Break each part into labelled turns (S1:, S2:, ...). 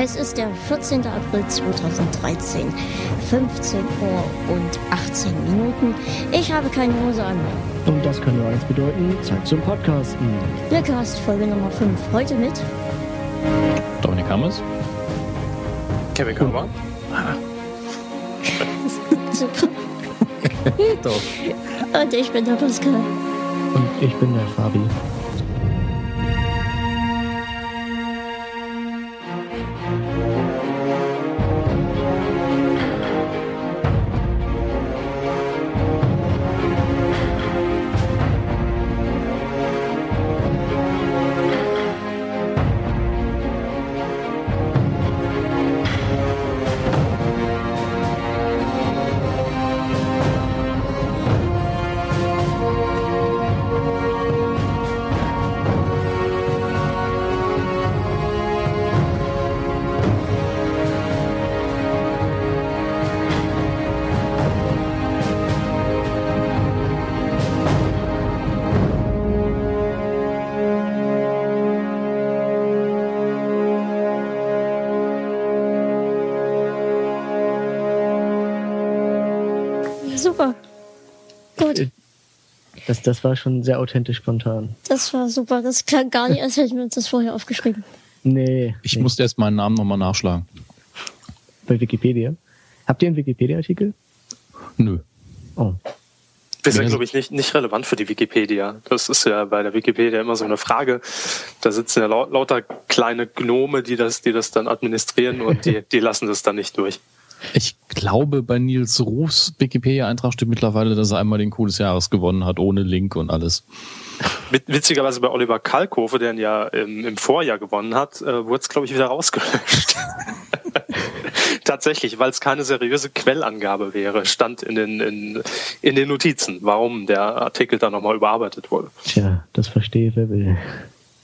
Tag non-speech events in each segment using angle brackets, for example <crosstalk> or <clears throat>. S1: Es ist der 14. April 2013, 15 Uhr und 18 Minuten. Ich habe keine Hose an.
S2: Und das kann nur eins bedeuten, Zeit zum Podcasten.
S1: Blackcast Folge Nummer 5. Heute mit
S3: Dominik Hammers.
S4: Kevin Körber.
S1: Super.
S4: Doch.
S1: Und ich bin der Pascal.
S2: Und ich bin der Fabi.
S1: Super. Gut,
S2: Das, das war schon sehr authentisch spontan.
S1: das war super. Das klang gar nicht, als hätten wir uns das vorher aufgeschrieben.
S2: Nee.
S3: Ich
S2: nee.
S3: musste erst meinen Namen nochmal nachschlagen.
S2: Bei Wikipedia. Habt ihr einen Wikipedia-Artikel?
S3: Nö.
S2: Oh.
S4: Wir sind,
S3: Ja.
S4: glaube ich, nicht, nicht relevant für die Wikipedia. Das ist ja bei der Wikipedia immer so eine Frage. Da sitzen ja lau lauter kleine Gnome, die das, die das dann administrieren
S3: <laughs>
S4: und die, die lassen das dann nicht durch.
S3: Ich glaube, bei Nils Rufs Wikipedia-Eintrag steht mittlerweile, dass er einmal den Cool des Jahres gewonnen hat, ohne Link und alles.
S4: Wit- Witzigerweise bei Oliver Kalkofe, der ihn ja im, im Vorjahr gewonnen hat, äh, wurde es, glaube ich, wieder rausgelöscht. <laughs> Tatsächlich, weil es keine seriöse Quellangabe wäre, stand in den, in, in den Notizen, warum der Artikel dann nochmal
S3: <laughs>
S4: überarbeitet wurde.
S2: Tja, das verstehe wer will.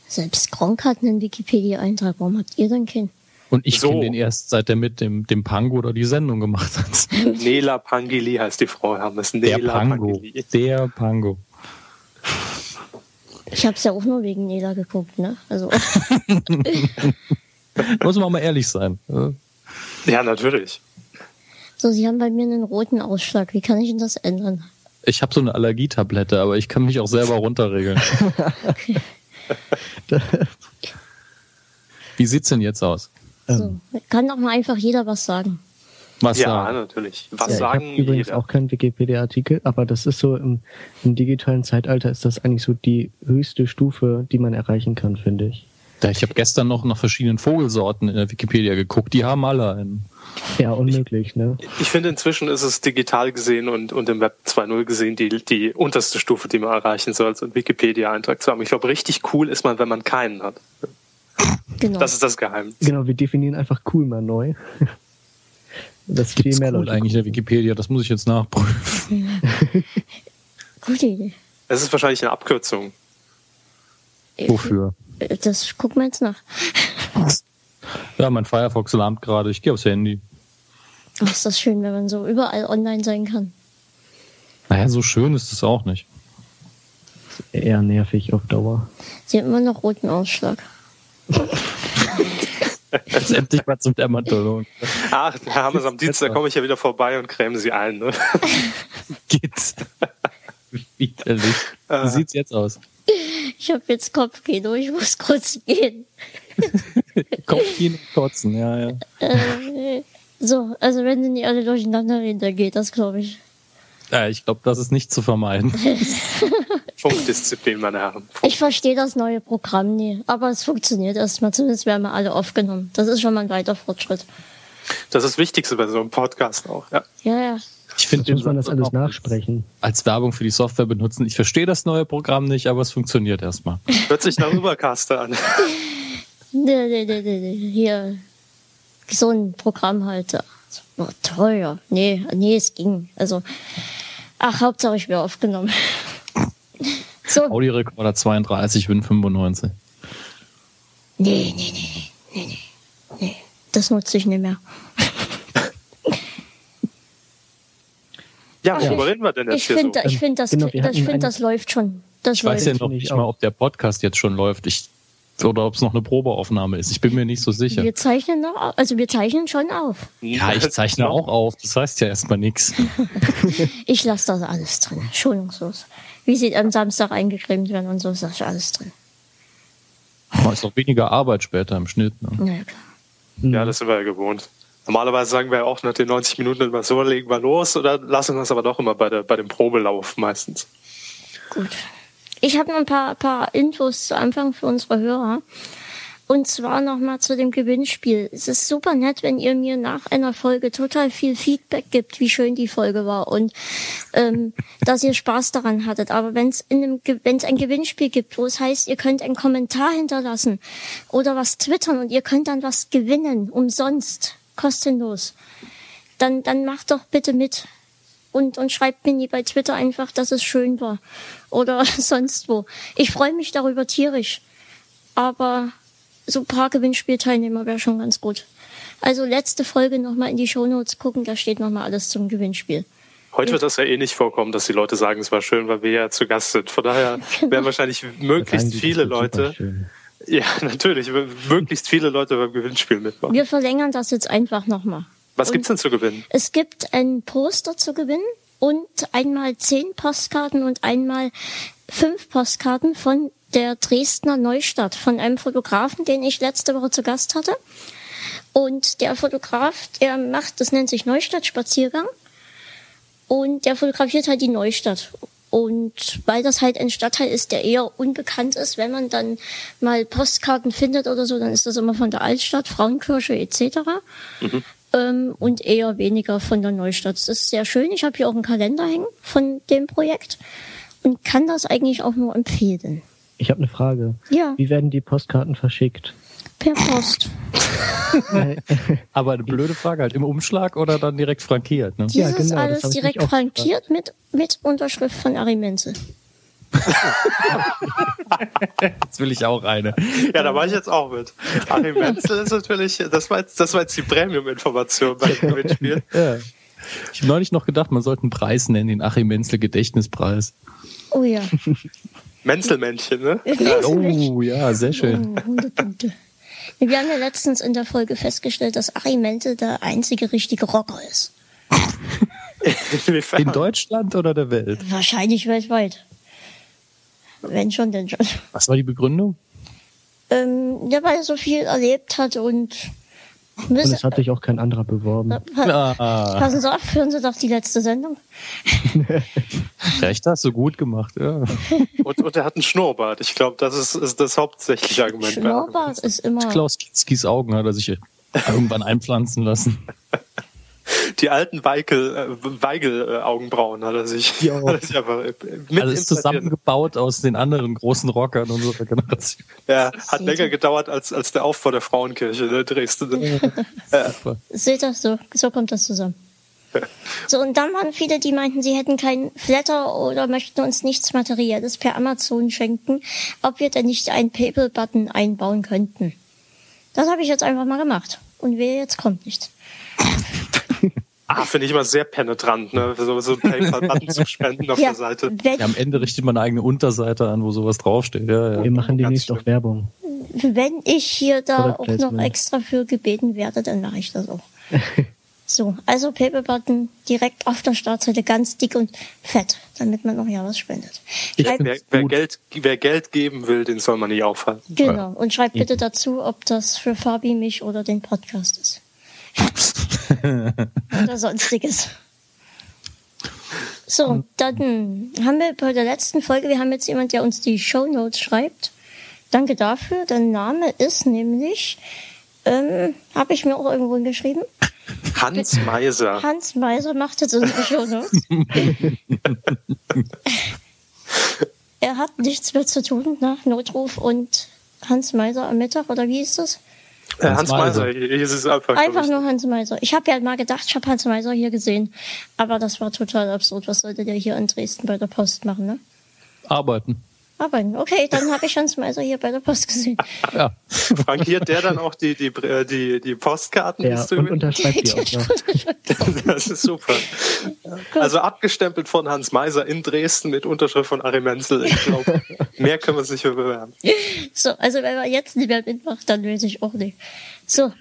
S1: Selbst Gronk hat einen Wikipedia-Eintrag. Warum habt ihr denn keinen?
S3: Und ich
S4: So.
S3: kenne den erst, seit er mit dem, dem Pango oder die Sendung gemacht hat. <laughs>
S4: Nela Pangili heißt die Frau, Hermes.
S3: Der
S4: Nela
S3: Pango.
S4: Pangili.
S3: Der Pango.
S1: Ich hab's ja auch nur wegen Nela geguckt, ne? Also,
S3: Muss man mal ehrlich sein. Äh,
S4: Ja, natürlich.
S1: so, sie haben bei mir einen roten Ausschlag. Wie kann ich denn das ändern?
S3: Ich habe so eine Allergietablette, aber ich kann mich auch selber runterregeln. Wie sieht's denn jetzt aus?
S2: Ähm,
S1: So, kann doch mal einfach jeder was sagen.
S3: Was
S4: ja,
S3: sagen?
S4: natürlich. Was
S2: ja,
S4: sagen
S2: ich habe übrigens
S4: jeder?
S2: auch keinen Wikipedia-Artikel, aber das ist so im, im digitalen Zeitalter ist das eigentlich so die höchste Stufe, die man erreichen kann, finde ich.
S3: Ja, Ich habe gestern noch nach verschiedenen Vogelsorten in der Wikipedia geguckt. Die haben alle einen.
S2: Ja, unmöglich, ne?
S4: Ich finde, inzwischen ist es digital gesehen und, und im Web 2.0 gesehen die, die unterste Stufe, die man erreichen soll, so einen Wikipedia-Eintrag zu haben. Ich glaube, richtig cool ist man, wenn man keinen hat.
S1: Genau.
S4: Das ist das Geheimnis.
S2: Genau, wir definieren einfach cool mal neu. Das viel
S3: Gibt's
S2: mehr
S3: cool
S2: Leute.
S3: eigentlich in der Wikipedia, das muss ich jetzt nachprüfen.
S1: Gute Idee.
S4: Es ist wahrscheinlich eine Abkürzung.
S3: Wofür?
S1: Äh, Das gucken wir jetzt nach.
S3: Ja, mein Firefox lahmt gerade, ich gehe aufs Handy.
S1: Oh, ist das schön, wenn man so überall online sein kann.
S3: Naja, so schön ist es auch nicht.
S2: Eher nervig auf Dauer.
S1: Sie hat immer noch roten Ausschlag.
S3: Jetzt endlich mal zum Dermatologen.
S4: Ach, da haben wir es am Dienstag, komme ich ja wieder vorbei und creme sie ein. Ne?
S3: Geht's? Widerlich. Wie sieht's jetzt aus?
S1: Ich habe jetzt Kopfkino, ich muss kurz gehen.
S3: Kopfkino und kotzen, ja, ja.
S1: Äh, so, also wenn sie nicht alle durcheinander reden, dann geht das, glaube ich.
S3: ja ich glaube, das ist nicht zu vermeiden.
S4: Funkdisziplin, Äh, meine Herren.
S1: Ich verstehe das neue Programm nie, aber es funktioniert erstmal. Zumindest werden wir alle aufgenommen. Das ist schon mal ein weiter Fortschritt.
S4: Das ist das Wichtigste bei so einem Podcast auch. Ja.
S1: Ja, ja.
S3: Ich finde,
S2: Muss man das alles nachsprechen?
S3: Als Werbung für die Software benutzen. Ich verstehe das neue Programm nicht, aber es funktioniert erstmal.
S4: Hört sich nach Übercaster an.
S1: Nee, nee, nee, nee, nee. ne, Hier. So ein Programm halt. Das war teuer. Nee, nee, es ging. Also, ach, Hauptsache ich wäre aufgenommen. So.
S3: Audiorekorder 32, Win 95.
S1: Nee, nee, nee, nee, nee, nee. nee. Das nutze ich nicht mehr.
S4: Ja,
S1: Ach,
S4: worüber reden wir denn jetzt
S1: Ich
S4: hier so?
S1: finde, ich finde, das,
S2: Genau, wir
S1: das,
S2: hatten
S1: ich find,
S2: einen-
S1: das läuft schon. Das
S3: Ich
S1: läuft.
S3: weiß ja noch
S2: Finde ich
S3: nicht
S2: auch.
S3: mal, ob der Podcast jetzt schon läuft. Ich oder ob es noch eine Probeaufnahme ist. Ich bin mir nicht so sicher.
S1: Wir zeichnen noch, au- also wir zeichnen schon auf.
S3: Ja, ich zeichne auch auf. Das heißt ja erstmal <laughs> nichts.
S1: Ich lasse das alles drin, schonungslos. Wie sie am Samstag eingecremt werden und so, ist das alles drin.
S3: Ist noch weniger Arbeit später im Schnitt. Ne?
S1: Na ja, klar.
S4: Ja, das sind wir ja gewohnt. Normalerweise sagen wir ja auch nach den 90 Minuten immer so, legen wir los oder lassen wir es aber doch immer bei, der, bei dem Probelauf meistens.
S1: Gut. Ich habe noch ein paar, paar Infos zu Anfang für unsere Hörer. Und zwar nochmal zu dem Gewinnspiel. Es ist super nett, wenn ihr mir nach einer Folge total viel Feedback gibt, wie schön die Folge war und ähm, dass ihr Spaß daran hattet. Aber wenn es in einem, Ge- wenn's ein Gewinnspiel gibt, wo es heißt, ihr könnt einen Kommentar hinterlassen oder was twittern und ihr könnt dann was gewinnen, umsonst, kostenlos, dann, dann macht doch bitte mit und, und schreibt mir nie bei Twitter einfach, dass es schön war oder <laughs> sonst wo. Ich freue mich darüber tierisch, aber so ein paar Gewinnspielteilnehmer wäre schon ganz gut. Also letzte Folge nochmal in die Shownotes gucken, da steht nochmal alles zum Gewinnspiel.
S4: Heute wird das ja eh nicht vorkommen, dass die Leute sagen, es war schön, weil wir ja zu Gast sind. Von daher werden wahrscheinlich möglichst viele Leute, ja natürlich, möglichst viele Leute beim Gewinnspiel mitmachen.
S1: Wir verlängern das jetzt einfach nochmal.
S4: Was gibt's denn zu gewinnen?
S1: Es gibt ein Poster zu gewinnen und einmal zehn Postkarten und einmal fünf Postkarten von der Dresdner Neustadt, von einem Fotografen, den ich letzte Woche zu Gast hatte. Und der Fotograf, der macht, das nennt sich Neustadt-Spaziergang. Und der fotografiert halt die Neustadt. Und weil das halt ein Stadtteil ist, der eher unbekannt ist, wenn man dann mal Postkarten findet oder so, dann ist das immer von der Altstadt, Frauenkirche etc. Ähm, und eher weniger von der Neustadt. Das ist sehr schön. Ich habe hier auch einen Kalender hängen von dem Projekt und kann das eigentlich auch nur empfehlen.
S2: Ich habe eine Frage.
S1: Ja.
S2: Wie werden die Postkarten verschickt?
S1: Per Post.
S3: Aber eine blöde Frage halt. Im Umschlag oder dann direkt frankiert? Ne?
S2: Ja,
S1: Dieses
S2: genau, das
S1: alles
S2: hab ich
S1: direkt
S2: mich auch
S1: frankiert mit, mit Unterschrift von Ari Menzel.
S3: Jetzt will ich auch eine.
S4: Ja, da war ich jetzt auch mit. Ari Menzel ist natürlich, das war jetzt, das war jetzt die Premium-Information beim Gewinnspiel.
S3: Ich habe neulich noch gedacht, man sollte einen Preis nennen, den Achim Menzel Gedächtnispreis.
S1: Oh
S2: <laughs>
S1: ja.
S4: Menzelmännchen, ne?
S1: Ich weiß nicht.
S3: Oh ja, sehr schön.
S1: Oh, 100 Punkte. Wir haben ja letztens in der Folge festgestellt, dass Ari Menzel der einzige richtige Rocker ist.
S4: Inwiefern?
S3: In Deutschland oder der Welt?
S1: Wahrscheinlich weltweit. Wenn schon, denn schon.
S3: Was war die Begründung?
S1: Ähm, ja, weil er so viel erlebt hat und
S2: Und
S1: müssen,
S2: es hat sich auch kein anderer beworben.
S3: Ah.
S1: Passen Sie auf, führen Sie doch die letzte Sendung.
S3: Recht hast du gut gemacht. Ja.
S4: Und, und er hat einen Schnurrbart. Ich glaube, das ist, ist das hauptsächliche Argument. bei Ari
S1: Schnurrbart ist immer.
S3: Klaus Kitzkis Augen hat er sich irgendwann einpflanzen lassen.
S4: Die alten Weigel, äh, Weigel äh, Augenbrauen hat er sich,
S3: Ja.
S4: hat er sich einfach äh, mit
S3: Alles
S4: implantiert.
S3: Also zusammengebaut aus den anderen großen Rockern unserer Generation.
S4: Ja, hat länger gedauert als, als der Aufbau der Frauenkirche in Dresden.
S1: Seht das so, so kommt das zusammen. So, und dann waren viele, die meinten, sie hätten keinen Flatter oder möchten uns nichts Materielles per Amazon schenken, ob wir denn nicht einen PayPal-Button einbauen könnten. Das habe ich jetzt einfach mal gemacht. Und wer jetzt kommt nichts.
S4: ah, finde ich immer sehr penetrant, ne? So, so einen PayPal-Button zu spenden auf der Seite.
S1: Wel
S3: <laughs> Ja, am Ende richtet man eine eigene Unterseite an, wo sowas draufsteht. Ja,
S2: Wir
S3: ja.
S2: machen demnächst
S4: schlimm.
S2: auch Werbung.
S1: wenn ich hier da
S2: Product
S1: auch noch
S2: Placement.
S1: extra für gebeten werde, dann mache ich
S2: <laughs>
S1: das auch. so, also Paper-Button direkt auf der Startseite ganz dick und fett, damit man noch ja was spendet. Schreibt,
S4: Wer, wer, Geld, wer Geld geben will, den soll man nicht aufhalten.
S1: genau, und schreibt bitte dazu, ob das für Fabi, mich oder den Podcast ist. oder sonstiges. So, dann haben wir bei der letzten Folge, wir haben jetzt jemand, der uns die Shownotes schreibt. Danke dafür. Der Name ist nämlich, ähm, habe ich mir auch irgendwo hingeschrieben,
S4: Hans Meiser.
S1: Hans Meiser macht jetzt unsere Shownotes. er hat nichts mehr zu tun nach Notruf und Hans Meiser am Mittag, oder wie ist das?
S4: Hans, Äh, Hans Meiser,
S3: Meiser.
S4: hier ist es einfach. glaub
S1: Einfach
S4: ich.
S1: nur Hans Meiser. Ich habe ja mal gedacht, ich habe Hans Meiser hier gesehen. Aber das war total absurd. Was sollte der hier in Dresden bei der Post machen, ne?
S3: Arbeiten.
S1: arbeiten. Okay, dann habe ich uns mal so hier bei der Post gesehen.
S3: Ja.
S4: Frankiert der dann auch die, die, äh, die, die Postkarten?
S2: Ja,
S4: Bist du
S2: und
S4: mit-
S2: unterschreibt die auch noch.
S4: <laughs> das ist super. Also abgestempelt von Hans Meiser in Dresden mit Unterschrift von Ari Menzel. Ich
S1: <laughs>
S4: glaube, mehr können wir uns nicht mehr bewerben.
S1: So, also wenn man jetzt nicht mehr mitmacht, dann weiß ich auch nicht. So,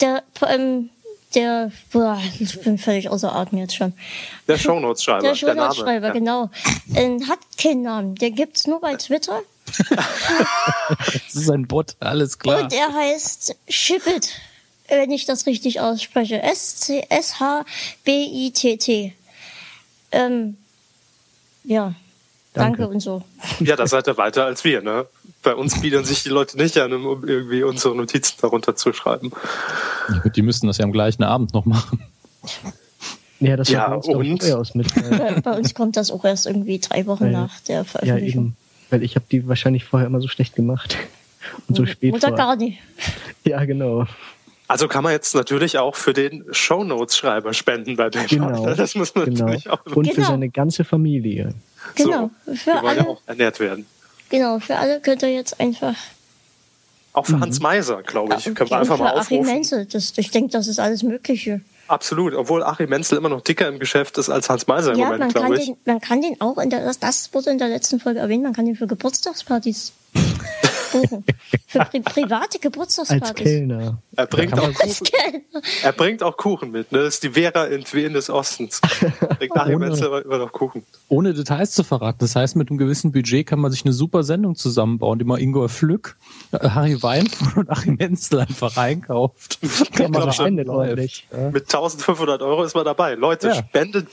S1: der, ähm, der, boah, ich bin völlig außer Atem jetzt schon.
S4: Also, Der Shownotes-Schreiber.
S1: Der
S4: Name.
S1: Schulnotenschreiber, genau. Ähm, hat keinen Namen. Der gibt's nur bei Twitter.
S3: Das ist ein Bot, alles klar.
S1: Und er heißt Shibbit, wenn ich das richtig ausspreche. S-C-S-H-B-I-T-T. Ähm, ja. Danke.
S2: Danke.
S1: und so.
S4: Ja, da seid ihr weiter als wir. Ne? Bei uns bieten sich die Leute nicht an, um irgendwie unsere Notizen darunter zu schreiben.
S3: Ja, gut, Die müssten das ja am gleichen Abend noch machen.
S2: Ja, das
S4: Ja,
S2: hat uns doch
S4: und?
S2: vorher aus mit. äh,
S1: Bei, bei uns kommt das auch erst irgendwie drei Wochen
S2: Weil-
S1: nach der
S2: ja,
S1: Veröffentlichung.
S2: eben. Weil ich habe die wahrscheinlich vorher immer so schlecht gemacht. <laughs> Und so spät.
S1: Oder
S2: vor-
S1: gar nicht.
S2: Ja, genau.
S4: Also kann man jetzt natürlich auch für den Shownotes-Schreiber spenden bei PayPal.
S2: Genau.
S4: ne? Das muss man
S2: genau.
S4: natürlich auch
S2: Und für
S1: Genau.
S2: seine ganze Familie.
S1: Genau.
S4: So,
S1: Für
S4: wir wollen ja
S1: alle-
S4: auch ernährt werden.
S1: Genau, für alle könnt ihr jetzt einfach.
S4: Auch für Hans Meiser, glaube ich. Können wir einfach
S1: Mhm. für
S4: mal
S1: Achim
S4: aufrufen.
S1: Menzel. Das, ich denke, das ist alles Mögliche.
S4: Absolut, obwohl Achim Menzel immer noch dicker im Geschäft ist als Hans Meiser im
S1: Ja,
S4: Moment,
S1: man kann,
S4: glaube ich.
S1: den, man kann den auch, in der, das, das wurde in der letzten Folge erwähnt, man kann den für
S4: <laughs>
S1: Geburtstagspartys buchen. Für pri private
S2: Als
S1: Geburtstagspartys.
S2: Kellner.
S4: Er bringt, auch
S1: Als
S4: Kuchen,
S1: Kellner.
S4: er bringt auch Kuchen mit, ne? Das ist die Vera in Wien
S3: <laughs>
S4: des Ostens. Bringt Achim
S3: Ohne-
S4: Menzel immer noch Kuchen.
S3: Ohne Details zu verraten. Das heißt, mit einem gewissen Budget kann man sich eine super Sendung zusammenbauen, die man Ingolf Flück, äh, Harry Weinfurt und Achim Menzel
S1: <laughs>
S3: einfach einkauft. Kann
S2: Man
S4: Doch,
S2: spendet
S3: läuft.
S2: ordentlich.
S4: Mit 1500 Euro ist man dabei. Leute,
S3: Ja.
S4: spendet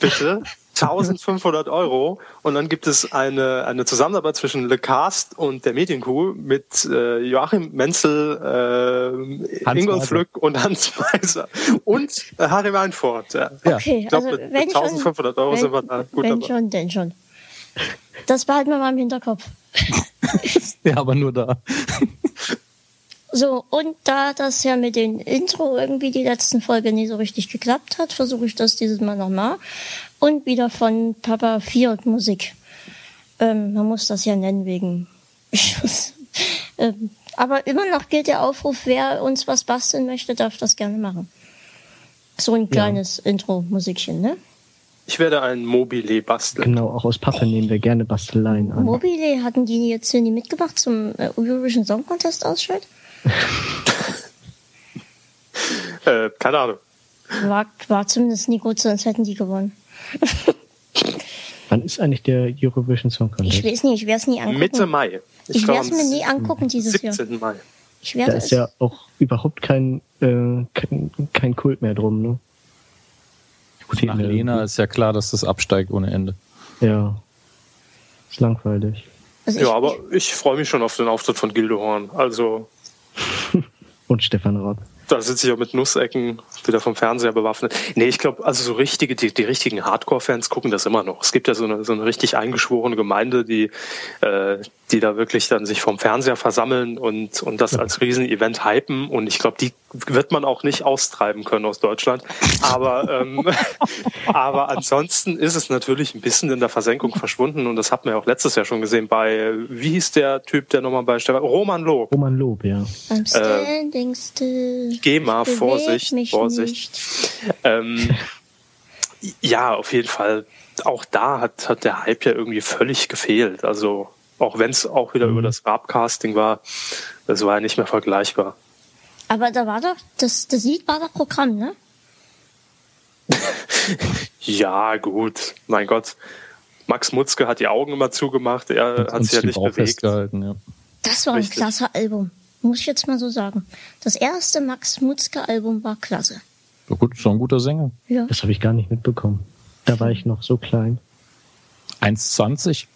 S3: <laughs>
S4: bitte 1500 Euro und dann gibt es eine, eine Zusammenarbeit zwischen Le Cast und der Medienkuh mit äh, Joachim Menzel, äh,
S3: Hans
S4: Ingolf
S3: Meiser.
S4: Flück und Hans <laughs> Meiser und äh, Harry Weinfurt. Ja.
S3: Ja.
S1: Okay,
S4: Ich glaube,
S1: also
S4: mit,
S1: wenn
S4: mit
S1: schon,
S4: 1500 Euro sind wir da
S1: wenn,
S4: gut
S1: wenn
S4: dabei.
S1: schon, denn schon. Das behalten wir mal im Hinterkopf.
S3: Ja, aber nur da.
S1: So, und da das ja mit dem Intro irgendwie die letzten Folge nie so richtig geklappt hat, versuche ich das dieses Mal nochmal. Und wieder von Papa Fiat Musik. Ähm, man muss das ja nennen wegen <laughs> Schuss. ähm, aber immer noch gilt der Aufruf, wer uns was basteln möchte, darf das gerne machen. So ein kleines Intro-Musikchen, ne?
S4: Ich werde ein Mobile basteln.
S2: Genau, auch aus Pappe nehmen wir gerne Basteleien an.
S1: Mobile hatten die jetzt hier nie mitgemacht zum äh, Eurovision Song Contest Ausschalt?
S4: Äh, keine Ahnung.
S1: War, war zumindest nie gut, sonst hätten die gewonnen.
S2: Wann ist eigentlich der Eurovision Song
S1: Ich
S2: Contest?
S1: weiß nicht, ich werde es nie angucken.
S4: Mitte Mai.
S1: Ich,
S4: glaub,
S1: werde es mir
S4: am
S1: nie angucken dieses Jahr.
S4: 17. Mai.
S1: Ich
S2: Da
S1: werde
S2: ist
S1: es.
S2: ja auch überhaupt kein, äh, kein, kein Kult mehr drum, ne? Gut,
S3: Nach Lena ist ja klar, dass das absteigt ohne Ende.
S2: Ja. Ist langweilig.
S1: also ich,
S4: Ja, aber ich freue mich schon auf den Auftritt von Gildehorn. Also,
S2: Und Stefan Raab.
S4: da sitze ich auch mit Nussecken wieder vom Fernseher bewaffnet. Nee, ich glaube, also so richtige, die, die richtigen Hardcore-Fans gucken das immer noch. Es gibt ja so eine, so eine richtig eingeschworene Gemeinde, die, äh, die da wirklich dann sich vom Fernseher versammeln und, und das als Riesenevent hypen. Und ich glaube, die wird man auch nicht austreiben können aus Deutschland. Aber, ähm, <laughs> aber ansonsten ist es natürlich ein bisschen in der Versenkung verschwunden. Und das hat man ja auch letztes Jahr schon gesehen bei, wie hieß der Typ, der nochmal bei Stefan, Roman Lob.
S2: Roman Oh, Lob, ja.
S4: äh,
S1: I'm standing still.
S4: GEMA,
S1: Ich beweg
S4: Vorsicht,
S1: mich
S4: Vorsicht.
S1: Nicht.
S4: Ähm, ja, auf jeden Fall. Auch da hat, hat der Hype ja irgendwie völlig gefehlt. Also, auch wenn es auch wieder über das Rabcasting war, das war ja nicht mehr vergleichbar.
S1: Aber da war doch, das, das Lied war doch Programm, ne?
S4: Ja, gut, mein Gott. Max Mutzke hat die Augen immer zugemacht, er Äh, hat
S3: Und
S4: sich ja
S3: den
S4: nicht
S3: Bauch
S4: bewegt.
S3: festgehalten, ja.
S1: Das war ein
S4: Richtig.
S1: klasse Album. Muss ich jetzt mal so sagen. Das erste Max Mutzke Album war klasse.
S3: Ja, Gut, schon ein guter Sänger.
S1: Ja.
S2: Das habe ich gar nicht mitbekommen. Da war ich noch so klein.
S3: 1,20.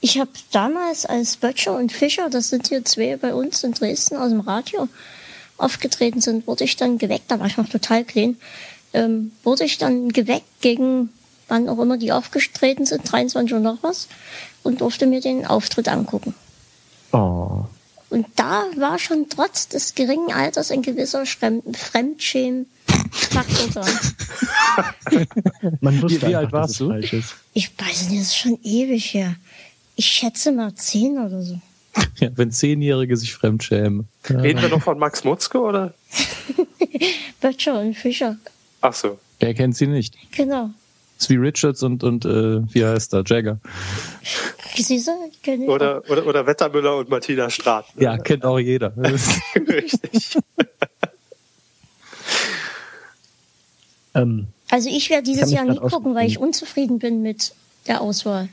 S1: Ich habe damals als Böttcher und Fischer, das sind hier zwei bei uns in Dresden aus dem Radio, aufgetreten sind, wurde ich dann geweckt, da war ich noch total klein, ähm, wurde ich dann geweckt gegen wann auch immer die aufgetreten sind, 23 Uhr noch was, und durfte mir den Auftritt angucken.
S2: Oh.
S1: Und da war schon trotz des geringen Alters ein gewisser Schrem- Fremdschämen Zack, total.
S2: Man wusste
S3: Wie- wie
S2: einfach,
S3: alt
S2: dass
S3: warst
S2: es
S3: du?
S2: falsch ist.
S1: Ich weiß nicht, das ist schon ewig her. Ich schätze mal 10 oder so.
S3: Ja, wenn Zehnjährige sich fremdschämen.
S4: Reden wir doch von Max Mutzke, oder?
S1: Böttcher und Fischer.
S4: Ach so.
S3: Wer kennt sie nicht?
S1: Genau.
S3: Ist wie Richards und, und äh, wie heißt er? Jagger.
S1: Siehst du? Kenn ich auch.
S4: Oder, oder, oder Wettermüller und Martina Straat.
S3: Ja, kennt auch jeder. <laughs>
S4: <laughs> Richtig.
S2: Ähm,
S1: Also ich werde
S2: Ich hab
S1: dieses
S2: mich
S1: Jahr nie
S2: grad
S1: gucken, weil ich unzufrieden bin mit der Auswahl.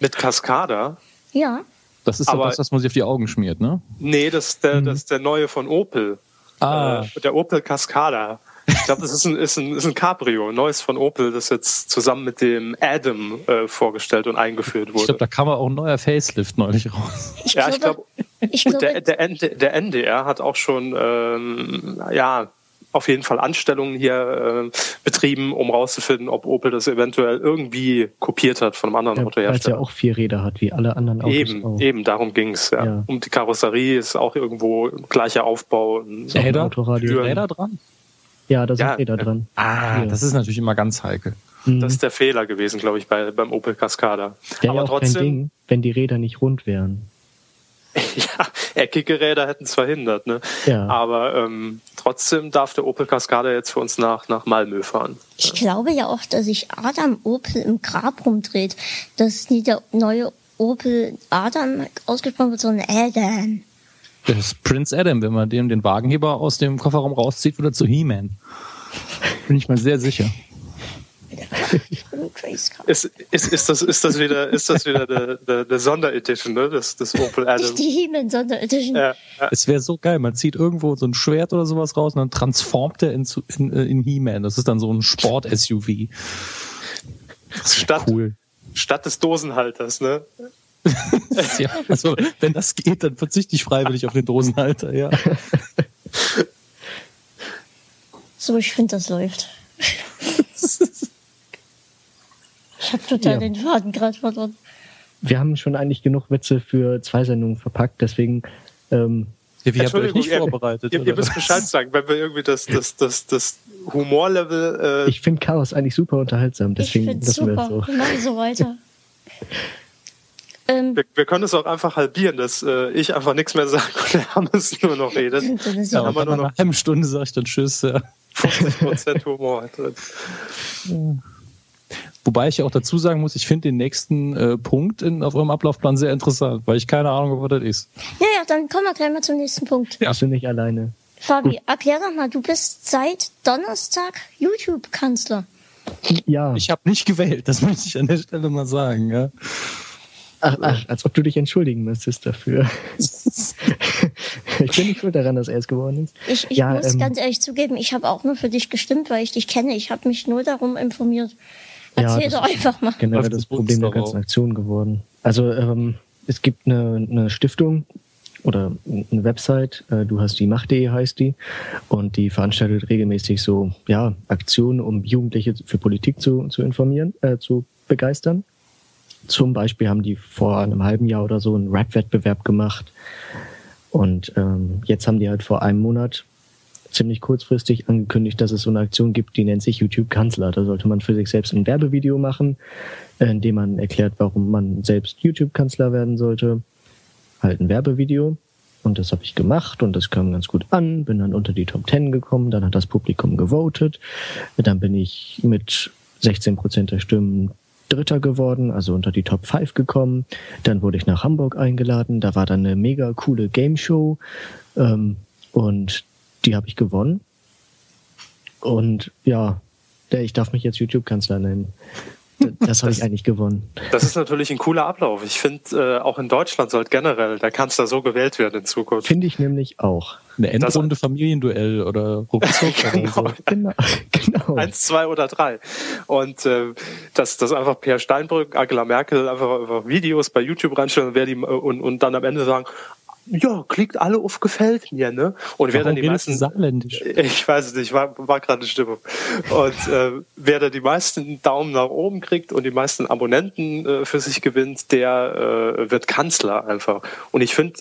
S4: Mit Cascada?
S1: Ja.
S3: Das ist doch
S4: Aber-
S3: das, was man sich auf die Augen schmiert, ne?
S4: Nee, das ist der, das ist der neue von Opel.
S3: Ah.
S4: Äh, der Opel Cascada. Ich glaube, das ist ein, ist, ein, ist ein Cabrio, ein neues von Opel, das jetzt zusammen mit dem Adam äh, vorgestellt und eingeführt
S3: Ich
S4: wurde.
S3: glaube, da kam auch ein neuer Facelift
S2: <laughs>
S3: neulich raus.
S1: Ich
S4: Ja, ich
S1: glaube, ich
S4: Und <laughs> der,
S1: glaube,
S4: der, N- der NDR hat auch schon, ähm, ja, auf jeden Fall Anstellungen hier äh, betrieben, um rauszufinden, ob Opel das eventuell irgendwie kopiert hat von einem anderen
S2: Weil es ja
S4: Autohersteller.
S2: auch vier Räder hat, wie alle anderen Autos
S4: eben,
S2: auch.
S4: eben, darum ging's. Ja.
S2: Ja.
S4: Um die Karosserie ist auch irgendwo gleicher Aufbau.
S2: Ist auch ein
S3: Räder?
S2: Autoradio.
S4: Türen.
S3: Räder dran?
S2: Ja, da sind
S4: Ja,
S2: Räder
S4: äh,
S2: dran.
S3: Ah,
S2: Ja.
S3: das ist natürlich immer ganz heikel.
S2: Mhm.
S4: Das ist der Fehler gewesen, glaube ich, bei, beim Opel Cascada.
S2: Wäre ja
S4: Aber
S2: auch kein
S4: trotzdem,
S2: Ding, wenn die Räder nicht rund wären.
S4: <laughs> ja, eckige Räder hätten es verhindert. Ne?
S2: Ja.
S4: Aber ähm, trotzdem darf der Opel Cascada jetzt für uns nach, nach Malmö fahren.
S1: ich glaube ja auch, dass sich Adam Opel im Grab rumdreht. Dass nie der neue Opel Adam ausgesprochen wird, sondern Adam.
S3: Das ist Prince Adam, wenn man dem den Wagenheber aus dem Kofferraum rauszieht, wird er zu He-Man. Bin ich mal sehr sicher.
S1: Im Grace Car.
S4: Ist, ist, ist, das, ist das wieder, ist das wieder der, der, der Sonderedition, ne? Das, das Opel Adam.
S1: Nicht die He-Man, sondern Edition.
S4: Ja, ja.
S3: Es wäre so geil, man zieht irgendwo so ein Schwert oder sowas raus und dann transformt er in, zu- in, äh, in He-Man. Das ist dann so ein Sport-SUV.
S4: Statt,
S3: Cool. <laughs>
S4: statt des Dosenhalters, ne?
S3: Ja, also, wenn das geht, dann verzichte ich freiwillig auf den Dosenhalter, ja.
S1: So, ich finde, das
S4: <laughs>
S1: läuft. Ich habe total
S2: Ja.
S1: den Faden gerade verloren.
S2: Wir haben schon eigentlich genug Witze für zwei Sendungen verpackt, deswegen ähm,
S3: Ja, wir habt ihr euch
S4: Entschuldigung,
S3: nicht
S4: ihr-
S3: vorbereitet.
S4: Ihr, ihr
S3: oder
S4: müsst
S3: was?
S4: Bescheid sagen, wenn wir irgendwie das, das, das, das Humorlevel äh,
S2: ich finde Chaos eigentlich super unterhaltsam,
S1: ich
S2: deswegen
S1: finde
S2: lassen wir es
S1: super.
S2: so.
S1: Mach so weiter.
S2: <laughs>
S1: ähm,
S4: Wir, wir können es auch einfach halbieren, dass äh, ich einfach nichts mehr sage und der Hammes nur
S1: <laughs>
S4: noch redet.
S1: dann ist
S3: <laughs> Ja,
S1: ja,
S4: haben
S3: und
S4: wir
S3: dann
S4: nur
S3: nach einer halben Stunde sage ich dann Tschüss. Ja.
S4: 50% Humor hat drin.
S3: Wobei ich ja auch dazu sagen muss, ich finde den nächsten äh, Punkt in, auf eurem Ablaufplan sehr interessant, weil ich keine Ahnung habe, was das ist.
S1: ja, ja, dann kommen wir gleich mal zum nächsten Punkt.
S3: Ja.
S2: Bist du nicht alleine?
S1: Fabi, erklär doch mal, du bist seit Donnerstag YouTube-Kanzler.
S2: Ja,
S3: Ich habe nicht gewählt, das <laughs> möchte ich an der Stelle mal sagen. Ja.
S2: ach, ach, als ob du dich entschuldigen müsstest
S3: <laughs>
S2: dafür. <laughs> ich bin nicht schuld daran, dass er es geworden ist.
S1: Ich, ich
S2: Ja,
S1: muss
S2: ähm,
S1: ganz ehrlich zugeben, ich habe auch nur für dich gestimmt, weil ich dich kenne. Ich habe mich nur darum informiert.
S2: Ja,
S1: Erzähl
S2: das
S1: doch einfach mal.
S2: generell
S3: Läuft
S2: das
S3: das
S2: Problem der
S3: Bundesdorf
S2: ganzen
S3: auf.
S2: Aktion geworden. Also ähm, es gibt eine, eine Stiftung oder eine Website, äh, du hast die Macht.de heißt die, und die veranstaltet regelmäßig so ja, Aktionen, um Jugendliche für Politik zu, zu informieren, äh, zu begeistern. Zum Beispiel haben die vor einem halben Jahr oder so einen Rap-Wettbewerb gemacht. Und ähm, jetzt haben die halt vor einem Monat ziemlich kurzfristig angekündigt, dass es so eine Aktion gibt, die nennt sich YouTube Kanzler. Da sollte man für sich selbst ein Werbevideo machen, in dem man erklärt, warum man selbst YouTube Kanzler werden sollte. Halt ein Werbevideo. Und das habe ich gemacht und das kam ganz gut an. Bin dann unter die Top 10 gekommen, dann hat das Publikum gewotet. Dann bin ich mit 16 Prozent der Stimmen Dritter geworden, also unter die Top 5 gekommen. Dann wurde ich nach Hamburg eingeladen. Da war dann eine mega coole Game Show. Ähm, und die habe ich gewonnen. Und ja, der, ich darf mich jetzt YouTube-Kanzler nennen. D- Das habe ich eigentlich gewonnen.
S4: Das ist natürlich ein cooler Ablauf. Ich finde, äh, auch in Deutschland sollte generell der Kanzler so gewählt werden in Zukunft.
S2: Finde ich nämlich auch.
S3: Eine Endrunde Familienduell oder
S4: <laughs>
S3: ruckzuck oder so.
S2: Genau. <laughs> genau.
S4: Eins, zwei oder drei. Und äh, dass, dass einfach Per äh, Steinbrück, Angela Merkel einfach, einfach Videos bei YouTube reinstellen und, wer die, und, und dann am Ende sagen, ja, klickt alle auf gefällt mir, ne? Und wer
S3: Warum
S4: dann die
S3: redest du
S4: meisten
S3: saarländisch?
S4: ich weiß es nicht, war, war gerade eine Stimmung. Und äh, wer da die meisten Daumen nach oben kriegt und die meisten Abonnenten äh, für sich gewinnt, der äh, wird Kanzler einfach. Und ich finde,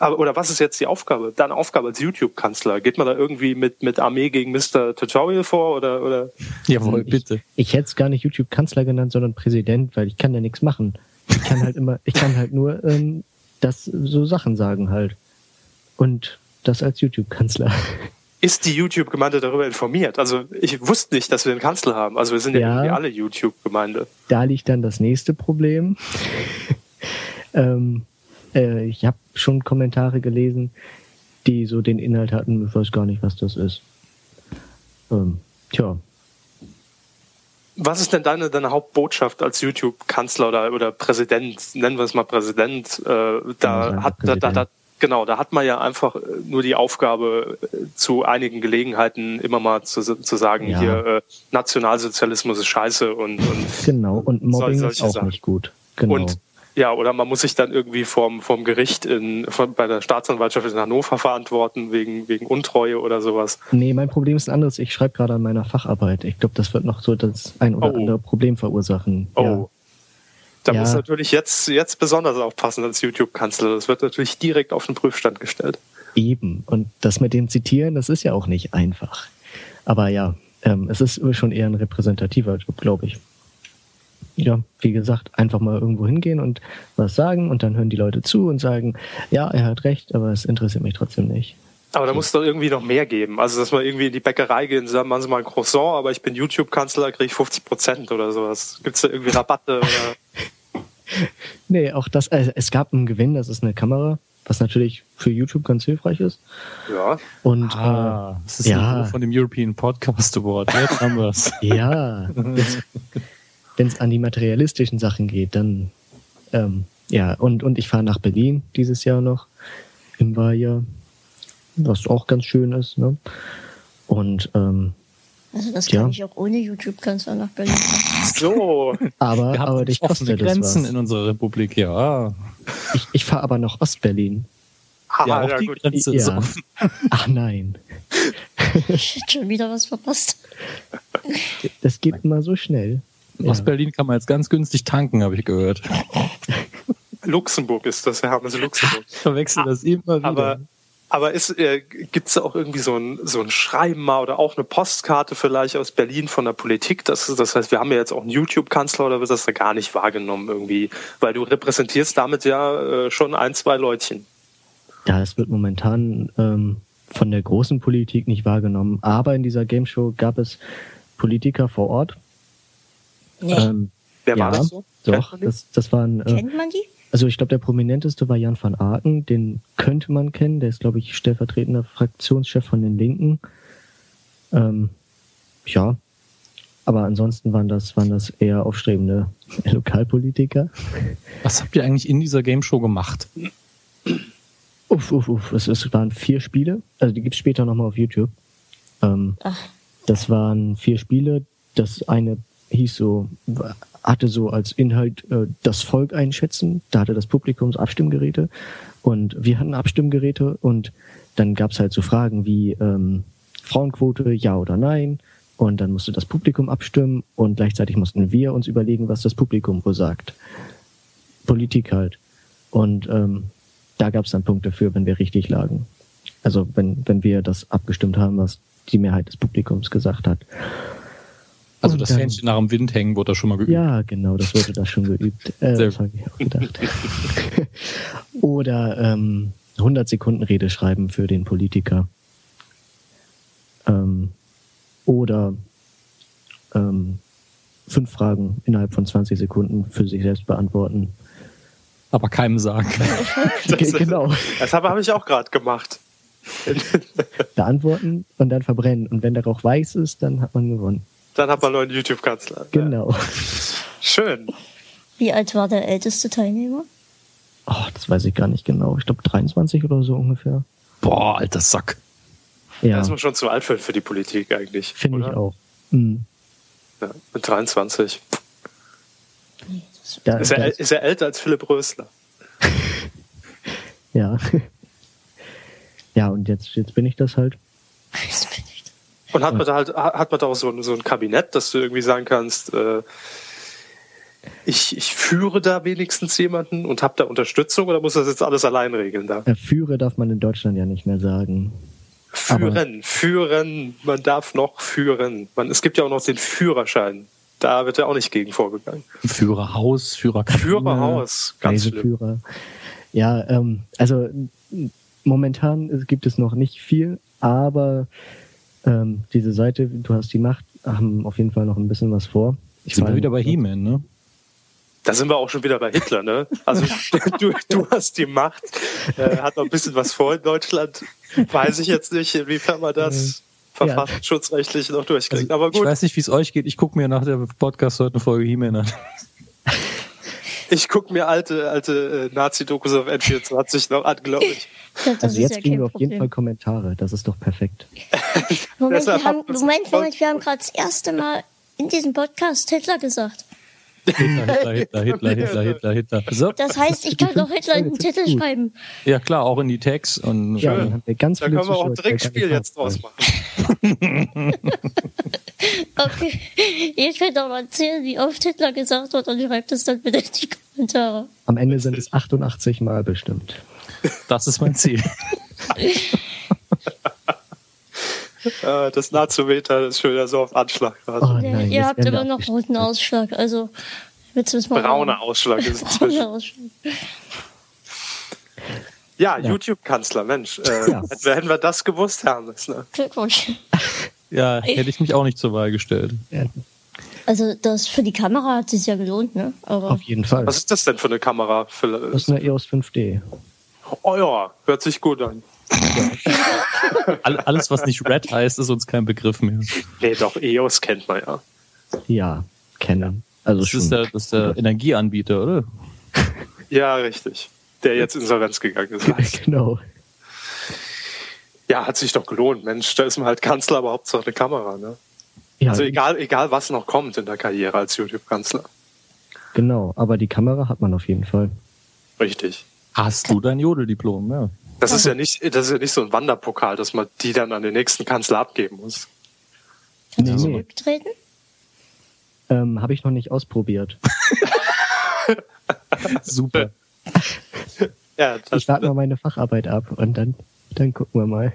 S4: oder was ist jetzt die Aufgabe? Deine Aufgabe als YouTube-Kanzler. Geht man da irgendwie mit, mit Armee gegen Mr. Tutorial vor oder, oder
S3: Jawohl,
S2: Ich-
S3: bitte.
S2: Ich hätte es gar nicht YouTube-Kanzler genannt, sondern Präsident, weil ich kann ja nichts machen. Ich kann halt immer, ich kann halt nur ähm, das so Sachen sagen halt. Und das als YouTube-Kanzler. <laughs>
S4: ist die YouTube-Gemeinde darüber informiert? Also ich wusste nicht, dass wir einen Kanzler haben. Also wir sind ja,
S2: Ja.
S4: irgendwie alle YouTube-Gemeinde.
S2: Da liegt dann das nächste Problem. <laughs> ähm, äh, ich habe schon Kommentare gelesen, die so den Inhalt hatten, ich weiß gar nicht, was das ist. Ähm, tja,
S4: Was ist denn deine, deine Hauptbotschaft als YouTube-Kanzler oder, oder Präsident? Nennen wir es mal Präsident. Äh,
S2: Ja,
S4: da
S2: sagen
S4: hat
S2: wir
S4: da, da, da,
S2: Präsident.
S4: genau, da hat man ja einfach äh, nur die Aufgabe, äh, zu einigen Gelegenheiten immer mal zu, zu sagen,
S2: Ja.
S4: hier äh, Nationalsozialismus ist scheiße und, und
S2: genau. Und Mobbing
S4: Soll-
S2: ist
S4: solche
S2: auch
S4: Sachen.
S2: nicht gut. Genau.
S4: und ja, oder man muss sich dann irgendwie vom, vom Gericht in, von, bei der Staatsanwaltschaft in Hannover verantworten wegen, wegen Untreue oder sowas.
S2: Nee, mein Problem ist ein anderes. Ich schreibe gerade an meiner Facharbeit. Ich glaube, das wird noch so das ein oder
S4: Oh.
S2: andere Problem verursachen.
S4: Oh.
S2: Ja.
S4: Da
S2: Ja.
S4: muss natürlich jetzt, jetzt besonders aufpassen als YouTube-Kanzler. Das wird natürlich direkt auf den Prüfstand gestellt.
S2: Eben. Und das mit dem Zitieren, das ist ja auch nicht einfach. Aber ja, ähm, es ist schon eher ein repräsentativer Job, glaube ich. Ja, wie gesagt, einfach mal irgendwo hingehen und was sagen und dann hören die Leute zu und sagen, ja, er hat recht, aber es interessiert mich trotzdem nicht.
S4: Aber da muss es doch irgendwie noch mehr geben. Also, dass man irgendwie in die Bäckerei geht und sagt, machen Sie mal ein Croissant, aber ich bin YouTube-Kanzler, kriege ich 50 Prozent oder sowas. Gibt es da irgendwie
S2: <laughs>
S4: Rabatte? Oder?
S2: Nee, auch das, äh, es gab einen Gewinn, das ist eine Kamera, was natürlich für YouTube ganz hilfreich ist.
S4: Ja.
S2: Und äh,
S3: Ah, das ist
S2: ja.
S3: ja. von dem European Podcast Award. Jetzt haben wir
S2: <laughs>
S3: es.
S2: äh,
S4: <laughs>
S2: Ja, wenn es an die materialistischen Sachen geht, dann ähm, ja, und, und ich fahre nach Berlin dieses Jahr noch im Wahljahr, was auch ganz schön ist. Ne? Und ähm,
S1: Also das
S2: Tja.
S1: kann ich auch ohne YouTube-Kanzler nach Berlin. fahren.
S4: So.
S2: aber,
S3: Wir haben
S2: aber dich
S3: offene
S2: kostet das
S3: Grenzen
S2: was.
S3: in unserer Republik,
S4: Ah,
S3: ja.
S2: Ich, ich fahre aber nach Ostberlin.
S4: Haha,
S3: ja,
S4: ja,
S3: auch die
S4: gut.
S3: Grenze ist
S2: Ja.
S3: offen.
S2: Ach nein,
S1: Ich hätte schon wieder was verpasst.
S2: das geht immer so schnell. Ja.
S3: Aus Berlin kann man jetzt ganz günstig tanken, habe ich gehört.
S4: Luxemburg ist das, wir haben es in Luxemburg.
S3: Ich verwechsel das immer wieder.
S4: Ah, Aber, aber ist, äh, gibt es da auch irgendwie so ein, so ein Schreiben mal oder auch eine Postkarte vielleicht aus Berlin von der Politik? Das, ist- das heißt, wir haben ja jetzt auch einen YouTube-Kanzler oder wird das da gar nicht wahrgenommen irgendwie? Weil du repräsentierst damit ja äh, schon ein, zwei Leutchen.
S2: Ja, das wird momentan ähm, von der großen Politik nicht wahrgenommen. Aber in dieser Game Show gab es Politiker vor Ort.
S1: Nee.
S2: Ähm,
S4: Wer war
S2: Ja,
S4: das so? Kennt
S2: Doch,
S4: man den?
S2: das, das waren. Äh,
S1: Kennt man die?
S2: also, ich glaube, der prominenteste war Jan van Aken. Den könnte man kennen. Der ist, glaube ich, stellvertretender Fraktionschef von den Linken. Ähm, ja. Aber ansonsten waren das, waren das eher aufstrebende <laughs> Lokalpolitiker.
S3: Was habt ihr eigentlich in dieser Game Show gemacht?
S2: Uff, uff, uff. Es, es waren vier Spiele. Also, die gibt's später nochmal auf YouTube. Ähm,
S1: Ach,
S2: Das waren vier Spiele. Das eine hieß so, hatte so als Inhalt äh, das Volk einschätzen. Da hatte das Publikum so Abstimmgeräte und wir hatten Abstimmgeräte und dann gab es halt so Fragen wie ähm, Frauenquote, ja oder nein. Und dann musste das Publikum abstimmen und gleichzeitig mussten wir uns überlegen, was das Publikum wohl sagt. Politik halt. Und ähm, da gab es dann Punkte für, wenn wir richtig lagen. Also wenn, wenn wir das abgestimmt haben, was die Mehrheit des Publikums gesagt hat.
S3: Also
S2: Und
S3: das
S2: dann-
S3: Hähnchen nach dem Wind hängen wurde da schon mal geübt.
S2: Oh, Ja, genau, das wurde da schon geübt. Äh,
S3: Sehr
S2: das habe ich auch gedacht. <laughs> Oder ähm, 100 Sekunden Rede schreiben für den Politiker. Ähm, oder ähm, fünf Fragen innerhalb von 20 Sekunden für sich selbst beantworten.
S3: Aber
S2: <laughs>
S3: keinem sagen.
S2: Ge- genau.
S4: Das habe hab ich auch gerade gemacht.
S2: Beantworten und dann verbrennen. Und wenn der Rauch weiß ist, dann hat man gewonnen.
S4: Dann hat man einen neuen YouTube-Kanzler.
S2: Genau.
S4: Ja. Schön.
S1: wie alt war der älteste Teilnehmer?
S2: Oh, das weiß ich gar nicht genau. Ich glaube 23 oder so ungefähr.
S3: Boah, alter Sack.
S4: Da
S2: Ja,
S3: Also,
S4: ist man schon zu alt für, für die Politik eigentlich.
S2: finde ich
S4: oder?
S2: auch. Mhm.
S4: Ja, mit 23.
S1: Nee, das
S2: Da,
S4: Ist er,
S2: da
S4: ist er älter als Philipp Rösler?
S2: Ja, <laughs> Ja, und jetzt, jetzt bin ich das halt.
S1: Das bin ich.
S4: Und hat man da halt, hat man da auch so ein, so ein Kabinett, dass du irgendwie sagen kannst, äh, ich, ich führe da wenigstens jemanden und habe da Unterstützung oder muss das jetzt alles allein regeln da?
S2: Äh, Führe darf man in Deutschland ja nicht mehr sagen.
S4: Führen, führen, man darf noch führen. Man, es gibt ja auch noch den Führerschein. Da wird ja auch nicht gegen vorgegangen.
S3: Führerhaus, Führerkabine.
S4: Führerhaus, ganz schlimm.
S2: Reiseführer. Ja, ähm, also m- momentan gibt es noch nicht viel, aber ähm, diese Seite, du hast die Macht, haben auf jeden Fall noch ein bisschen was vor.
S3: Ich war
S2: meine,
S3: wieder bei He-Man, ne?
S4: Da sind wir auch schon wieder bei Hitler, ne? Also <laughs> du, du hast die Macht, äh, hat noch ein bisschen was vor in Deutschland. Weiß ich jetzt nicht, inwiefern man das
S2: Ja.
S4: verfassungsschutzrechtlich noch durchkriegt.
S3: Also,
S4: Aber
S3: Ich
S4: gut,
S3: weiß nicht, wie es euch geht. Ich gucke mir nach der Podcast heute eine Folge He-Man an. <laughs>
S4: ich, gucke mir alte, alte äh, Nazi-Dokus auf N24 noch an, glaube ich.
S1: Das ist
S2: Also jetzt
S1: ja
S2: kriegen
S1: kein
S2: wir auf jeden
S1: Problem.
S2: Fall Kommentare, das ist doch perfekt.
S1: Moment,
S4: Deshalb
S1: wir haben,
S4: hat uns-
S1: Moment, Moment, wir haben gerade das erste Mal in diesem Podcast Hitler gesagt.
S3: Hitler, Hitler, Hitler, Hitler, Hitler, Hitler. So.
S1: Das heißt, ich kann doch Hitler in den Titel schreiben.
S3: Ja klar, auch in die Tags und
S2: Ja,
S4: Schön.
S2: dann haben wir ganz
S4: Da
S2: viele
S4: können wir auch ein
S2: Zuschauer, die gar nicht
S4: Trickspiel jetzt
S2: nachfragen.
S4: draus machen.
S1: Okay, ihr könnt auch mal zählen, wie oft Hitler gesagt wird und schreibt es dann bitte in die Kommentare.
S2: Am Ende sind es 88 Mal bestimmt.
S3: das ist mein Ziel. <laughs>
S4: Äh, das Nazometer ist schon wieder so auf Anschlag gerade.
S2: Oh
S1: Ja,
S2: nein,
S1: ihr
S2: jetzt
S1: habt
S2: werden wir
S1: immer noch
S2: abgestellt.
S1: roten Ausschlag, also jetzt müssen wir
S4: Brauner Ausschlag ist
S2: Oh,
S1: Brauner
S4: inzwischen.
S1: Ausschlag.
S4: Ja, YouTube-Kanzler, Mensch. Äh,
S2: Ja.
S4: hätten wir- Hätten wir das gewusst, Hermes. Ne?
S1: Glückwunsch.
S3: Ja, hätte ich mich auch nicht zur Wahl gestellt.
S2: Ja,
S1: Also das für die Kamera hat sich ja gelohnt, ne? Aber
S2: auf jeden Fall.
S4: Was ist das denn für eine Kamera? Für, äh,
S2: Das ist eine E EOS 5D.
S4: oh ja, hört sich gut an.
S3: All, alles, was nicht Red heißt, ist uns kein Begriff mehr.
S4: Nee, doch, EOS kennt man ja.
S2: Ja, kennen. Also
S3: Das
S2: schon.
S3: ist der, das ist der Energieanbieter, oder?
S4: Ja, richtig. Der jetzt insolvenz gegangen
S2: <laughs>
S4: ist.
S2: genau.
S4: Ja, hat sich doch gelohnt, Mensch. Da ist man halt Kanzler, aber Hauptsache eine Kamera. Ne?
S2: Ja,
S4: Also egal, egal, was noch kommt in der Karriere als YouTube-Kanzler.
S2: Genau, aber die Kamera hat man auf jeden Fall.
S4: Richtig.
S3: Hast du dein Jodeldiplom, ja.
S4: Das ist ja nicht, das ist ja nicht so ein Wanderpokal, dass man die dann an den nächsten Kanzler abgeben muss.
S1: kannst
S2: Nee,
S1: du
S2: nee.
S1: zurücktreten?
S2: Ähm, Habe ich noch nicht ausprobiert.
S3: Super.
S4: Ja, das,
S2: Ich warte mal meine Facharbeit ab und dann, dann gucken wir mal.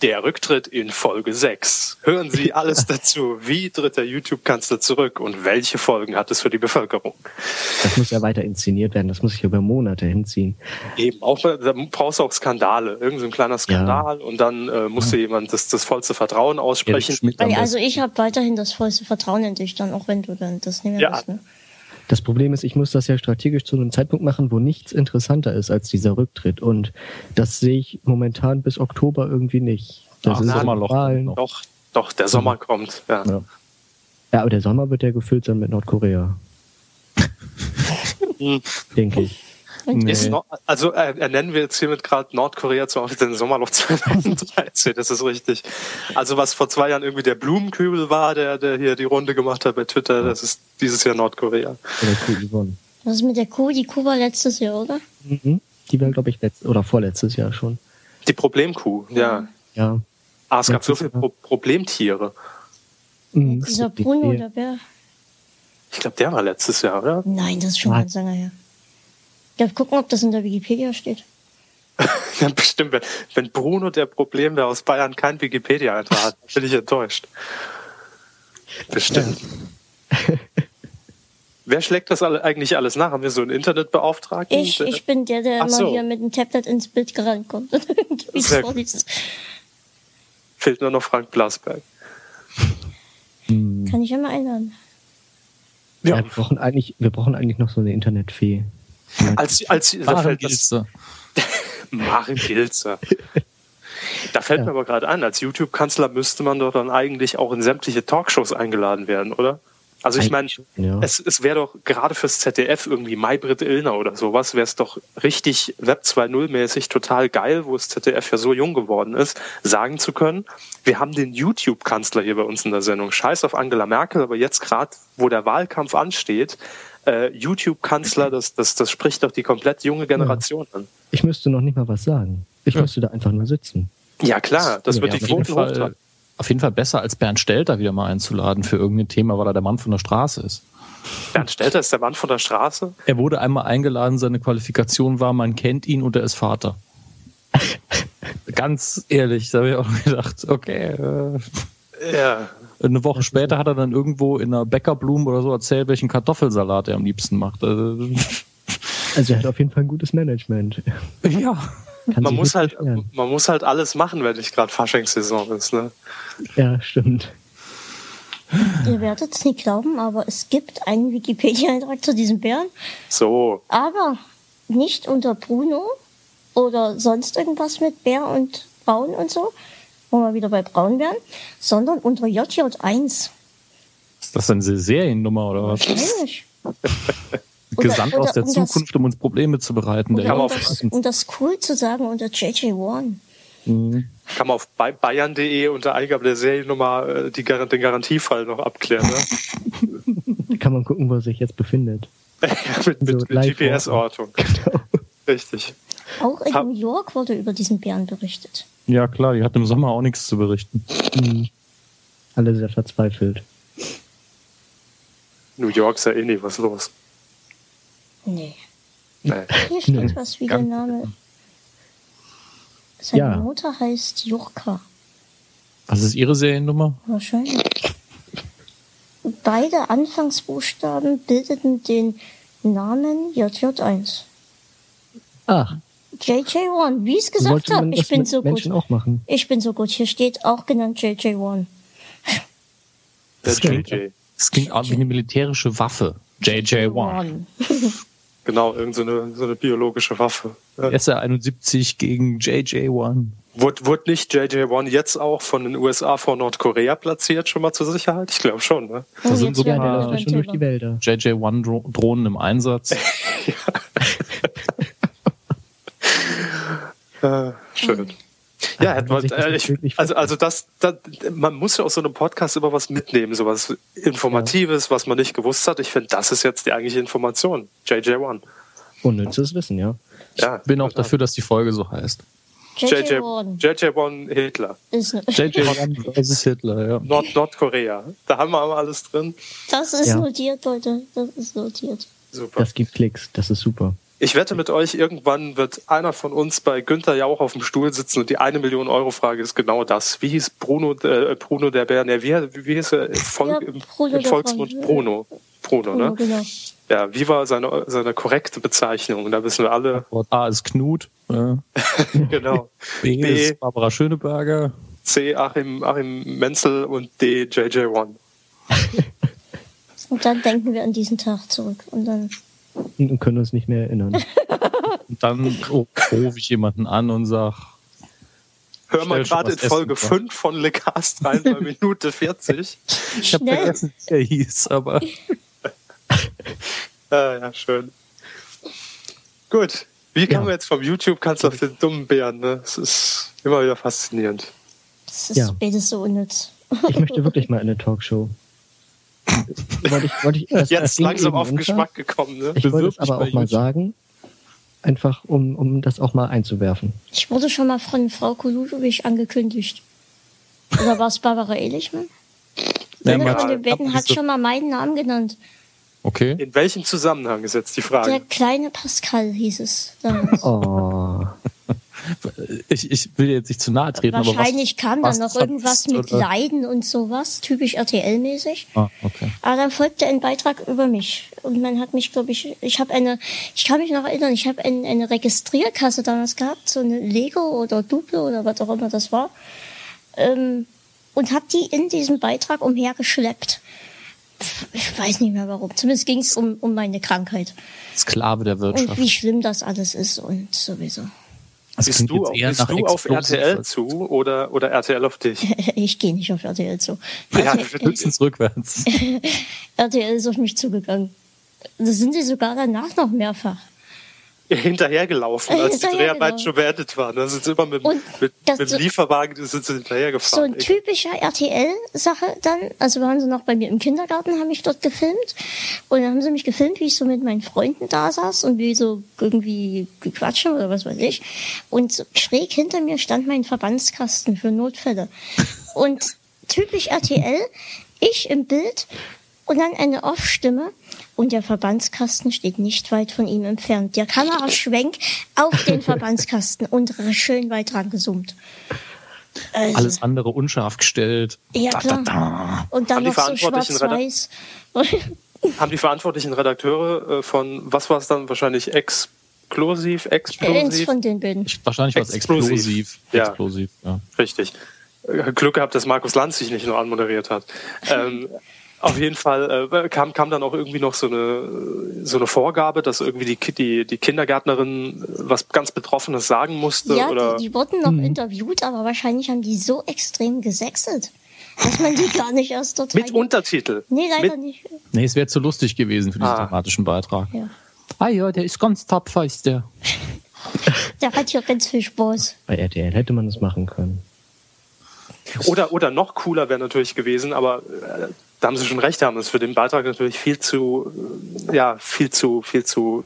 S4: der Rücktritt in Folge 6. Hören Sie alles dazu. Wie tritt der YouTube-Kanzler zurück und welche Folgen hat es für die Bevölkerung?
S2: Das muss ja weiter inszeniert werden. Das muss ich über Monate hinziehen.
S4: Eben, auch, äh, da brauchst du auch Skandale. Irgend so ein kleiner Skandal und dann äh, musste jemand das, das vollste Vertrauen
S3: Erik
S4: aussprechen.
S3: Schmidt am
S1: Ey,
S3: besten.
S1: also ich habe weiterhin das vollste Vertrauen in dich dann, auch wenn du dann das nicht mehr
S4: Ja.
S1: bist. Ne?
S2: Das Problem ist, ich muss das ja strategisch zu einem Zeitpunkt machen, wo nichts interessanter ist als dieser Rücktritt. Und das sehe ich momentan bis Oktober irgendwie nicht. Das
S3: Ach,
S2: ist
S3: Sommerloch
S2: Wahlen.
S3: noch.
S4: Doch, doch,
S2: Mhm.
S4: der Sommer kommt. Ja.
S2: Ja. ja, aber der Sommer wird ja gefüllt sein mit Nordkorea. Denke ich.
S3: Nee.
S4: Äh, Ist Nor- also äh, äh, nennen wir jetzt hiermit gerade Nordkorea zum offiziellen Sommerloch <laughs> 2013, das ist richtig. Also was vor zwei Jahren irgendwie der Blumenkübel war, der, der hier die Runde gemacht hat bei Twitter, das ist dieses Jahr Nordkorea.
S2: Oder Kuh gewonnen.
S1: Was ist mit der Kuh? Die Kuh war letztes Jahr, oder?
S2: Mhm. Die war, glaube ich, letzt oder vorletztes Jahr schon.
S4: Die Problemkuh, ja.
S2: Ja.
S4: Ah, es gab so
S2: Letztes
S4: viele
S2: Jahr.
S4: Pro Problemtiere.
S2: Mhm.
S1: Dieser Bruno
S2: Die-
S1: oder wer?
S4: Ich glaube, der war letztes Jahr, oder? <laughs>
S1: Nein, das ist schon
S2: Nein.
S1: ganz lange her. Ich darf gucken, ob das in der Wikipedia steht.
S4: Ja, bestimmt. Wenn, wenn Bruno der Problem wäre aus Bayern kein Wikipedia-Eintrag hat, bin ich enttäuscht. Bestimmt. Wer schlägt das alle, eigentlich alles nach? Haben wir so einen Internetbeauftragten?
S1: Ich, ich bin der, der
S4: Hm. Ach
S1: immer
S4: so.
S1: wieder mit dem Tablet ins Bild gerannt kommt. <laughs> und irgendwie
S4: Sehr gut.
S1: vorliest.
S4: Fehlt nur noch Frank Blasberg.
S1: Kann ich ja mal einladen.
S2: Ja,
S4: Ja.
S2: wir brauchen eigentlich, wir brauchen eigentlich noch so eine Internetfee.
S4: Als, als, da
S3: Maren
S4: fällt das,
S3: Gilzer.
S4: Maren Pilzer. Da fällt mir aber gerade ein, als YouTube-Kanzler müsste man doch dann eigentlich auch in sämtliche Talkshows eingeladen werden, oder? Also ich meine,
S2: Eigentlich schon, ja.
S4: es, es wäre doch gerade fürs ZDF irgendwie Maybrit Illner oder sowas, wäre es doch richtig Web 2.0 mäßig total geil, wo das ZDF ja so jung geworden ist, sagen zu können, wir haben den YouTube-Kanzler hier bei uns in der Sendung. Scheiß auf Angela Merkel, aber jetzt gerade, wo der Wahlkampf ansteht, äh, YouTube-Kanzler, das, das, das spricht doch die komplett junge Generation an.
S2: Ich müsste noch nicht mal was sagen. Ich müsste da einfach nur sitzen.
S4: Ja, klar, das
S2: Ja,
S4: wird
S2: auf
S4: die
S2: jeden
S4: Quoten
S3: Fall.
S4: hochtreiben.
S3: Auf jeden Fall besser als Bernd Stelter wieder mal einzuladen für irgendein Thema, weil er der Mann von der Straße ist.
S4: Bernd Stelter ist der Mann von der Straße.
S3: Er wurde einmal eingeladen, seine Qualifikation war, man kennt ihn und er ist Vater. Ganz ehrlich, da habe ich auch gedacht, okay. Äh,
S4: Ja,
S3: eine Woche später hat er dann irgendwo in einer Bäckerblume oder so erzählt, welchen Kartoffelsalat er am liebsten macht. Also, <laughs>
S2: Also er hat auf jeden Fall ein gutes Management.
S3: ja.
S2: Kann
S4: man
S2: sich
S4: muss,
S2: nicht
S4: halt,
S2: beschweren.
S4: man muss halt alles machen, wenn nicht gerade Faschingssaison ist. Ne?
S2: Ja, stimmt.
S1: Ihr werdet es nicht glauben, aber es gibt einen Wikipedia-Eintrag zu diesem Bären.
S4: So,
S1: Aber nicht unter Bruno oder sonst irgendwas mit Bär und Braun und so, wo wir wieder bei Braun wären, sondern unter JJ1.
S3: Ist das denn eine Seriennummer oder was?
S1: Wahrscheinlich. Oder-
S3: Gesandt
S1: oder
S3: aus der
S1: um das-
S3: Zukunft, um uns Probleme zu bereiten. Der
S1: Oder
S4: Kann
S1: um
S4: man
S3: Junge.
S4: auf-
S1: das, um das cool zu sagen, unter JJ1.
S3: Mhm.
S4: kann man auf Bay- bayern.de unter Eingabe der Seriennummer äh, die, Gar- den Garantiefall noch abklären.
S2: <laughs>
S4: Ne? <laughs>
S2: Kann man gucken, wo er sich jetzt befindet.
S4: mit mit,
S2: So
S4: mit
S2: live
S4: GPS-Ortung.
S2: Genau.
S4: Richtig.
S1: Auch in
S4: Ha-
S1: New York wurde über diesen Bären berichtet.
S3: ja klar, die hat im Sommer auch nichts zu berichten.
S2: Mhm. Alle sehr verzweifelt.
S4: New York ist ja eh nie was los.
S1: Nee.
S4: Nee.
S1: Hier steht
S2: Nee.
S1: was, wie der
S3: Ganz-
S1: Name. Seine
S2: genau. Ja.
S1: Mutter heißt Jurka.
S3: Was ist ihre Seriennummer?
S1: Wahrscheinlich. Beide Anfangsbuchstaben bildeten den Namen JJ1.
S2: Ach,
S1: JJ1, wie ich es gesagt
S2: sollte
S1: habe,
S2: man
S1: ich
S2: das
S1: bin
S2: mit
S1: so gut.
S2: Menschen auch machen.
S1: Ich bin so gut. Hier steht auch genannt JJ1.
S4: Der
S2: Stimmt.
S4: JJ.
S3: Es klingt auch wie eine militärische Waffe. JJ-1.
S4: Genau, irgend so eine, so eine biologische Waffe. Ja.
S3: SR-71 gegen JJ-1.
S4: Wurde, wurde nicht JJ1 jetzt auch von den USA vor Nordkorea platziert, schon mal zur Sicherheit? Ich glaube schon, ne?
S1: Oh,
S3: sind
S1: jetzt
S3: so
S1: werden
S2: Ja,
S1: wir wieder
S2: der läuft ja
S3: paar-
S1: beim
S2: schon durch
S1: Thema.
S2: die Wälder.
S3: JJ-1-Drohnen im
S4: <laughs>
S3: Einsatz.
S4: Äh,
S1: hm.
S4: schön. Ja, hätte
S2: wenn
S4: man,
S2: sich das
S4: äh,
S2: nicht
S4: ich,
S2: wirklich
S4: also, also das, das, man muss ja aus so einem Podcast immer was mitnehmen, sowas Informatives, was man nicht gewusst hat. Ich finde, das ist jetzt die eigentliche Information. JJ1.
S2: Unnützes Wissen, ja.
S4: Ja,
S3: Bin auch dafür, dass die Folge so heißt.
S4: JJ,
S1: JJ1
S4: JJ1 Hitler.
S1: ist ne,
S3: JJ-1 versus Hitler, ja.
S4: Nord Nordkorea. Da haben wir aber alles drin.
S1: Das ist
S2: Ja.
S1: notiert, Leute. Das ist notiert.
S4: Super.
S2: Das gibt Klicks, das ist super.
S4: Ich wette mit euch, irgendwann wird einer von uns bei Günther Jauch auf dem Stuhl sitzen und die eine Million Euro Frage ist genau das. Wie hieß Bruno, äh, Bruno der Bär? Ne, wie, wie hieß er? Vol
S1: Ja,
S4: im,
S1: Bruno
S4: Im
S1: der
S4: Volksmund
S1: Bär.
S4: Bruno. Bruno,
S1: Bruno,
S4: ne?
S1: genau.
S4: Ja, wie war seine, seine korrekte Bezeichnung? Da wissen
S3: <laughs>
S4: wir alle.
S3: Wort A ist Knut. Ja.
S4: genau.
S3: B,
S4: B.
S3: ist Barbara Schöneberger.
S4: C. Achim, Achim Menzel und D. JJ1.
S1: Und dann denken wir an diesen Tag zurück. Und dann
S2: Und und können uns nicht mehr erinnern.
S3: Und dann ru- rufe ich jemanden an und sage,
S4: Hör
S3: Schnell
S4: mal
S3: schon
S4: gerade in
S3: was essen,
S4: Folge
S3: ja.
S4: 5 von Lecast rein
S3: <laughs>
S4: bei Minute 40.
S3: ich habe
S1: Schnell.
S3: vergessen, wie er hieß, aber
S4: Ja, ja, schön. Gut. Wie kamen
S2: Ja.
S4: wir jetzt vom YouTube-Kanzler auf den dummen Bären? Ne? Das ist immer wieder faszinierend.
S1: das ist
S2: Ja.
S1: beides so unnütz.
S2: Ich möchte wirklich mal in eine Talkshow. Wollte ich, wollte ich das
S4: Jetzt
S2: Ding
S4: langsam
S2: eben
S4: auf den
S2: runter?
S4: Geschmack gekommen. Ne?
S2: Ich wollte es
S3: Bewirb dich
S2: aber
S3: bei
S2: auch mal
S3: YouTube.
S2: sagen, einfach um, um das auch mal einzuwerfen.
S1: Ich wurde schon mal von Frau Koludovic angekündigt. Oder war es Barbara Elichmann?
S3: <laughs> Ja,
S1: Einer
S3: man-
S1: von den beiden hat schon mal meinen Namen genannt.
S3: okay.
S4: In welchem Zusammenhang ist jetzt die
S1: Der
S4: Frage?
S1: kleine Pascal hieß es
S3: <laughs>
S1: damals.
S2: Oh,
S3: Ich, ich will jetzt nicht zu nahe treten, aber was,
S1: Wahrscheinlich kam dann
S3: was
S1: noch irgendwas
S3: vermisst,
S1: mit
S3: oder?
S1: Leiden und sowas, typisch RTL-mäßig.
S3: Ah, okay.
S1: Aber dann folgte ein Beitrag über mich. Und man hat mich, glaube ich, ich habe eine, ich kann mich noch erinnern, ich habe ein, eine Registrierkasse damals gehabt, so eine Lego oder Duplo oder was auch immer das war. Ähm, und habe die in diesem Beitrag umhergeschleppt. Pff, Ich weiß nicht mehr warum. Zumindest ging es um, um meine Krankheit.
S3: Sklave der
S1: Und wie
S3: Wirtschaft.
S1: schlimm das alles ist und sowieso. <laughs>
S3: Das
S4: Bist
S3: klingt
S4: du,
S3: jetzt
S4: auf-
S3: eher
S4: bist
S3: nach
S4: du auf
S3: Explosion
S4: RTL
S3: als-
S4: zu oder, oder RTL
S3: <laughs>
S4: auf dich?
S1: Ich gehe nicht auf RTL zu.
S4: Ja,
S1: RTL
S3: Höchstens rückwärts.
S1: RTL ist auf mich zugegangen. Das sind sie sogar danach noch mehrfach.
S4: hinterhergelaufen, als die
S1: Äh, Hinterhergelaufen.
S4: Dreharbeiten schon beendet waren. Da sind sie immer mit,
S1: Und
S4: mit,
S1: das
S4: mit
S1: so-
S4: dem Lieferwagen sind
S1: So
S4: sie hinterhergefahren.
S1: ein typischer RTL-Sache dann. Also waren sie noch bei mir im Kindergarten, haben mich dort gefilmt. Und dann haben sie mich gefilmt, wie ich so mit meinen Freunden da saß und wie so irgendwie gequatscht haben oder was weiß ich. Und so schräg hinter mir stand mein Verbandskasten für Notfälle. Und typisch RTL, ich im Bild und dann eine Off-Stimme. Und der Verbandskasten steht nicht weit von ihm entfernt. Der Kameraschwenk auf den Verbandskasten und schön weit dran gesummt. Also-
S3: Alles andere unscharf gestellt.
S1: ja,
S3: Da, da,
S1: klar.
S3: da.
S1: Und dann
S4: Haben die
S1: noch so
S4: Verantwortlichen
S1: schwarz-weiß. <laughs>
S4: Haben die verantwortlichen Redakteure äh, von, was war es dann, wahrscheinlich explosiv,
S1: Eins
S4: explosiv?
S1: von den Böden.
S3: Ich, wahrscheinlich war es
S4: Explosiv.
S3: explosiv.
S4: Ja.
S3: Explosiv, ja.
S4: Richtig. Äh, Glück gehabt, dass Markus Lanz sich nicht nur
S1: <laughs>
S4: anmoderiert hat. Ähm, auf jeden Fall äh, kam, kam dann auch irgendwie noch so eine, so eine Vorgabe, dass irgendwie die, Ki- die, die Kindergärtnerin äh, was ganz Betroffenes sagen musste.
S1: Ja,
S4: oder
S1: die, die wurden noch interviewt, aber wahrscheinlich haben die so extrem gesächselt, dass man die gar nicht erst dort
S4: mit
S1: reinge-
S4: Untertitel.
S1: Nee, leider
S4: mit,
S1: nicht.
S3: Nee, es wäre zu lustig gewesen für diesen
S4: Ah.
S3: dramatischen Beitrag.
S1: Ja.
S3: Ah ja, der ist ganz tapfer, ist der.
S1: Der hat hier ganz viel Spaß.
S2: Bei RTL hätte man das machen können.
S4: Oder, oder noch cooler wäre natürlich gewesen, aber äh, da haben sie schon recht, da haben es für den Beitrag natürlich viel zu, äh, ja, viel zu, viel zu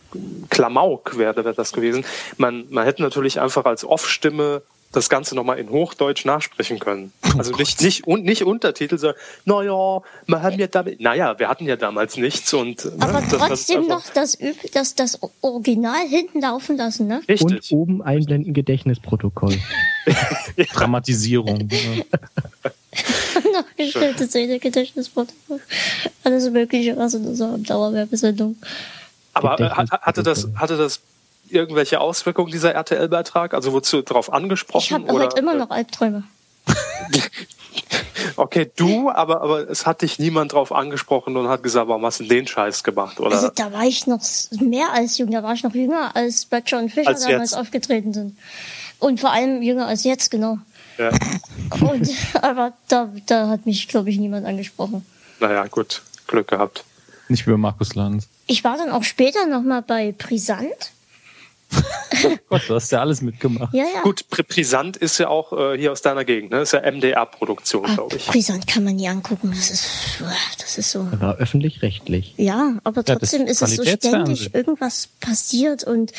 S4: Klamauk wäre wäre das gewesen. Man, man hätte natürlich einfach als Off-Stimme das Ganze nochmal in Hochdeutsch nachsprechen können. Also nicht, nicht, und nicht Untertitel, sondern, naja, wir haben ja damit, naja, wir hatten ja damals nichts und. ne,
S1: Aber
S4: das- das
S1: trotzdem
S4: einfach-
S1: noch das, Üb das, das O- Original hinten laufen lassen, ne? <laughs>
S2: Und
S4: Richtig.
S2: oben einblenden Gedächtnisprotokoll.
S3: Dramatisierung. ne? ja.
S1: Nachgestellte Szene, Gedächtnisprotokoll. Alles Mögliche, was in unserer Dauerwerbesendung.
S4: Aber äh, ha- hatte, das,
S2: Gedächtnisprotokoll.
S4: hatte das irgendwelche Auswirkungen, dieser RTL-Beitrag? Also wozu darauf
S1: Ich
S4: angesprochen?
S1: habe
S4: oder,
S1: heute immer
S4: äh,
S1: noch Albträume.
S4: Okay, du, aber, aber es hat dich niemand drauf angesprochen und hat gesagt, warum hast du denn den Scheiß gemacht? Oder?
S1: Also da war ich noch s- mehr als jung, da war ich noch jünger als Butcher und Fischer
S4: Als
S1: damals
S4: jetzt.
S1: aufgetreten sind. Und vor allem jünger als jetzt, genau.
S4: ja.
S1: Und, <laughs> aber da, da hat mich, glaube ich, niemand angesprochen.
S4: Naja, gut, Glück gehabt.
S3: Nicht wie bei Markus Lanz.
S1: Ich war dann auch später nochmal bei Brisant.
S3: Gott, du hast ja alles mitgemacht.
S1: Ja, ja.
S4: Gut, Pri- Brisant ist ja auch äh, hier aus deiner Gegend, ne? Ist ja MDR-Produktion,
S1: Aber
S4: glaube ich.
S1: Ah, Brisant kann man nie angucken. Das ist, das ist so.
S2: Er war öffentlich-rechtlich.
S1: Ja, aber
S3: das
S1: trotzdem ist
S3: ist
S1: es so ständig
S3: Qualitätsfernsehen.
S1: irgendwas passiert und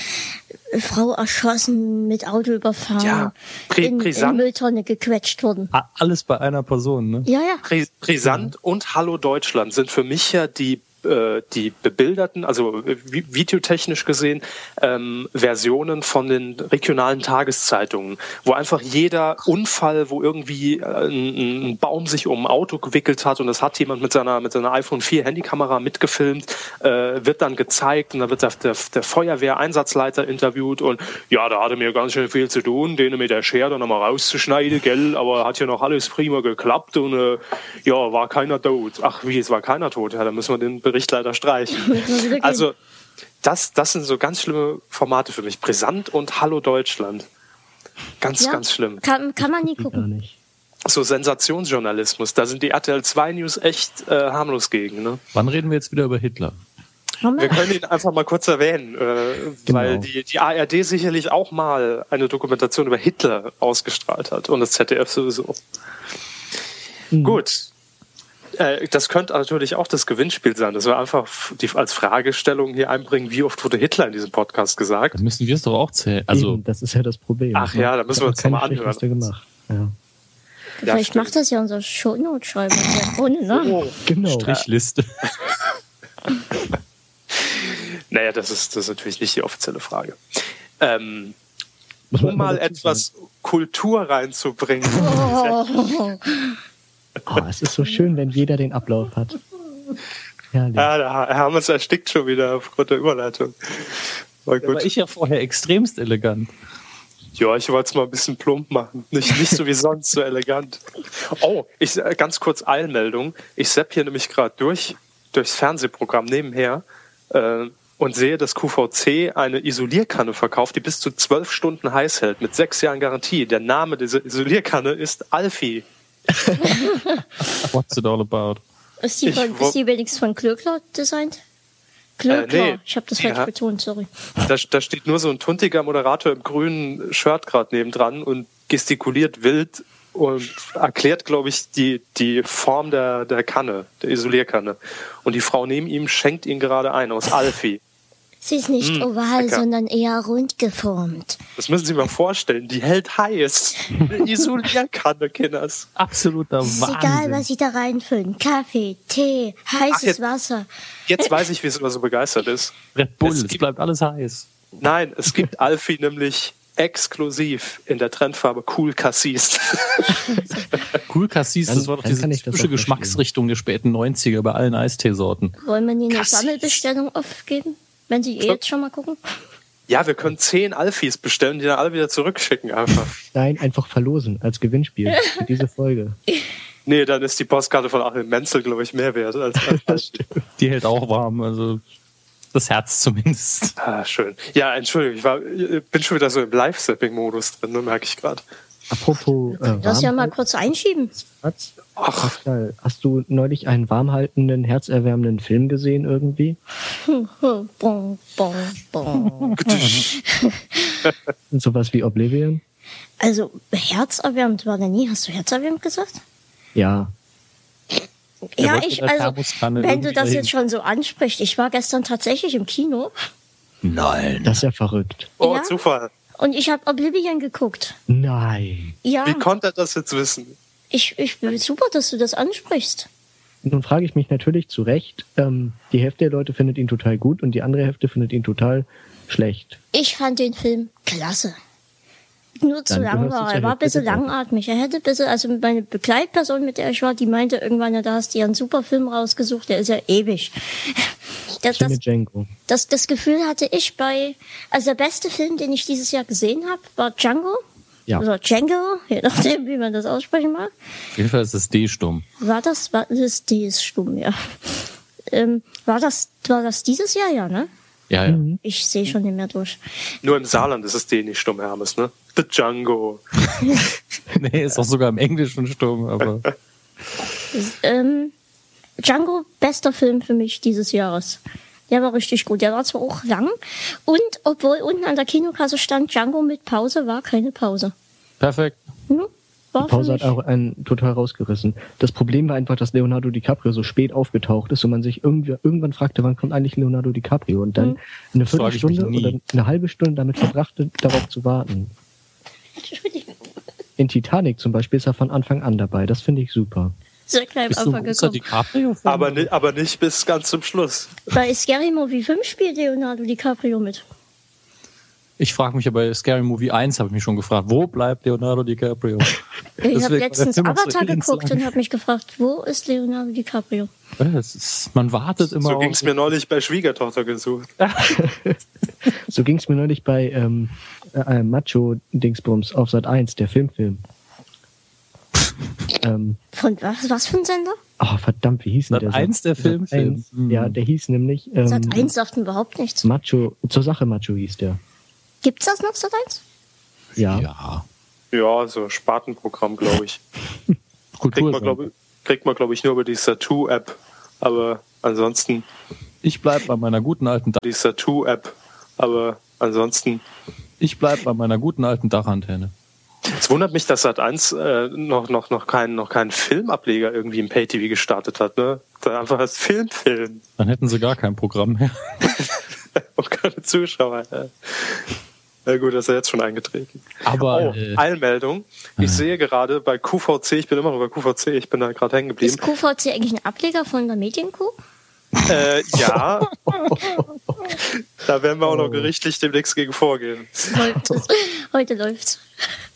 S1: äh, Frau erschossen, mit Auto überfahren,
S4: Ja, Pri-
S1: in, in
S4: Brisant.
S1: Mülltonne gequetscht worden.
S3: A- Alles bei einer Person, ne?
S1: Ja, ja.
S4: Pri- Brisant
S1: Mhm.
S4: und Hallo Deutschland sind für mich ja die, äh, die bebilderten, also äh, vi- videotechnisch gesehen, ähm, Versionen von den regionalen Tageszeitungen, wo einfach jeder Unfall, wo irgendwie äh, ein, ein Baum sich um ein Auto gewickelt hat und das hat jemand mit seiner, mit seiner iPhone 4 Handykamera mitgefilmt, äh, wird dann gezeigt und da wird der, der, der Feuerwehreinsatzleiter interviewt und ja, da hatte mir ganz schön viel zu tun, den mit der Schere nochmal rauszuschneiden, gell, aber hat ja noch alles prima geklappt und äh, ja, war keiner tot. Ach wie, es war keiner tot, ja, dann müssen wir den Bericht leider streichen.
S1: <laughs> Müssen wir wieder gehen.
S4: Also, das, das sind so ganz schlimme Formate für mich. Brisant und Hallo Deutschland. Ganz,
S1: ja.
S4: ganz schlimm.
S1: Kann, kann man nie
S2: Gar
S1: gucken.
S2: nicht.
S4: So Sensationsjournalismus, da sind die RTL 2 News echt äh, harmlos gegen. Ne?
S3: Wann reden wir jetzt wieder über Hitler?
S1: Haben
S4: Wir
S1: wir-
S4: können ihn einfach mal kurz erwähnen, äh,
S2: Genau.
S4: weil die, die ARD sicherlich auch mal eine Dokumentation über Hitler ausgestrahlt hat und das ZDF sowieso.
S2: Mhm.
S4: Gut. Äh, Das könnte natürlich auch das Gewinnspiel sein, dass wir einfach f- die als Fragestellung hier einbringen, wie oft wurde Hitler in diesem Podcast gesagt.
S3: Dann müssen wir es doch auch zählen. Also,
S2: Eben, das ist ja das Problem.
S4: Ach ja, da müssen wir uns nochmal anhören.
S2: Was gemacht. Ja.
S1: Vielleicht
S4: stimmt.
S1: macht das ja unser Shownote-Schreiber. der Ohne, ne?
S4: Oh.
S2: Genau.
S3: Strichliste.
S4: Naja, das ist, das ist natürlich nicht die offizielle Frage. Ähm,
S2: Muss man
S4: um
S2: immer
S4: mal
S2: dazu
S4: etwas Kultur
S2: <laughs>
S4: reinzubringen.
S1: Oh.
S2: sagen. Oh, es ist so schön, wenn jeder den Ablauf hat. Herrlich.
S4: Ja, da haben wir es erstickt schon wieder aufgrund der Überleitung. Aber
S3: Da war
S4: gut.
S3: ich ja vorher extremst elegant.
S4: Ja, ich wollte es mal ein bisschen plump machen. Nicht, nicht so wie sonst, so elegant. Oh, ich, äh, ganz kurz Eilmeldung. Ich sepp hier nämlich gerade durch, durchs Fernsehprogramm nebenher äh, und sehe, dass QVC eine Isolierkanne verkauft, die bis zu zwölf Stunden heiß hält, mit sechs Jahren Garantie. Der Name dieser Isolierkanne ist Alfie.
S3: What's it all about?
S1: Ist die,
S4: Ich
S1: Oh, von,
S4: wo-
S1: ist die wenigstens von Klöckler designt? Klar,
S4: Äh, nee.
S1: klar. Ich habe das
S4: Ja.
S1: falsch betont, sorry.
S4: Da, da steht nur so ein tuntiger Moderator im grünen Shirt gerade nebendran und gestikuliert wild und erklärt, glaube ich, die, die Form der, der Kanne, der Isolierkanne. Und die Frau neben ihm schenkt ihn gerade ein aus Alfie.
S1: Sie ist nicht
S4: Mm,
S1: oval,
S4: lecker.
S1: sondern eher rund geformt.
S4: Das müssen Sie sich mal vorstellen. Die hält heiß. Eine Isolierkanne, Kinders.
S3: Absoluter
S1: Es ist
S3: Wahnsinn.
S1: egal, was Sie da reinfüllen. Kaffee, Tee, heißes
S4: jetzt-
S1: Wasser.
S4: Jetzt weiß ich, wie sie immer so begeistert ist.
S3: Red Bull,
S4: Es
S3: es,
S4: gibt-
S3: bleibt alles heiß.
S4: Nein, es gibt Alfie nämlich exklusiv in der Trendfarbe Cool Cassis.
S3: Cool Cassis,
S2: Dann-
S3: das war doch
S2: dann
S3: diese
S2: kann ich das
S3: typische
S2: auch verstehen.
S3: Geschmacksrichtung der späten 90er bei allen Eisteesorten.
S1: Wollen wir Ihnen eine
S4: Kassis.
S1: Sammelbestellung aufgeben? Wenn Sie eh jetzt schon mal gucken.
S4: ja, wir können zehn Alfies bestellen, die dann alle wieder zurückschicken einfach.
S2: Nein, einfach verlosen als Gewinnspiel für diese Folge.
S4: Nee, dann ist die Postkarte von Achim Menzel, glaube ich, mehr wert als, als Alfie.
S3: Die hält auch warm, also das Herz <laughs> zumindest.
S4: Ah, schön. Ja, Entschuldigung, ich war, ich bin schon wieder so im Live-Sapping-Modus drin, ne, merke ich gerade.
S2: Apropos äh,
S1: Lass ja mal
S2: warmhalten,
S1: kurz einschieben.
S2: Herz.
S4: Ach,
S2: Pascal, hast du neulich einen warmhaltenden, herzerwärmenden Film gesehen irgendwie?
S1: Hm, Bon, bon, bon.
S2: Sowas wie Oblivion?
S1: Also, herzerwärmend war der nie. Hast du herzerwärmend gesagt?
S2: Ja.
S3: Der
S1: ja,
S3: wollte
S1: ich,
S3: mit der
S1: also,
S3: Thermoskanne
S1: wenn
S3: irgendwie
S1: du das
S3: dahin.
S1: jetzt schon so ansprichst, ich war gestern tatsächlich im Kino
S3: Nein.
S2: Das ist ja verrückt.
S4: oh,
S1: Ja?
S4: Zufall.
S1: und ich habe Oblivion geguckt.
S2: Nein.
S1: Ja,
S4: Wie konnte er das jetzt wissen?
S1: ich, ich super, dass du das ansprichst.
S2: Nun frage ich mich natürlich zu Recht, ähm, die Hälfte der Leute findet ihn total gut und die andere Hälfte findet ihn total schlecht.
S1: Ich fand den Film klasse. Nur zu
S2: Dann
S1: lang
S2: gehörst du
S1: war
S2: zur
S1: er. Er war ein
S2: Hälfte
S1: bisschen
S2: der Welt.
S1: langatmig. Er hätte ein bisschen, also meine Begleitperson, mit der ich war, die meinte irgendwann, ja, da hast du ja einen super Film rausgesucht, der ist ja ewig. <laughs> Das, das,
S2: Django.
S1: das, das Gefühl hatte ich bei, also der beste Film, den ich dieses Jahr gesehen habe, war Django.
S2: Ja.
S1: Oder Django, <laughs> je nachdem, wie man das aussprechen mag.
S3: Auf jeden Fall ist das D stumm.
S1: War das, war das, die ist stumm, ja. Ähm, war das, war das dieses Jahr, ja, ne?
S3: Ja, ja.
S2: Mhm.
S1: Ich sehe schon nicht mehr durch.
S4: Nur im Saarland ist es den nicht stumm, Hermes, ne? The Django.
S3: <laughs> Nee, ist auch sogar im Englischen
S2: <laughs>
S3: stumm, aber
S1: Ähm, Django, bester Film für mich dieses Jahres. Der war richtig gut. Der war zwar auch lang. Und obwohl unten an der Kinokasse stand Django mit Pause, war keine Pause.
S3: perfekt.
S1: Hm? War
S2: Pause
S1: für
S2: hat
S1: mich.
S2: auch einen total rausgerissen. Das Problem war einfach, dass Leonardo DiCaprio so spät aufgetaucht ist und man sich irgendwie, irgendwann fragte, wann kommt eigentlich Leonardo DiCaprio? Und dann eine
S3: frage ich mich
S2: Viertelstunde
S3: nie.
S2: oder eine halbe Stunde damit verbrachte, darauf zu warten. In Titanic zum Beispiel ist er von Anfang an dabei. Das finde ich super.
S1: Sehr klein
S3: Bist
S1: am
S3: du
S1: Anfang
S3: ein großer
S1: gekommen.
S3: DiCaprio-Fan?
S4: Aber, ni aber nicht bis ganz zum Schluss.
S1: Bei Scary Movie 5 spielt Leonardo DiCaprio mit.
S3: Ich frage mich ja bei Scary Movie 1, habe ich mich schon gefragt, wo bleibt Leonardo DiCaprio?
S1: <laughs> Ich habe
S3: Deswegen war der
S1: letztens
S3: Film auch so
S1: Avatar geguckt
S3: elendlang.
S1: und habe mich gefragt, wo ist Leonardo DiCaprio?
S3: Ja, das ist, man wartet immer
S4: So
S3: auf-
S4: ging es mir neulich bei Schwiegertochter gesucht.
S2: So ging es mir neulich bei ähm, äh, Macho Dingsbums auf Sat 1, der
S4: <laughs>
S2: Filmfilm. ähm,
S1: Von was, was für ein Sender?
S2: oh, verdammt, wie hieß denn
S3: Sat.
S2: der?
S3: 1, der Filmfilm.
S2: 1,
S3: Mhm.
S2: Ja, der hieß nämlich ähm,
S1: Sat 1 sagt mir überhaupt nichts.
S2: Macho, zur Sache Macho hieß der.
S1: Gibt's das noch, Sat 1?
S2: Ja.
S3: ja.
S4: Ja, so Spartenprogramm, glaube ich. Kriegt man,
S3: Kultur.
S4: glaube kriegt man, glaube ich, nur über die Satu-App. Aber ansonsten,
S3: ich bleibe bei meiner guten alten Dach,
S4: die Satu-App. Aber ansonsten
S3: ich bleib bei meiner guten alten Dachantenne.
S4: Es wundert mich, dass Sat1 äh, noch, noch, noch keinen noch keinen Filmableger irgendwie im Pay-TV gestartet hat. Ne? Da einfach als Film, Film
S3: Dann hätten sie gar kein Programm mehr.
S4: <laughs> und keine Zuschauer. Ja. Na gut, das ist ja jetzt schon eingetreten.
S3: Aber
S4: Oh,
S3: äh,
S4: Eilmeldung. Ich sehe gerade bei QVC, ich bin immer noch bei QVC, ich bin da gerade hängen geblieben.
S1: Ist QVC eigentlich ein Ableger von der Medienkuh?
S4: Äh, ja. da werden wir auch noch gerichtlich demnächst gegen vorgehen.
S1: Läuft
S3: <laughs>
S1: es. Heute läuft's.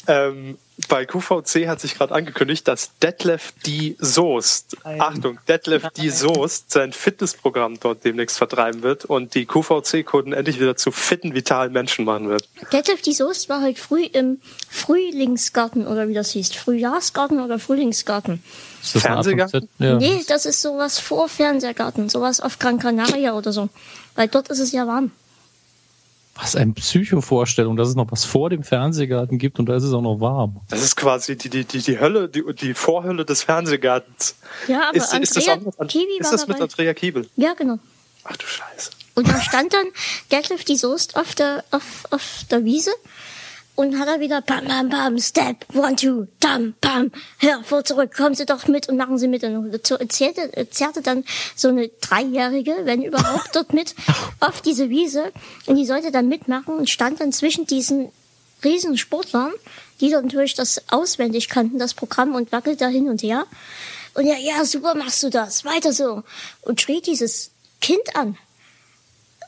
S4: Ähm, bei QVC hat sich gerade angekündigt, dass Detlef D. Soest, Achtung, Detlef D. Soest sein Fitnessprogramm dort demnächst vertreiben wird und die QVC-Kunden endlich wieder zu fitten, vitalen Menschen machen wird.
S1: Detlef die Soest war heute früh im Frühlingsgarten oder wie das hieß. Frühjahrsgarten oder Frühlingsgarten.
S3: ist das eine Art von
S4: Fernsehgarten?
S3: Z- ja.
S1: Nee, das ist sowas vor Fernsehgarten. Sowas auf Gran Canaria oder so. Weil dort ist es ja warm.
S3: Was eine Psycho-Vorstellung, dass es noch was vor dem Fernsehgarten gibt und da ist es auch noch warm.
S4: Das ist quasi die, die, die, die Hölle, die, die Vorhölle des Fernsehgartens.
S1: Ja, aber
S4: ist,
S1: Andrea
S4: ist das, auch mit,
S1: Kiwi
S4: ist
S1: war
S4: das mit
S1: dabei.
S4: Andrea Kiebel?
S1: Ja, genau.
S4: Ach du Scheiße.
S1: Und da stand dann Detlef die Soest auf der, auf, auf der Wiese und hat er wieder bam, bam, bam, step, one, two, tam, bam, hör, vor, zurück, kommen Sie doch mit und machen Sie mit. Und zu- zerrte, äh, zerrte dann so eine Dreijährige, wenn überhaupt, dort
S4: <laughs>
S1: mit auf diese Wiese und die sollte dann mitmachen und stand dann zwischen diesen riesen Sportlern, die dann natürlich das auswendig kannten, das Programm und wackelte da hin und her. Und ja, ja, super machst du das, weiter so. Und schrie dieses Kind an.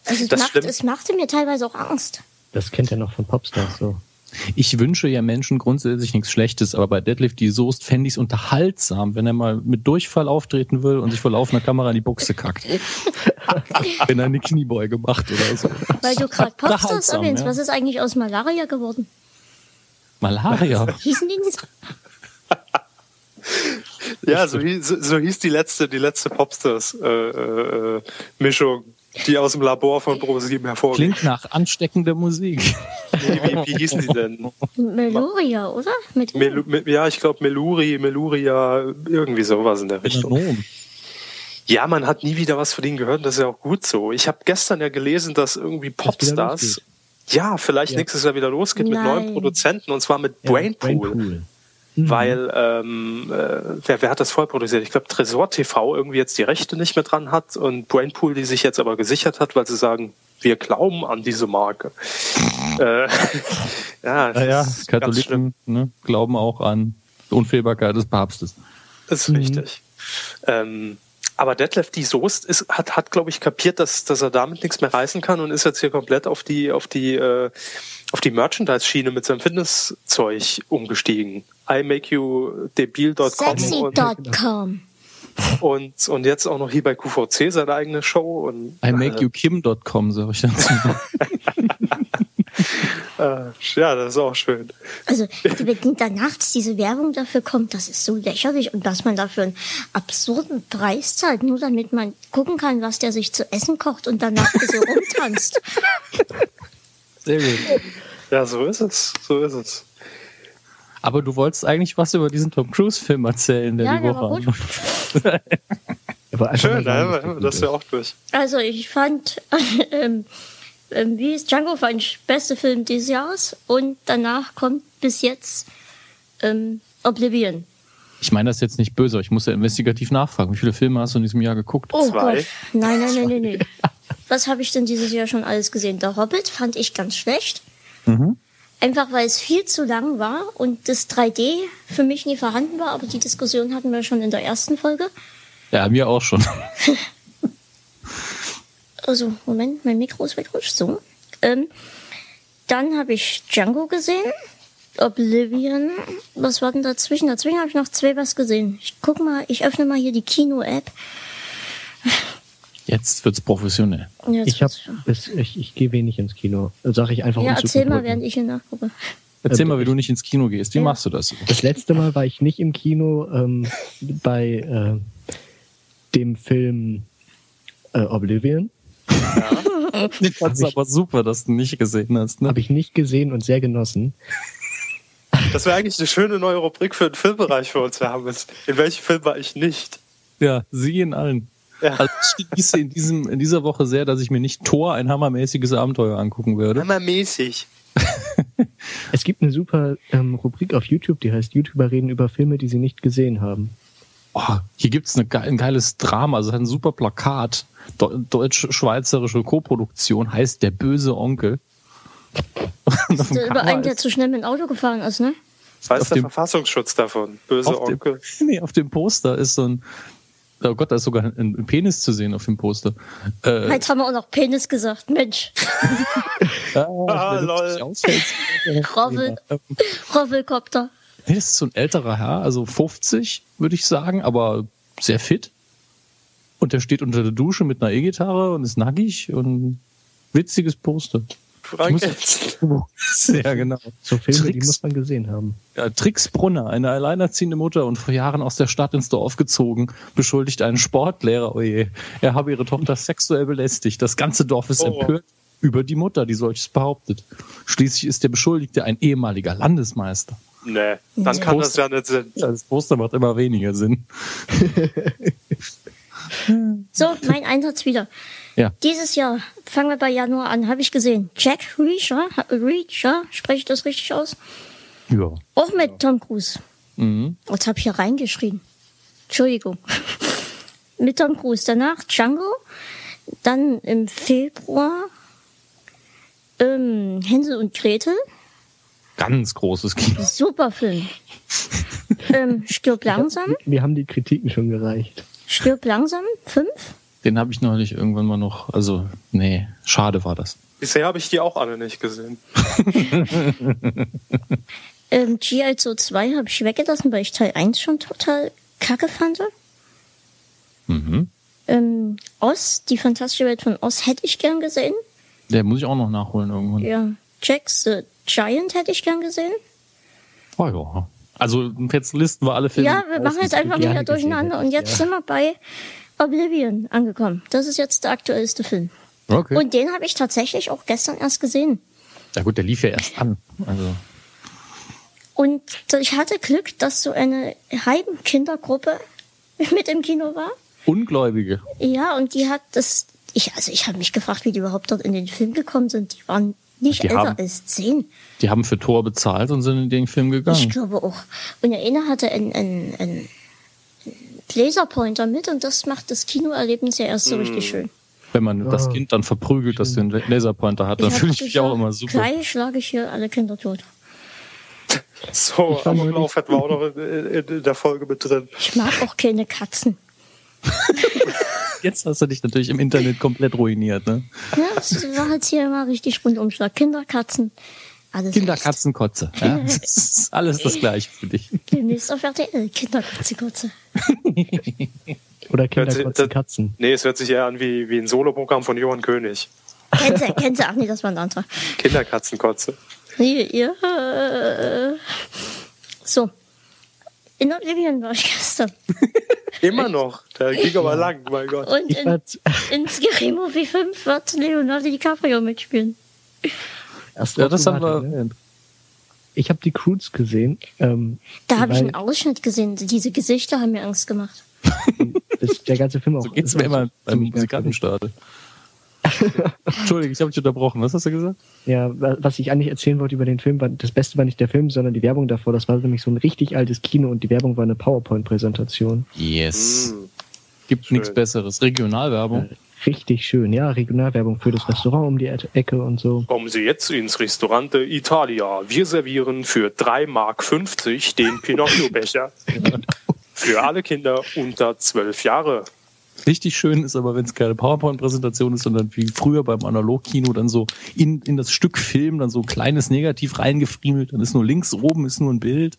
S1: Also es,
S4: Das
S1: macht,
S4: stimmt.
S1: es machte mir teilweise auch Angst.
S2: Das kennt er noch von Popstars so.
S3: Ich wünsche ja Menschen grundsätzlich nichts Schlechtes, aber bei Deadlift die Soest fände ich es unterhaltsam, wenn er mal mit Durchfall auftreten will und sich vor laufender Kamera in die
S1: <laughs>
S3: Buchse kackt. wenn er eine Kniebeuge macht oder so.
S1: Weil du gerade Popstars
S3: Unterhaltsam,
S1: erwähnst,
S3: ja.
S1: was ist eigentlich aus Malaria geworden?
S4: <laughs>
S3: Malaria.
S1: Hießen die nicht?
S4: Ja, so hieß, so hieß die letzte, die letzte äh, Popstars-Mischung, die aus dem Labor von ProSieben hervorging.
S3: Klingt nach ansteckender Musik.
S4: Nee, wie, wie hießen die denn?
S1: Meloria, oder? Mit
S4: Melu, Me- ja, ich glaube Meluri, Meluria, irgendwie sowas in der Richtung.
S3: Melonom.
S4: Ja, man hat nie wieder was von denen gehört, das ist ja auch gut so. Ich habe gestern ja gelesen, dass irgendwie
S2: wieder
S4: Popstars.
S2: losgeht.
S4: Ja, vielleicht
S2: Ja.
S4: nächstes Jahr wieder losgeht mit
S1: Nein.
S4: neuen Produzenten und zwar mit Brainpool. Weil, ähm, äh, wer, wer hat das vorher produziert? Ich glaube, Tresor TV irgendwie jetzt die Rechte nicht mehr dran hat und Brainpool, die sich jetzt aber gesichert hat, weil sie sagen, wir glauben an diese Marke. äh, <laughs> ja, das
S3: Naja,
S4: ist ganz
S3: Katholiken
S4: schlimm.
S3: ne, glauben auch an die Unfehlbarkeit des Papstes.
S4: Das ist
S3: Mhm.
S4: richtig. Ähm, aber Detlef die Soest ist, hat, hat glaube ich, kapiert, dass, dass er damit nichts mehr reißen kann und ist jetzt hier komplett auf die, auf die, äh, auf die Merchandise-Schiene mit seinem Fitnesszeug umgestiegen. I make you debil.com und,
S1: Sexy.com.
S4: und, und jetzt auch noch hier bei QVC seine eigene Show. Und,
S3: I make you kim.com, sag ich dazu.
S4: Äh, ja, das ist auch schön.
S1: Also, die beginnt dann nachts, diese Werbung dafür kommt, das ist so lächerlich und dass man dafür einen absurden Preis zahlt, nur damit man gucken kann, was der sich zu essen kocht und danach so rumtanzt.
S3: Sehr gut.
S4: Ja, so ist es. So ist es.
S3: Aber du wolltest eigentlich was über diesen Tom Cruise-Film erzählen, der
S1: Ja,
S3: die
S1: der
S3: Woche
S1: war gut.
S3: anläuft.
S2: Aber einfach mal sagen,
S4: Schön, da
S2: dass
S4: haben wir
S2: gut
S4: das ja
S2: ist.
S4: auch durch.
S1: Also, ich fand, <laughs> ähm, ähm, wie ist Django fand ich beste Film dieses Jahres und danach kommt bis jetzt ähm, Oblivion.
S3: Ich meine das ist jetzt nicht böse, aber ich muss ja investigativ nachfragen. Wie viele Filme hast du in diesem Jahr geguckt?
S1: Oh
S4: Zwei.
S1: Gott. Nein, nein, nein, nein, nein. Was habe ich denn dieses Jahr schon alles gesehen? Der Hobbit fand ich ganz schlecht.
S2: Mhm.
S1: Einfach weil es viel zu lang war und das 3D für mich nie vorhanden war, aber die Diskussion hatten wir schon in der ersten Folge.
S3: Ja, mir auch schon.
S1: Also, Moment, mein Mikro ist wegrutscht. So. Ähm, dann habe ich Django gesehen. Oblivion. Was war denn dazwischen? Dazwischen habe ich noch zwei was gesehen. Ich guck mal, ich öffne mal hier die Kino-App.
S3: Jetzt wird's professionell.
S1: Und jetzt
S2: Ich, hab,
S1: wird's-
S2: es- ich, ich gehe wenig ins Kino. Sag ich einfach
S1: ja,
S2: um zu
S1: erzähl mal,
S2: verbrücken.
S1: während ich hier nachgucke.
S3: Erzähl
S2: Ähm,
S3: mal, wie du nicht ins Kino gehst. Wie
S1: Ja.
S3: machst du das?
S2: Das letzte Mal war ich nicht im Kino ähm, bei äh, dem Film äh, Oblivion.
S3: Ich fand's aber super, dass du nicht gesehen hast. Ne?
S2: Habe ich nicht gesehen und sehr genossen.
S4: Das wäre eigentlich eine schöne neue Rubrik für den Filmbereich für uns. Wir haben es. In welchem Film war ich nicht?
S3: Ja, sie in allen.
S4: Ja.
S3: Also ich genieße in, diesem, in dieser Woche sehr, dass ich mir nicht Tor, ein hammermäßiges Abenteuer angucken werde.
S4: Hammermäßig.
S2: Es gibt eine super ähm, Rubrik auf YouTube, die heißt YouTuber reden über Filme, die sie nicht gesehen haben.
S3: Oh, hier gibt's eine, ge- ein geiles Drama, also es hat ein super Plakat. Deu- Deutsch-schweizerische Koproduktion heißt Der böse Onkel. Und auf
S1: Ist
S3: dem
S1: der über
S3: Cover
S1: einen, der
S3: ist-
S1: zu schnell mit dem Auto gefahren ist, ne?
S4: Was weiß
S3: Auf
S4: der
S3: dem-
S4: Verfassungsschutz davon? Böse
S3: auf,
S4: Onkel.
S3: dem, <laughs> nee, auf dem Poster ist so ein. Oh Gott, da ist sogar ein, ein Penis zu sehen auf dem Poster. Äh,
S1: Jetzt haben wir auch noch Penis gesagt. Mensch,
S3: <laughs> äh,
S4: Ah,
S3: wenn du
S4: lol.
S3: dich ausfällst.
S1: Robbe,
S3: Ähm,
S1: Robelkopter.
S3: Nee, das ist so ein älterer Herr, also 50, würde ich sagen, aber sehr fit. Und der steht unter der Dusche mit einer E-Gitarre und ist nackig und witziges Poster.
S4: Frank
S3: Ich
S4: Elstner.
S3: Ja, genau.
S2: So Filme, die
S3: Tricks.
S2: muss man gesehen haben.
S3: Ja, Trix Brunner, eine alleinerziehende Mutter und vor Jahren aus der Stadt ins Dorf gezogen, beschuldigt einen Sportlehrer, oje, er habe ihre Tochter sexuell belästigt. Das ganze Dorf ist
S4: Oh.
S3: empört über die Mutter, die solches behauptet. Schließlich ist der Beschuldigte ein ehemaliger Landesmeister.
S4: Nee, dann kann das ja nicht sein.
S3: Ja, das Poster macht immer weniger Sinn.
S1: So, mein Einsatz wieder.
S3: Ja.
S1: Dieses Jahr, fangen wir bei Januar an, habe ich gesehen. Jack Reacher, Reacher, spreche ich das richtig aus?
S3: Ja.
S1: Auch mit Tom Cruise.
S3: Mhm.
S1: Jetzt habe ich hier reingeschrieben. Entschuldigung. <laughs> Mit Tom Cruise. Danach Django. Dann im Februar ähm, Hänsel und Gretel.
S3: Ganz großes Kino.
S1: Super
S3: <laughs>
S1: Film. ähm, stirb langsam.
S2: Wir haben die Kritiken schon gereicht.
S1: Stirb langsam. Fünf.
S3: Den habe ich neulich irgendwann mal noch. Also, nee, schade war das.
S4: Bisher habe ich die auch alle nicht gesehen.
S1: Ähm, G.I. Joe 2 habe ich weggelassen, weil ich Teil 1 schon total kacke fand.
S3: Mhm.
S1: Ähm, Oz, die fantastische Welt von Oz hätte ich gern gesehen.
S3: Der muss ich auch noch nachholen irgendwann.
S1: Ja. Jack's the Giant hätte ich gern gesehen.
S3: Oh ja. Also jetzt listen wir alle Filme.
S1: Ja, wir machen jetzt einfach
S2: gerne
S1: wieder
S2: gesehen
S1: durcheinander.
S2: hättest,
S1: Und jetzt
S2: ja.
S1: sind wir bei Oblivion angekommen. Das ist jetzt der aktuellste Film.
S3: Okay.
S1: Und den habe ich tatsächlich auch gestern erst gesehen.
S3: ja gut, der lief ja erst an. Also
S1: Und ich hatte Glück, dass so eine halben Kindergruppe <laughs> mit im Kino war.
S3: Ungläubige.
S1: Ja, und die hat das. Ich, also ich habe mich gefragt, wie die überhaupt dort in den Film gekommen sind. Die waren nicht
S3: Die
S1: älter
S3: haben-
S1: als zehn.
S3: Die haben für Tor bezahlt und sind in den Film
S1: Ich
S3: gegangen.
S1: glaube auch. Und der eine hatte einen, einen, einen Laserpointer mit und das macht das Kinoerlebnis ja
S3: Hm.
S1: erst so richtig schön.
S3: Wenn man das Kind dann verprügelt, dass du einen Laserpointer hat, dann
S1: hab
S3: fühle ich mich
S1: gesagt,
S3: auch immer super.
S1: Gleich schlage ich hier alle Kinder tot.
S4: So,
S2: war neulich-
S4: Amoklauf hatten wir auch noch in, in, in der Folge mit drin.
S1: Ich mag auch keine Katzen.
S3: Jetzt hast du dich natürlich im Internet komplett ruiniert.
S1: <laughs>
S3: Ne?
S1: Ja, das war jetzt hier immer richtig Rundumschlag. Kinder, Katzen, alles.
S3: Kinder,
S1: recht.
S3: Katzen, Kotze. Ja? Das ist alles das Gleiche für dich.
S1: Demnächst auf RTL. Kinder, Katze, Katze.
S2: Oder Kinder,
S4: Hört sich-
S2: Kotzen,
S4: das-
S2: Katzen.
S4: Nee, es hört sich eher an wie, wie ein Soloprogramm von Johann König.
S1: Kennt sie, kennt sie. Ach nee, das war ein anderer.
S4: Kinderkatzenkotze.
S1: Nee, ihr. Äh, so. In Oblivion war ich gestern.
S4: Immer noch. Der ging aber lang, mein Gott.
S1: Und
S2: Ich
S1: in,
S2: war z-
S1: in Scary Movie 5 wird Leonardo DiCaprio mitspielen.
S2: erst
S3: Ja, das
S2: drauf
S3: haben
S2: gewartet, ne?
S3: wir.
S2: Ich habe die Croods gesehen. Ähm,
S1: Da habe ich
S2: weil
S1: einen Ausschnitt gesehen. Diese Gesichter haben mir Angst gemacht.
S2: das, der ganze Film auch.
S3: So geht es
S2: ist
S3: mir
S2: auch
S3: immer beim
S2: ziemlich merkwürdig.
S3: Musikantenstadel. Entschuldigung, ich habe dich unterbrochen. Was hast du gesagt?
S2: Ja, wa- was ich eigentlich erzählen wollte über den Film, war, das Beste war nicht der Film, sondern die Werbung davor. Das war nämlich so ein richtig altes Kino und die Werbung war eine PowerPoint-Präsentation.
S3: Yes.
S4: Mm.
S3: Gibt
S4: Schön.
S3: nichts Besseres. Regionalwerbung.
S2: Richtig schön, ja, Regionalwerbung für das Restaurant um die E- Ecke und so.
S4: Kommen Sie jetzt ins Restaurante Italia. Wir servieren für 3,50 Mark
S3: <laughs>
S4: den Pinocchio-Becher.
S3: genau.
S4: Für alle Kinder unter 12 Jahre.
S3: Richtig schön ist aber, wenn es keine PowerPoint-Präsentation ist, sondern wie früher beim Analogkino dann so in, in das Stück Film dann so kleines Negativ reingefriemelt, dann ist nur links oben ist nur ein Bild,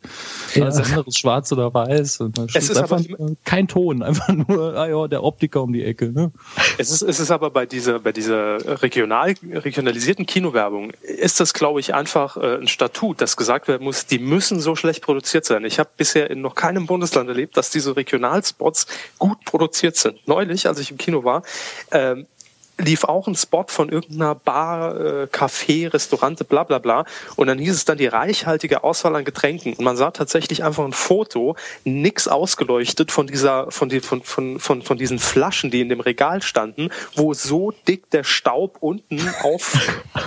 S3: alles andere ist schwarz oder weiß. Und dann
S4: Es ist
S3: einfach
S4: aber-
S3: äh, kein Ton, einfach nur ah ja, der Optiker um die Ecke. Ne?
S4: Es ist, es ist aber bei dieser, bei dieser regional, regionalisierten Kinowerbung, ist das, glaube ich, einfach äh, ein Statut, das gesagt werden muss, die müssen so schlecht produziert sein. Ich habe bisher in noch keinem Bundesland erlebt, dass diese Regionalspots gut produziert sind. Neulich, als ich im Kino war, ähm, lief auch ein Spot von irgendeiner Bar, äh, Café, Restaurante, bla bla bla. Und dann hieß es dann die reichhaltige Auswahl an Getränken. Und man sah tatsächlich einfach ein Foto, nix ausgeleuchtet von dieser, von, die, von, von, von, von diesen Flaschen, die in dem Regal standen, wo so dick der Staub unten auf,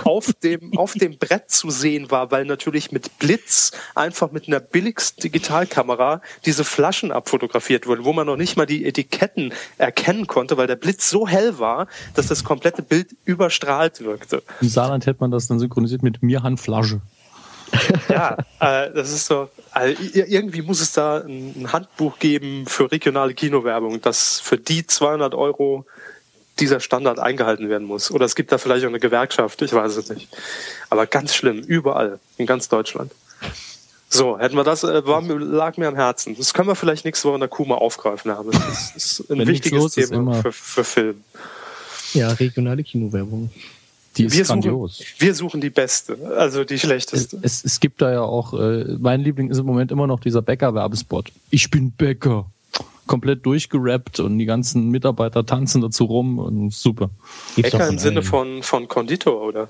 S4: auf, dem, auf dem Brett zu sehen war, weil natürlich mit Blitz einfach mit einer billigsten Digitalkamera diese Flaschen abfotografiert wurden, wo man noch nicht mal die Etiketten erkennen konnte, weil der Blitz so hell war, dass das komplette Bild überstrahlt wirkte.
S3: Im Saarland hätte man das dann synchronisiert mit mir Handflasche.
S4: Ja, äh, das ist so. Äh, ir- irgendwie muss es da ein, ein Handbuch geben für regionale Kinowerbung, dass für die 200 Euro dieser Standard eingehalten werden muss. Oder es gibt da vielleicht auch eine Gewerkschaft, ich weiß es nicht. Aber ganz schlimm, überall, in ganz Deutschland. So, hätten wir das, äh, war, mir- lag mir am Herzen. Das können wir vielleicht nächste Woche in der Kuma aufgreifen, aber das ist, ist ein
S3: Wenn nichts
S4: wichtiges
S3: los ist,
S4: Thema
S3: immer.
S4: für, für Film.
S2: Ja, regionale Kinowerbung.
S3: Die ist
S4: Wir suchen,
S3: grandios.
S4: wir suchen die beste, also die
S3: Es,
S4: schlechteste.
S3: es, es gibt da ja auch, äh, mein Liebling ist im Moment immer noch dieser Bäcker-Werbespot. Ich bin Bäcker. Komplett durchgerappt und die ganzen Mitarbeiter tanzen dazu rum und super.
S2: Gibt's auch
S4: Bäcker im
S2: von
S4: Sinne
S2: allen.
S4: von, von Konditor, oder?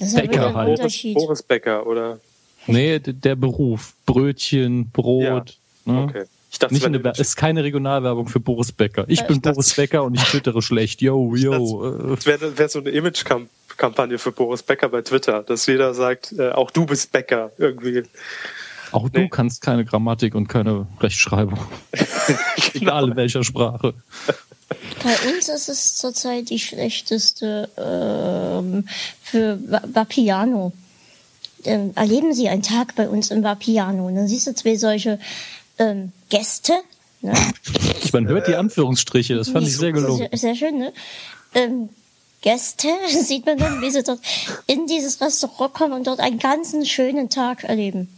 S1: Das ist aber
S3: Bäcker
S1: wieder ein
S3: halt.
S4: Boris,
S1: Unterschied.
S4: Boris Becker, oder?
S3: Nee, d- der Beruf. Brötchen, Brot. Ne?
S4: Okay. Ich dachte,
S3: Nicht
S4: wenn-
S3: eine, Wer- ist keine Regionalwerbung für Boris Becker. Ich
S1: Äh,
S3: bin
S1: ich
S3: Boris Becker und ich twittere schlecht. Yo, yo. Äh,
S4: Das wäre wär so eine Image-Kampagne für Boris Becker bei Twitter, dass jeder sagt, äh, auch du bist Becker irgendwie.
S3: auch du
S4: Nee.
S3: kannst keine Grammatik und keine
S4: <laughs>
S3: Rechtschreibung. <laughs> Egal in welcher Sprache.
S1: Bei uns ist es zurzeit die schlechteste ähm, für Va- Vapiano. Ähm, erleben Sie einen Tag bei uns im Vapiano. Und dann siehst du zwei solche ähm, Gäste. Ne?
S3: Man hört
S4: Äh,
S3: die Anführungsstriche, das fand
S1: Die-
S3: ich sehr gelungen.
S1: Sehr, sehr schön, ne? Ähm, Gäste <laughs> sieht man dann, wie sie dort in dieses Restaurant kommen und dort einen ganzen schönen Tag erleben.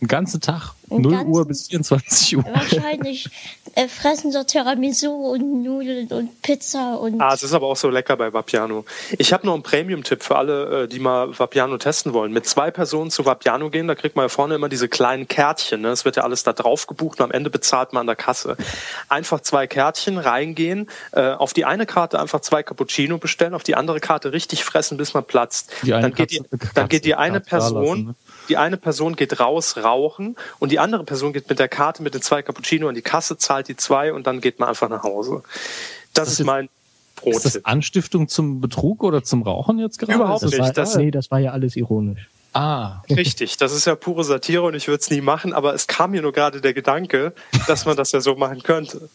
S3: Den ganzen Tag,
S1: Den
S3: 0
S1: ganzen-
S3: Uhr bis 24 Uhr.
S1: Wahrscheinlich äh, fressen dort Tiramisu und Nudeln und Pizza und
S4: Ah, es ist aber auch so lecker bei Vapiano. Ich habe noch einen Premium-Tipp für alle, äh, die mal Vapiano testen wollen. Mit zwei Personen zu Vapiano gehen, da kriegt man ja vorne immer diese kleinen Kärtchen. Ne? Es wird ja alles da drauf gebucht und am Ende bezahlt man an der Kasse. Einfach zwei Kärtchen reingehen, äh, auf die eine Karte einfach zwei Cappuccino bestellen, auf die andere Karte richtig fressen, bis man platzt.
S3: Die eine
S4: Dann geht, die,
S3: Katze- Katze-
S4: dann geht die eine
S3: Katze da lassen,
S4: Person
S3: ne?
S4: die eine Person geht raus rauchen und die andere Person geht mit der Karte mit den zwei Cappuccino an die Kasse, zahlt die zwei und dann geht man einfach nach Hause. Das, ist
S3: jetzt-
S4: mein
S3: <laughs>
S4: Brot.
S3: Ist das Anstiftung zum Betrug oder zum Rauchen jetzt gerade?
S4: Überhaupt
S3: Ist
S2: Das
S4: nicht.
S2: war,
S4: das-
S2: nee, das war ja alles ironisch.
S3: Ah,
S4: Richtig, das ist ja pure Satire und ich würde es nie machen, aber es kam mir nur gerade der Gedanke, dass man das ja so machen könnte.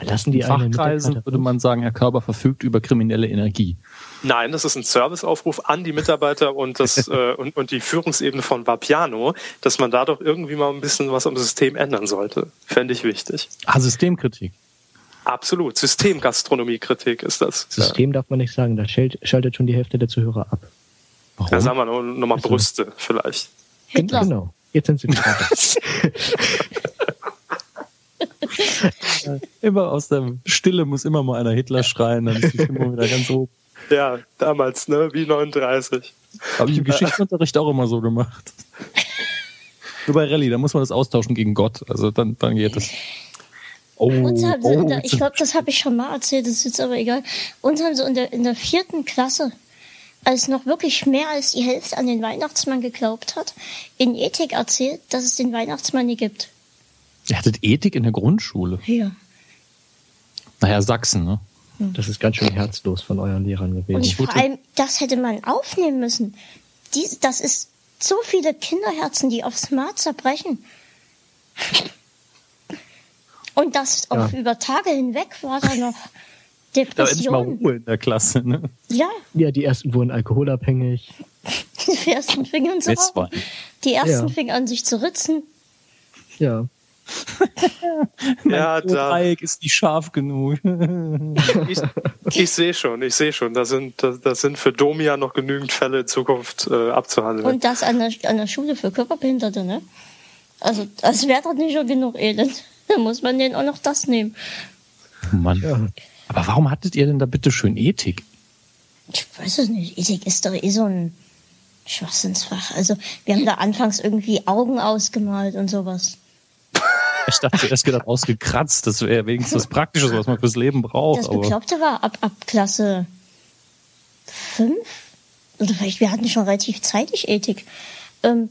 S2: Lassen Ah, die
S3: in
S2: eine
S3: Fachkreisen
S2: Mitarbeiter-
S3: würde man sagen, Herr Körber verfügt über kriminelle Energie.
S4: Nein, das ist ein Serviceaufruf an die Mitarbeiter und,
S3: <laughs>
S4: das, äh, und, und die Führungsebene von Vapiano, dass man da doch irgendwie mal ein bisschen was am System ändern sollte. Fände ich wichtig.
S3: Ah, Systemkritik.
S4: Absolut. Systemgastronomiekritik ist das.
S2: System darf man nicht sagen, da schalt- schaltet schon die Hälfte der Zuhörer ab.
S4: Ja. Da
S3: Warum?
S4: sagen wir noch- noch
S3: Mhm.
S4: mal Brüste vielleicht.
S1: Hitler.
S2: Genau. Jetzt sind sie wieder. <laughs>
S3: Immer aus der Stille muss immer mal einer Hitler schreien, dann ist die Stimmung wieder ganz hoch.
S4: Ja, damals, ne? Wie 39.
S1: <laughs>
S3: Habe ich im Geschichtsunterricht auch immer so gemacht. Nur bei Rallye, da muss man das austauschen gegen Gott. Also dann, dann geht es. Oh,
S1: Uns haben sie in
S3: oh
S1: der, ich glaube, das habe ich schon mal erzählt, das ist jetzt aber egal. Uns haben sie in der, in der vierten Klasse, als noch wirklich mehr als die Hälfte an den Weihnachtsmann geglaubt hat, in Ethik erzählt, dass es den Weihnachtsmann nie gibt.
S3: ihr hattet Ethik in der Grundschule.
S1: Ja.
S3: Naja, Sachsen, ne?
S2: Das ist ganz schön herzlos von euren Lehrern
S1: Und
S2: gewesen.
S1: ich, vor allem, das hätte man aufnehmen müssen. Dies, das ist so viele Kinderherzen, die auf Smart zerbrechen. Und das auf über Tage hinweg war da noch
S3: Da war endlich mal
S1: Depression.
S3: Ruhe in der Klasse, ne?
S1: Ja,
S2: Ja, die ersten wurden alkoholabhängig.
S1: die ersten fingen zu
S3: Messwein.
S1: rauchen. Die ersten
S2: Ja.
S1: fingen an, sich zu ritzen.
S2: Ja.
S4: Ja,
S3: Das
S4: da,
S3: Dreieck ist nicht scharf genug.
S4: ich, ich sehe schon, ich sehe schon. Da sind, da, da sind für Domia noch genügend Fälle in Zukunft äh, abzuhandeln.
S1: Und das an der, an der Schule für Körperbehinderte, ne? Also, das wäre doch nicht schon genug Elend. Da muss man denen auch noch das nehmen.
S3: Mann.
S2: Ja.
S3: Aber warum hattet ihr denn da bitte schön Ethik?
S1: Ich weiß es nicht. Ethik ist doch eh so ein Schwachsinnsfach. Also, wir haben da anfangs irgendwie Augen ausgemalt und sowas.
S3: Ich dachte zuerst gedacht, ausgekratzt, das wäre wenigstens das Praktische, was man fürs Leben braucht.
S1: Das
S3: Oh, aber
S1: Bekloppte war ab, ab Klasse fünf oder vielleicht, wir hatten schon relativ zeitig Ethik. Ähm,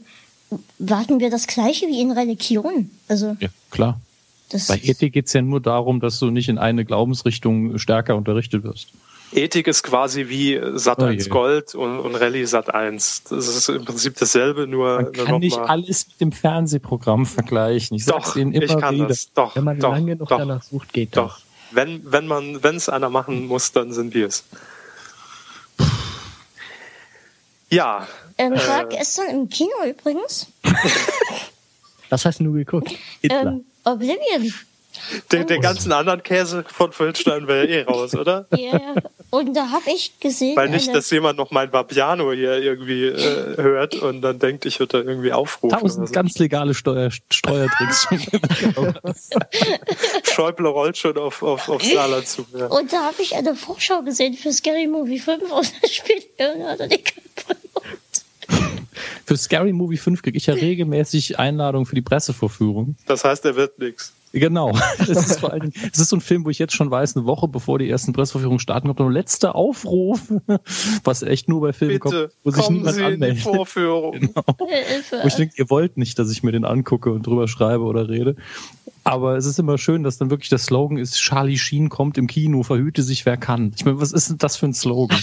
S1: warten wir das Gleiche wie in Religion. Also,
S3: ja, klar.
S1: das
S3: Bei Ethik geht es ja nur darum, dass du nicht in eine Glaubensrichtung stärker unterrichtet wirst.
S4: Ethik ist quasi wie Sat 1
S3: Oh je.
S4: Gold und, und Rallye Sat 1. Das ist im Prinzip dasselbe, nur
S3: Man
S4: nur noch
S3: kann nicht
S4: mal-
S3: alles mit dem Fernsehprogramm vergleichen. Ich sag's
S4: Doch,
S3: denen immer
S4: ich kann
S3: wieder.
S4: das. Doch,
S2: Wenn man
S4: doch,
S2: lange genug
S4: doch,
S2: danach sucht, geht
S4: doch.
S2: das.
S4: Wenn, wenn man, wenn es einer machen muss, dann sind wir es. Ja,
S1: Ähm, ich war
S4: Äh.
S1: gestern im Kino übrigens.
S2: Was hast denn du geguckt?
S3: Hitler.
S1: Ähm,
S3: <laughs>
S1: Oblivion.
S4: den, den ganzen anderen Käse von Filstein wäre eh raus, oder?
S1: Ja, und da habe ich gesehen.
S4: Weil nicht,
S1: eine-
S4: dass jemand noch mein Vapiano hier irgendwie äh, hört und dann denkt, ich würde da irgendwie aufrufen.
S3: Tausend
S4: oder
S3: ganz legale Steuer,
S1: <laughs>
S3: Steuertricks.
S4: so. Schäuble rollt schon auf, auf, auf Saarland zu. Ja.
S1: und da habe ich eine Vorschau gesehen für Scary Movie 5 <laughs> und da spielt Leonardo DiCaprio.
S3: für Scary Movie 5 kriege ich ja regelmäßig Einladungen für die Pressevorführung.
S4: Das heißt, er wird nichts.
S3: Genau. <laughs> Es ist, vor allen Dingen, es ist so ein Film, wo ich jetzt schon weiß, eine Woche bevor die ersten Presseverführungen starten, kommt noch ein letzter Aufruf, <laughs> was echt nur bei Filmen
S4: Bitte,
S3: kommt, wo sich
S4: kommen
S3: niemand
S4: Sie in die
S3: anmeldet. Wo
S4: Vorführung.
S1: Hilfe.
S3: ich denke, ihr wollt nicht, dass ich mir den angucke und drüber schreibe oder rede. Aber es ist immer schön, dass dann wirklich der Slogan ist, Charlie Sheen kommt im Kino, verhüte sich wer kann. Ich meine, was ist denn das für ein
S4: <laughs>
S3: Slogan?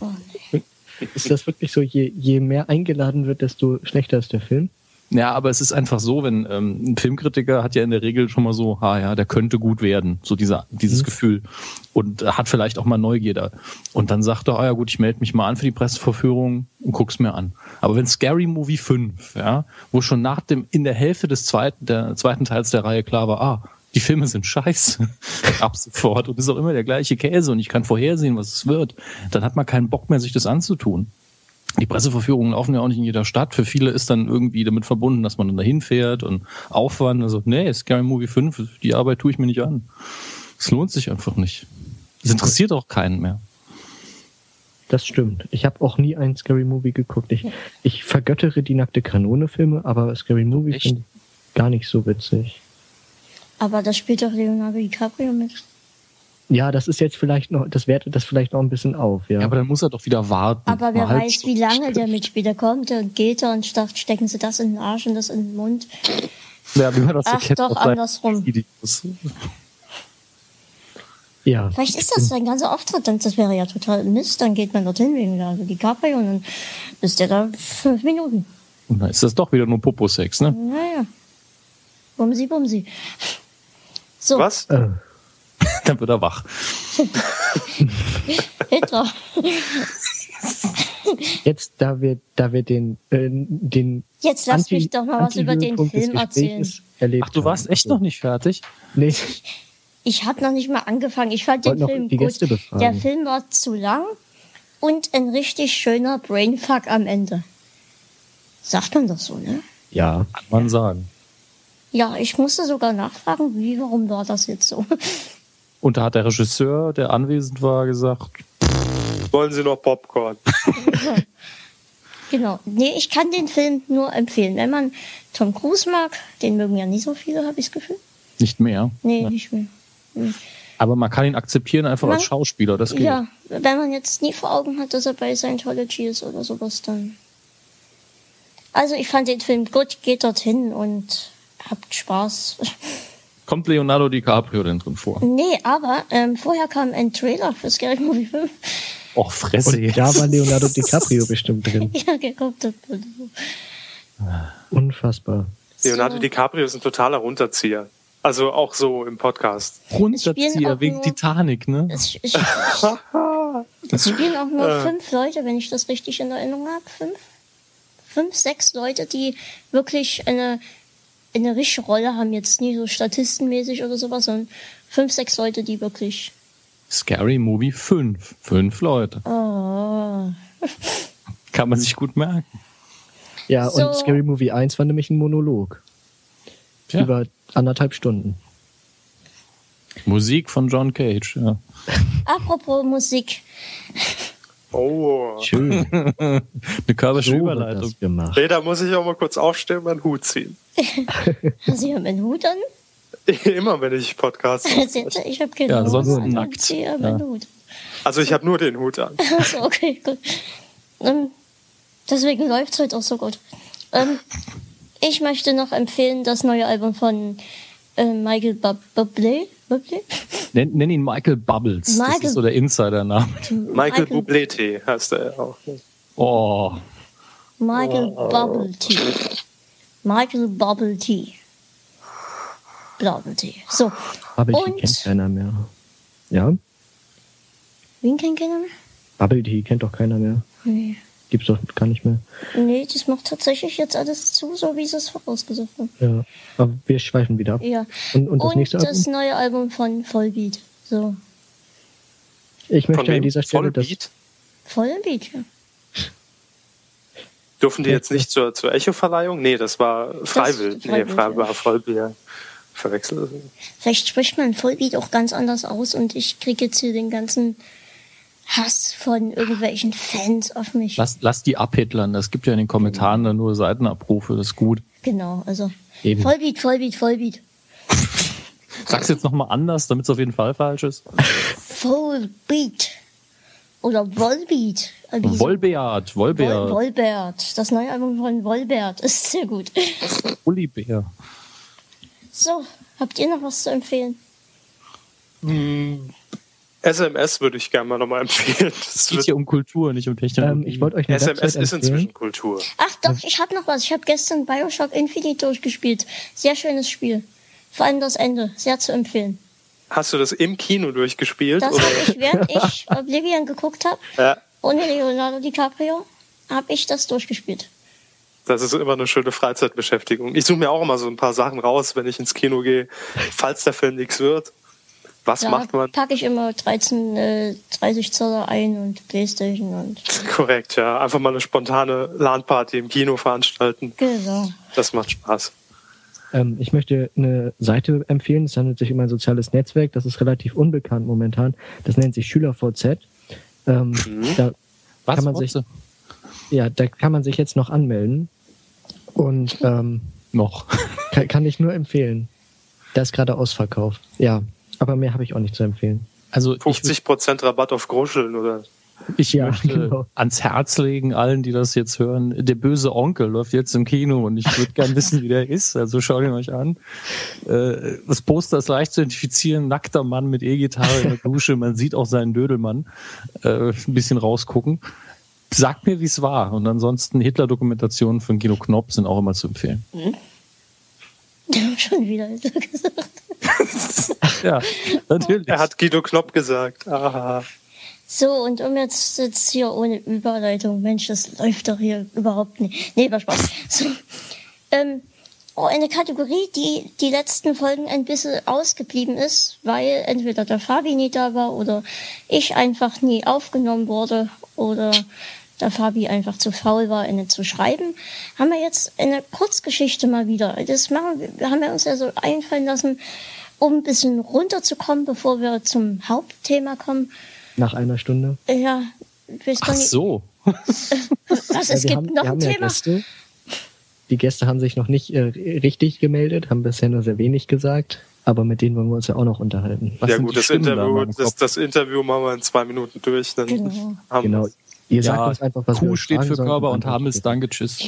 S1: Oh,
S2: Ist das wirklich so, je, je mehr eingeladen wird, desto schlechter ist der Film?
S3: Ja, aber es ist einfach so, wenn ähm, ein Filmkritiker hat ja in der Regel schon mal so, ah ja, der könnte gut werden, so dieser, dieses Gefühl. Und hat vielleicht auch mal Neugierde. Und dann sagt er, ah ja gut, ich melde mich mal an für die Presseverführung und guck's mir an. Aber wenn Scary Movie 5, ja, wo schon nach dem, in der Hälfte des zweiten, der zweiten Teils der Reihe klar war, ah, die Filme sind scheiße <laughs> ab sofort und es ist auch immer der gleiche Käse und ich kann vorhersehen, was es wird, dann hat man keinen Bock mehr, sich das anzutun die Presseverführungen laufen ja auch nicht in jeder Stadt. Für viele ist dann irgendwie damit verbunden, dass man dann dahin fährt und Aufwand. Also, nee, Scary Movie 5, die Arbeit tue ich mir nicht an. Es lohnt sich einfach nicht. Es interessiert auch keinen mehr.
S2: Das stimmt. Ich habe auch nie einen Scary Movie geguckt. Ich, ich vergöttere die nackte Kanone-Filme, aber Scary Movie
S3: Echt?
S2: finde ich gar nicht so witzig.
S1: Aber da spielt doch Leonardo DiCaprio mit.
S2: Ja, das ist jetzt vielleicht noch, das wertet das vielleicht noch ein bisschen auf, ja.
S3: Ja, aber dann muss er doch wieder warten.
S1: Aber wer
S3: Mal halt
S1: weiß, wie lange der Mitspieler kommt und geht da und sagt, stecken sie das in den Arsch und das in den Mund.
S3: Ja, wie war das?
S1: Ach,
S3: Die Cat
S1: doch,
S3: auf seinen
S1: andersrum.
S3: Videos.
S2: ja.
S1: Vielleicht ist das sein ganzer Auftritt, dann das wäre ja total Mist, dann geht man dorthin wegen Leonardo DiCaprio und dann ist der da fünf Minuten.
S3: Und dann ist das doch wieder nur
S1: <laughs>
S3: Popo-Sex, ne?
S1: Naja. Bumsi, bumsi. So,
S4: Was?
S2: Äh,
S3: Dann wird er wach.
S1: Hitler.
S2: jetzt, da wir, da wir den, äh, den
S1: Jetzt lass
S2: Anti-
S1: mich doch mal was über den
S2: Anti-Höhepunkt des
S1: Film erzählen.
S2: Gespräches Erlebt
S3: Ach, du warst
S2: haben. Also,
S3: echt noch nicht fertig?
S2: Nee, <laughs>
S1: Ich habe noch nicht mal angefangen. Ich fand
S2: Wollt
S1: den
S2: noch
S1: Film
S2: die
S1: gut.
S2: Gäste befragen.
S1: Der Film war zu lang und ein richtig schöner Brainfuck am Ende. Sagt man das so, ne?
S2: ja.
S3: Kann man sagen.
S1: Ja, ich musste sogar nachfragen, wie, warum war das jetzt so? <laughs>
S3: Und da hat der Regisseur, der anwesend war, gesagt,
S4: Wollen Sie noch Popcorn?
S1: genau. Nee, ich kann den Film nur empfehlen. Wenn man Tom Cruise mag, den mögen ja nicht so viele, habe ich das Gefühl.
S3: nicht mehr.
S1: Nee, nicht mehr.
S3: Aber man kann ihn akzeptieren einfach
S1: Man-
S3: als Schauspieler. Das geht.
S1: Ja, wenn man jetzt nie vor Augen hat, dass er bei Scientology ist oder sowas, dann. Also ich fand den Film gut, geht dorthin und habt Spaß. <laughs>
S3: Kommt Leonardo DiCaprio denn drin vor?
S1: nee, aber ähm, vorher kam ein Trailer für Scary Movie <laughs> 5.
S3: Och, Oh, Fresse.
S2: Und da war Leonardo DiCaprio bestimmt
S4: <laughs>
S2: drin.
S1: ja, geguckt hat.
S2: Unfassbar.
S4: Leonardo DiCaprio ist ein totaler Runterzieher. Also auch so im Podcast.
S1: Spielen auch
S3: Runterzieher wegen
S1: nur-
S3: Titanic, ne?
S1: Es, es,
S3: <laughs>
S1: es spielen auch nur
S3: Äh.
S1: fünf Leute, wenn ich das richtig in Erinnerung habe. Fünf, fünf, sechs Leute, die wirklich eine, eine richtige Rolle haben. Jetzt nie so statistenmäßig oder sowas, sondern fünf, sechs Leute, die wirklich.
S3: Scary Movie 5. Fünf Leute.
S1: Oh.
S3: Kann man sich gut merken.
S2: Ja,
S1: So.
S2: und Scary Movie 1 war nämlich ein Monolog.
S3: Tja.
S2: Über anderthalb Stunden.
S3: Musik von John Cage. Ja.
S1: Apropos Musik.
S4: Oh. <laughs>
S2: Schön.
S3: Eine körperliche
S2: So wird
S3: Überleitung.
S2: das gemacht.
S4: Nee, da muss ich auch mal kurz aufstellen, meinen Hut ziehen. <laughs>
S1: Sie haben einen Hut an?
S4: Immer wenn ich Podcast.
S1: Ich habe keine
S3: Ja, ansonsten
S1: Hose an.
S3: nackt.
S1: Sie haben
S3: Ja.
S1: einen Hut.
S4: Also ich habe nur den Hut an.
S1: Achso, okay, gut. Ähm, deswegen läuft's heute auch so gut. Ähm, ich möchte noch empfehlen das neue Album von äh, Michael Bub- Bublé. Bublé?
S3: Nenn, nenn ihn Michael Bubbles. Das
S1: Michael-
S3: ist so der Insider-Name.
S4: Michael Bublé heißt er ja auch.
S3: Oh,
S1: Michael
S4: Oh.
S1: Bubble Tea. Michael Bubble Tea. Blauen Tee. So,
S2: Bubble
S1: Und-
S2: Tea kennt keiner mehr. Ja?
S1: wen kennt keiner mehr?
S2: Bubble Tea kennt doch keiner mehr.
S1: Nee.
S2: Gibt's doch gar nicht mehr.
S1: Nee, das macht tatsächlich jetzt alles zu, so wie sie es vorausgesucht haben.
S2: Ja. Aber wir schweifen wieder ab.
S1: Ja.
S2: Und, und das nächste Album?
S1: neue Album von Vollbeat. So,
S2: Ich
S4: Von
S2: möchte an
S4: wem?
S2: dieser Stelle das.
S4: Vollbeat?
S1: Vollbeat, ja.
S4: Dürfen die jetzt nicht zur, zur Echo-Verleihung? Nee, das war Freiwild. Nee,
S1: Freiwild,
S4: Freiwild
S1: ja.
S4: war Vollbier. Verwechselt.
S1: Vielleicht spricht man Vollbeat auch ganz anders aus und ich kriege jetzt hier den ganzen Hass von irgendwelchen Fans auf mich.
S3: lass, lass die abhitlern. Das gibt ja in den Kommentaren dann nur Seitenabrufe. Das ist gut.
S1: Genau, also
S2: Eben.
S1: Vollbeat, Vollbeat, Vollbeat.
S3: Sag's jetzt nochmal anders, damit es auf jeden Fall falsch ist.
S1: Vollbeat. Oder Wollbeat. Äh, wie so-
S3: Wollbeat,
S1: Woll-
S3: Wollbeer,
S1: Wollbert. Das neue Album von Wollbert ist sehr gut.
S3: Ullibär.
S1: <laughs> So, habt ihr noch was zu empfehlen?
S4: Hm, SMS würde ich gerne mal nochmal empfehlen.
S3: Es
S4: Das
S3: geht
S4: wird,
S3: hier um Kultur, nicht um Technologie.
S2: Ähm, ich wollte euch eine
S4: SMS
S2: Website
S4: ist inzwischen
S2: empfehlen.
S4: Kultur.
S1: Ach doch, ich habe noch was. Ich habe gestern Bioshock Infinite durchgespielt. Sehr schönes Spiel. Vor allem das Ende. Sehr zu empfehlen.
S4: Hast du das im Kino durchgespielt?
S1: Das
S4: Oder?
S1: habe
S4: <laughs>
S1: ich, während ich Oblivion geguckt habe,
S4: Ja,
S1: ohne Leonardo DiCaprio, habe ich das durchgespielt.
S4: das ist immer eine schöne Freizeitbeschäftigung. Ich suche mir auch immer so ein paar Sachen raus, wenn ich ins Kino gehe, falls der Film nichts wird. Was
S1: Da
S4: macht man?
S1: packe ich immer 13, äh, 30 Zoller ein und Playstation und
S4: Korrekt, ja. Einfach mal eine spontane LAN-Party im Kino veranstalten.
S1: genau. <laughs>
S4: Das macht Spaß.
S2: Ähm, ich möchte eine Seite empfehlen. Es handelt sich um ein soziales Netzwerk, das ist relativ unbekannt momentan. Das nennt sich SchülerVZ. Ähm,
S4: Mhm.
S2: da,
S3: Was?
S2: kann man sich,
S3: Wotze?
S2: ja, da kann man sich jetzt noch anmelden. Und ähm,
S3: Noch.
S2: kann, kann ich nur empfehlen. Da ist gerade Ausverkauf. Ja, aber mehr habe ich auch nicht zu empfehlen.
S3: Also ich,
S4: 50% Rabatt auf Groscheln oder
S3: ich
S2: Ja,
S3: möchte
S2: genau.
S3: ans Herz legen, allen, die das jetzt hören, der böse Onkel läuft jetzt im Kino und ich würde gern wissen, wie der ist. Also schaut ihn euch an. Äh, Das Poster ist leicht zu identifizieren. Nackter Mann mit E-Gitarre in der Dusche. Man sieht auch seinen Dödelmann. Äh, Ein bisschen rausgucken. Sagt mir, wie es war. Und ansonsten Hitler-Dokumentationen von Guido Knopp sind auch immer zu empfehlen.
S1: Schon wieder.
S3: Ja, natürlich.
S4: Er hat Guido Knopp gesagt. Aha.
S1: So, und um jetzt sitzt hier ohne Überleitung. Mensch, das läuft doch hier überhaupt nicht. Nee, war Spaß. So, ähm, oh, eine Kategorie, die die letzten Folgen ein bisschen ausgeblieben ist, weil entweder der Fabi nie da war oder ich einfach nie aufgenommen wurde oder der Fabi einfach zu faul war, eine zu schreiben, haben wir jetzt eine Kurzgeschichte mal wieder. Das machen, wir- haben wir uns ja so einfallen lassen, um ein bisschen runterzukommen, bevor wir zum Hauptthema kommen.
S2: Nach einer Stunde.
S1: Ja, ich weiß gar
S3: Ach
S1: nicht.
S3: so.
S1: Was, es gibt
S2: Ja, wir haben,
S1: noch
S2: wir
S1: ein
S2: haben ja
S1: Thema?
S2: Gäste. Die Gäste haben sich noch nicht äh, richtig gemeldet, haben bisher nur sehr wenig gesagt, aber mit denen wollen wir uns ja auch noch unterhalten.
S3: Was
S4: ja
S3: sind die
S4: gut, das
S3: Stimmen da in
S4: Interview,
S3: meinem
S4: das,
S3: Kopf?
S4: das Interview machen wir in zwei Minuten durch. Dann
S1: Genau.
S4: haben
S2: Genau.
S4: wir's.
S2: Ihr sagt uns einfach, was wir
S3: Q
S2: uns
S3: steht
S2: fragen
S3: für
S2: sollen
S3: Körper und
S2: antworten
S3: Hamels.
S2: wir.
S3: Danke, tschüss.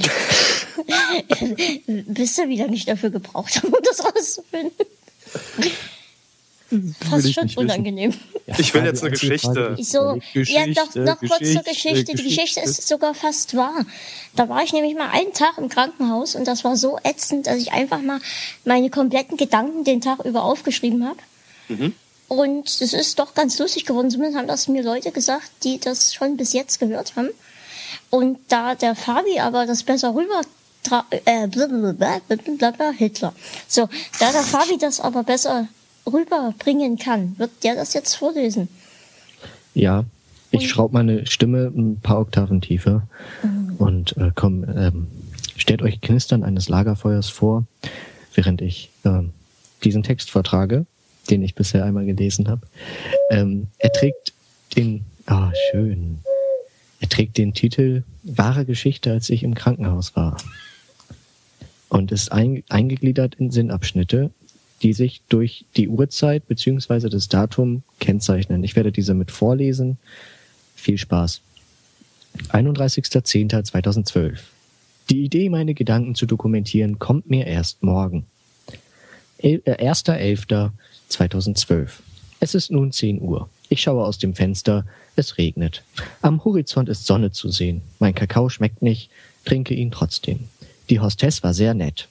S1: Hm, Bist du wieder nicht dafür gebraucht, <laughs> um das rauszufinden?
S3: will
S1: Fast
S3: ich
S1: schon
S3: nicht wissen.
S1: unangenehm.
S4: Ich will
S2: Ja,
S4: jetzt
S2: die
S4: eine
S2: einzige Frage,
S4: Geschichte.
S2: die ich
S1: So,
S2: überlegt-
S1: ja, doch,
S3: Geschichte,
S1: noch kurz zur
S3: Geschichte,
S1: Geschichte. Die Geschichte
S3: Geschichte.
S1: ist sogar fast wahr. Da war ich nämlich mal einen Tag im Krankenhaus und das war so ätzend, dass ich einfach mal meine kompletten Gedanken den Tag über aufgeschrieben habe.
S3: Mhm.
S1: Und es ist doch ganz lustig geworden. Zumindest haben das mir Leute gesagt, die das schon bis jetzt gehört haben. Und da der Fabi aber das besser rüber tra- äh, blablabla, blablabla, Hitler. So, da der Fabi das aber besser rüberbringen kann, wird der das jetzt vorlesen.
S2: Ja, ich schraube meine Stimme ein paar Oktaven tiefer und äh, komm, ähm, stellt euch Knistern eines Lagerfeuers vor, während ich ähm, diesen Text vortrage, den ich bisher einmal gelesen habe. Ähm, er trägt den, ah schön, er trägt den Titel Wahre Geschichte, als ich im Krankenhaus war und ist ein, eingegliedert in Sinnabschnitte, die sich durch die Uhrzeit beziehungsweise das Datum kennzeichnen. Ich werde diese mit vorlesen. Viel Spaß. 31.10.2012. Die Idee, meine Gedanken zu dokumentieren, kommt mir erst morgen. El- äh, 1.11.2012. Es ist nun 10 Uhr. Ich schaue aus dem Fenster. Es regnet. Am Horizont ist Sonne zu sehen. Mein Kakao schmeckt nicht, trinke ihn trotzdem. Die Hostess war sehr nett.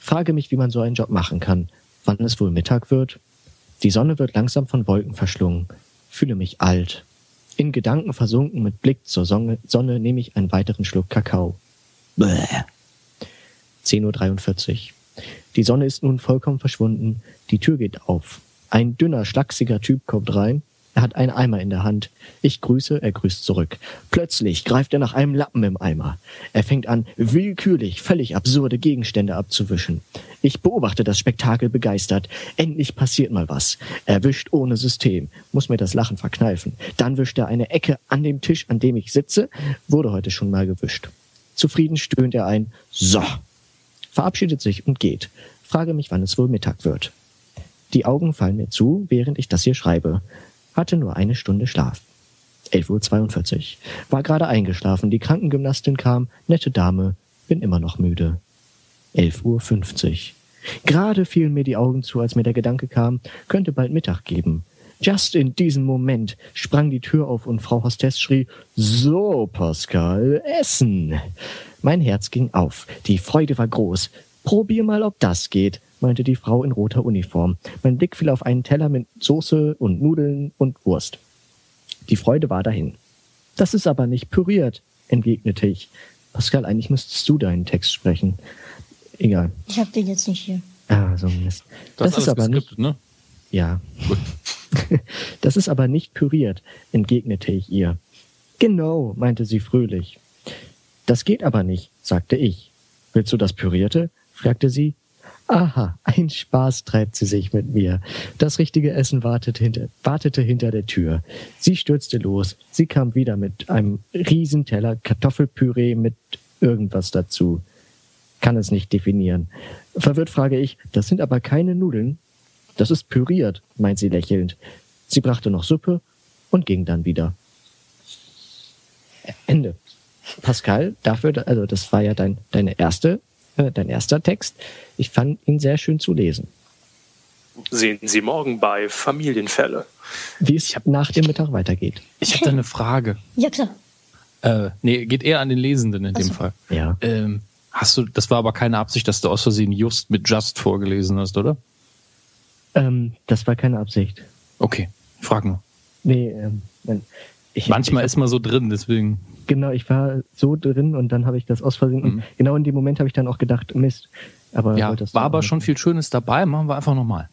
S2: Frage mich, wie man so einen Job machen kann. Wann es wohl Mittag wird? Die Sonne wird langsam von Wolken verschlungen. Fühle mich alt. In Gedanken versunken mit Blick zur Sonne, Sonne nehme ich einen weiteren Schluck Kakao. Bäh. 10.43 Uhr. Die Sonne ist nun vollkommen verschwunden. Die Tür geht auf. Ein dünner, schlachsiger Typ kommt rein. Er hat einen Eimer in der Hand. Ich grüße, er grüßt zurück. Plötzlich greift er nach einem Lappen im Eimer. Er fängt an, willkürlich, völlig absurde Gegenstände abzuwischen. Ich beobachte das Spektakel begeistert. Endlich passiert mal was. Er wischt ohne System. Muss mir das Lachen verkneifen. Dann wischt er eine Ecke an dem Tisch, an dem ich sitze. Wurde heute schon mal gewischt. Zufrieden stöhnt er ein. So verabschiedet sich und geht. Frage mich, wann es wohl Mittag wird. Die Augen fallen mir zu, während ich das hier schreibe. Hatte nur eine Stunde Schlaf. 11.42 Uhr. War gerade eingeschlafen, die Krankengymnastin kam, nette Dame, bin immer noch müde. 11.50 Uhr. Gerade fielen mir die Augen zu, als mir der Gedanke kam, könnte bald Mittag geben. Just in diesem Moment sprang die Tür auf und Frau Hostess schrie, so, Pascal, essen. Mein Herz ging auf. Die Freude war groß. Probier mal, ob das geht, meinte die Frau in roter Uniform. Mein Blick fiel auf einen Teller mit Soße und Nudeln und Wurst. Die Freude war dahin. Das ist aber nicht püriert, entgegnete ich. Pascal, eigentlich müsstest du deinen Text sprechen. Egal.
S1: Ich habe den jetzt nicht hier.
S2: Ah, so ein Mist. Das, ist aber nicht.
S3: ne?
S2: Ja. <laughs> das ist aber nicht püriert, entgegnete ich ihr. Genau, meinte sie fröhlich. Das geht aber nicht, sagte ich. Willst du das Pürierte? fragte sie. Aha, ein Spaß treibt sie sich mit mir. Das richtige Essen wartet hinter, wartete hinter der Tür. Sie stürzte los. Sie kam wieder mit einem Riesenteller Kartoffelpüree mit irgendwas dazu. Kann es nicht definieren. Verwirrt frage ich, das sind aber keine Nudeln. Das ist püriert, meint sie lächelnd. Sie brachte noch Suppe und ging dann wieder. Ende. Pascal, dafür, also das war ja dein, deine erste, äh, dein erster Text. Ich fand ihn sehr schön zu lesen.
S4: Sehen Sie morgen bei Familienfälle.
S2: Wie es nach dem Mittag weitergeht.
S3: Ich hätte eine Frage.
S1: Ja, klar.
S3: Äh, nee, geht eher an den Lesenden in dem
S1: so.
S3: Fall.
S2: Ja.
S3: Ähm, hast du, das war aber keine Absicht, dass du aus Versehen Just mit Just vorgelesen hast, oder?
S2: Ähm, das war keine Absicht.
S3: Okay, frag nur.
S2: Nee, ähm, nein. ich,
S3: Manchmal
S2: ich,
S3: ist man so drin, deswegen.
S2: Genau, ich war so drin und dann habe ich das aus Versehen.
S3: Mhm.
S2: Genau in dem Moment habe ich dann auch gedacht, Mist. Aber
S3: Ja,
S2: wolltest du
S3: war
S2: auch
S3: aber
S2: nicht.
S3: schon viel Schönes dabei, machen wir einfach nochmal.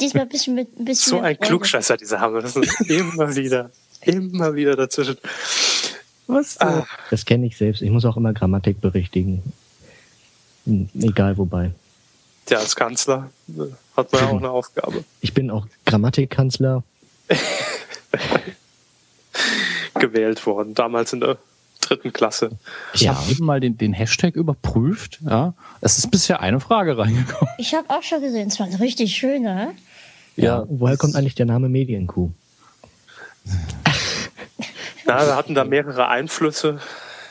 S1: Diesmal ein bisschen mit ein bisschen
S4: So
S1: mehr
S4: ein
S1: Freude.
S4: Klugscheißer, dieser Hammer. Das ist immer wieder, immer wieder dazwischen.
S3: Was?
S4: Ah,
S2: Das kenne ich selbst. Ich muss auch immer Grammatik berichtigen. Hm, Egal wobei.
S4: ja, als Kanzler äh, hat man ja auch eine Aufgabe.
S2: Ich bin auch Grammatikkanzler.
S4: Gewählt worden, damals in der dritten Klasse.
S3: Ich
S2: Ja.
S3: habe eben mal den, den Hashtag überprüft. Ja, es ist bisher eine Frage reingekommen.
S1: Ich habe auch schon gesehen, es war ein richtig schöner.
S3: Ja.
S2: Woher kommt eigentlich der Name Medienkuh?
S4: Na, wir hatten da mehrere Einflüsse.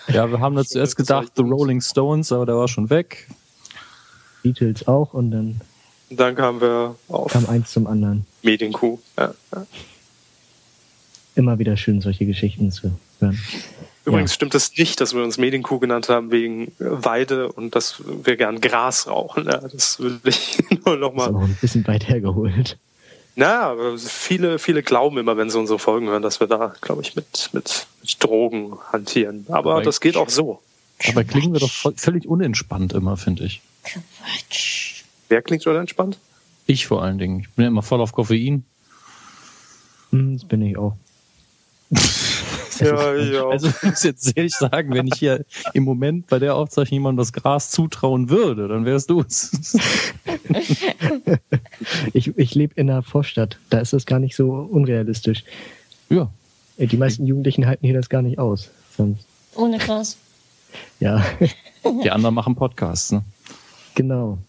S3: Ja, wir haben da zuerst gedacht, The Rolling Stones, aber der war schon weg.
S2: Beatles auch und dann
S4: Dann kamen wir auf
S2: kam eins zum anderen.
S4: Medienkuh. Ja, ja.
S2: Immer wieder schön, solche Geschichten zu hören.
S4: Übrigens stimmt es nicht, dass wir uns Medienkuh genannt haben wegen Weide und dass wir gern Gras rauchen. Ja, das will ich <laughs> nur
S2: Ist
S4: nochmal.
S2: aber auch ein bisschen weit hergeholt.
S4: Naja, aber viele, viele glauben immer, wenn sie unsere Folgen hören, dass wir da, glaube ich, mit, mit, mit Drogen hantieren. Aber
S3: Dabei-
S4: das geht auch so.
S3: Dabei klingen wir doch voll, völlig unentspannt immer, finde ich.
S1: Quatsch.
S4: Wer klingt oder entspannt?
S3: Ich vor allen Dingen. Ich bin ja immer voll auf Koffein.
S2: Hm, das bin ich
S3: <laughs>
S2: auch. äh,
S4: Ja, <laughs> ja.
S3: Also <laughs> ich muss jetzt ehrlich sagen, wenn ich hier im Moment bei der Aufzeichnung jemandem das Gras zutrauen würde, dann wärst du es.
S2: Ich, ich lebe in einer Vorstadt. Da ist das gar nicht so unrealistisch.
S3: <laughs> Ja.
S2: Äh, Die meisten Jugendlichen halten hier das gar nicht aus. Sonst,
S1: Ohne Gras.
S2: ja, <laughs>
S3: Die anderen machen Podcasts. Ne?
S2: genau.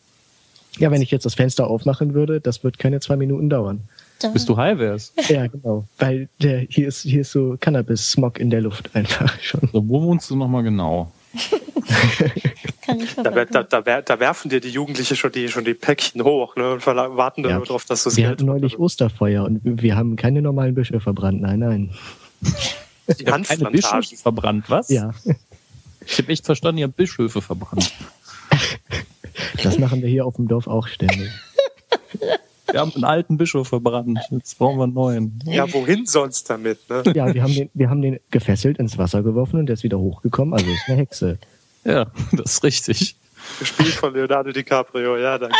S2: Ja, wenn ich jetzt das Fenster aufmachen würde, das wird keine zwei Minuten dauern.
S1: Da.
S3: Bis du high wärst.
S2: Ja, genau. Weil der, hier, ist, hier ist so Cannabis-Smog in der Luft einfach schon.
S3: So, wo wohnst du nochmal genau?
S1: Kann ich
S4: Da, wer- da,
S1: verpacken.
S4: da, wer- da werfen dir die Jugendlichen schon die, schon die Päckchen hoch ne, und verla- warten dann
S2: Ja.
S4: nur darauf, dass du es
S2: Wir hatten neulich Osterfeuer und wir wir haben keine normalen Büsche verbrannt. Nein, nein.
S4: Also,
S2: <laughs>
S4: die
S3: Ich habe keine Bischöfe
S4: Hanfplantagen.
S3: verbrannt, was?
S2: Ja,
S3: Ich habe echt verstanden, ihr habt Bischöfe verbrannt.
S2: das machen wir hier auf dem Dorf auch ständig.
S3: Wir haben einen alten Bischof verbrannt. Jetzt brauchen wir einen neuen.
S4: Ja, wohin sonst damit?
S2: <laughs>
S4: Ne?
S2: Ja, wir haben den, wir haben den gefesselt ins Wasser geworfen und der ist wieder hochgekommen. Also ist eine Hexe.
S3: Ja, <laughs> das ist richtig.
S4: Gespielt von Leonardo DiCaprio,
S2: <laughs>
S4: ja, danke.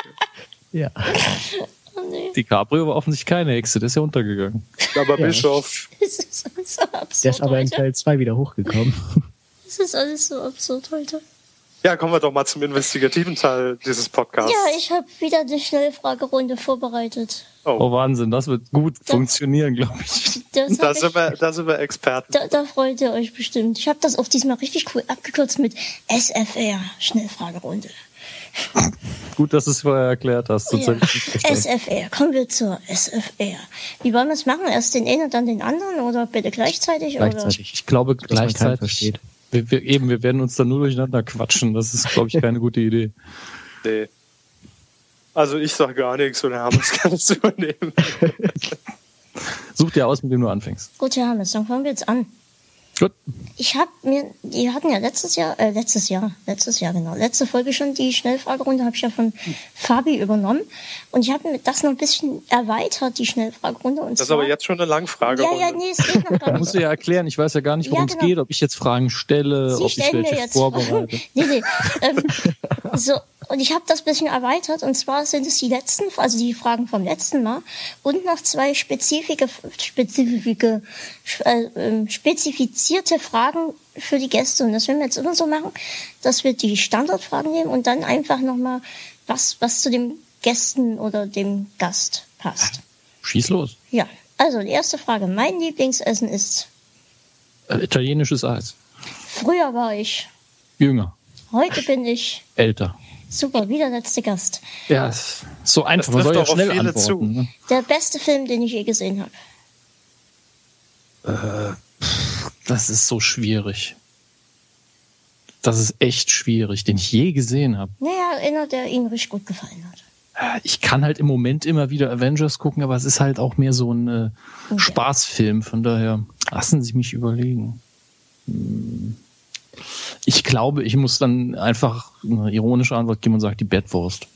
S2: Ja.
S1: Oh, <laughs>
S3: Die Cabrio war offensichtlich keine Hexe, der ist ja untergegangen.
S4: Aber
S2: Ja.
S4: Bischof,
S1: Das ist alles so absurd.
S2: Der ist aber in
S1: heute.
S2: Teil 2 wieder hochgekommen.
S1: Das ist alles so absurd heute.
S4: ja, kommen wir doch mal zum investigativen Teil dieses Podcasts.
S1: Ja, ich habe wieder eine Schnellfragerunde vorbereitet.
S3: Oh Wahnsinn, das wird gut funktionieren, glaube ich.
S1: Das
S4: da,
S1: hab ich,
S4: sind wir, da sind wir Experten.
S1: da, da freut ihr euch bestimmt. Ich habe das auch diesmal richtig cool abgekürzt mit SFR, Schnellfragerunde.
S3: Gut, dass du es vorher erklärt hast. Sonst
S1: Ja.
S3: hätte ich nicht verstanden.
S1: SFR, kommen wir zur SFR. Wie wollen wir es machen? Erst den einen und dann den anderen oder bitte gleichzeitig?
S2: Gleichzeitig.
S3: Ich glaube
S2: Dass man keinen
S3: gleichzeitig
S2: versteht.
S3: Wir, wir, eben, wir werden uns da nur durcheinander quatschen. Das ist, glaube ich, keine gute Idee.
S4: Nee. Also ich sage <laughs> gar nichts und Hermes kann es übernehmen.
S3: Such dir aus, mit dem du anfängst.
S1: Gut, Herr Hammes, dann fangen wir jetzt an.
S3: Gut.
S1: Ich habe mir, wir hatten ja letztes Jahr, äh, letztes Jahr, letztes Jahr genau, letzte Folge schon die Schnellfragerunde habe ich ja von Fabi übernommen und ich habe mir das noch ein bisschen erweitert die Schnellfragerunde und
S4: Das ist
S1: zwar,
S4: aber jetzt schon eine Langfrage.
S1: ja ja nee es geht noch
S3: <laughs>
S1: gar
S3: Da
S1: nicht.
S3: musst du ja erklären, ich weiß ja gar nicht, worum
S1: Ja, genau.
S3: es geht, ob ich jetzt Fragen stelle,
S1: Sie
S3: ob ich
S1: stellen mir
S3: welche
S1: jetzt Fragen.
S3: vorbereite.
S1: <laughs> Nee, nee. Ähm, so, und ich habe das bisschen erweitert. Und zwar sind es die letzten, also die Fragen vom letzten Mal. Und noch zwei spezifische, spezifische, äh, ähm, spezifizierte Fragen für die Gäste. Und das werden wir jetzt immer so machen, dass wir die Standardfragen nehmen und dann einfach nochmal was, was zu dem Gästen oder dem Gast passt.
S3: Schieß los.
S1: Ja. Also, die erste Frage. Mein Lieblingsessen ist,
S3: Äh, italienisches Eis.
S1: früher war ich,
S3: Jünger.
S1: heute bin ich,
S3: Älter.
S1: Super, wieder letzte Gast.
S3: Ja, es ist so einfach. Man
S4: trifft
S3: soll ja
S4: doch auf
S3: schnell
S4: viele
S3: antworten. Ne?
S1: Der beste Film, den ich je gesehen habe.
S3: Das ist so schwierig. Das ist echt schwierig, den ich je gesehen habe.
S1: Naja, einer, der Ihnen richtig gut gefallen hat.
S3: Ich kann halt im Moment immer wieder Avengers gucken, aber es ist halt auch mehr so ein äh, Spaßfilm. Von daher lassen Sie mich überlegen. Hm. Ich glaube, ich muss dann einfach eine ironische Antwort geben und sage die Bettwurst.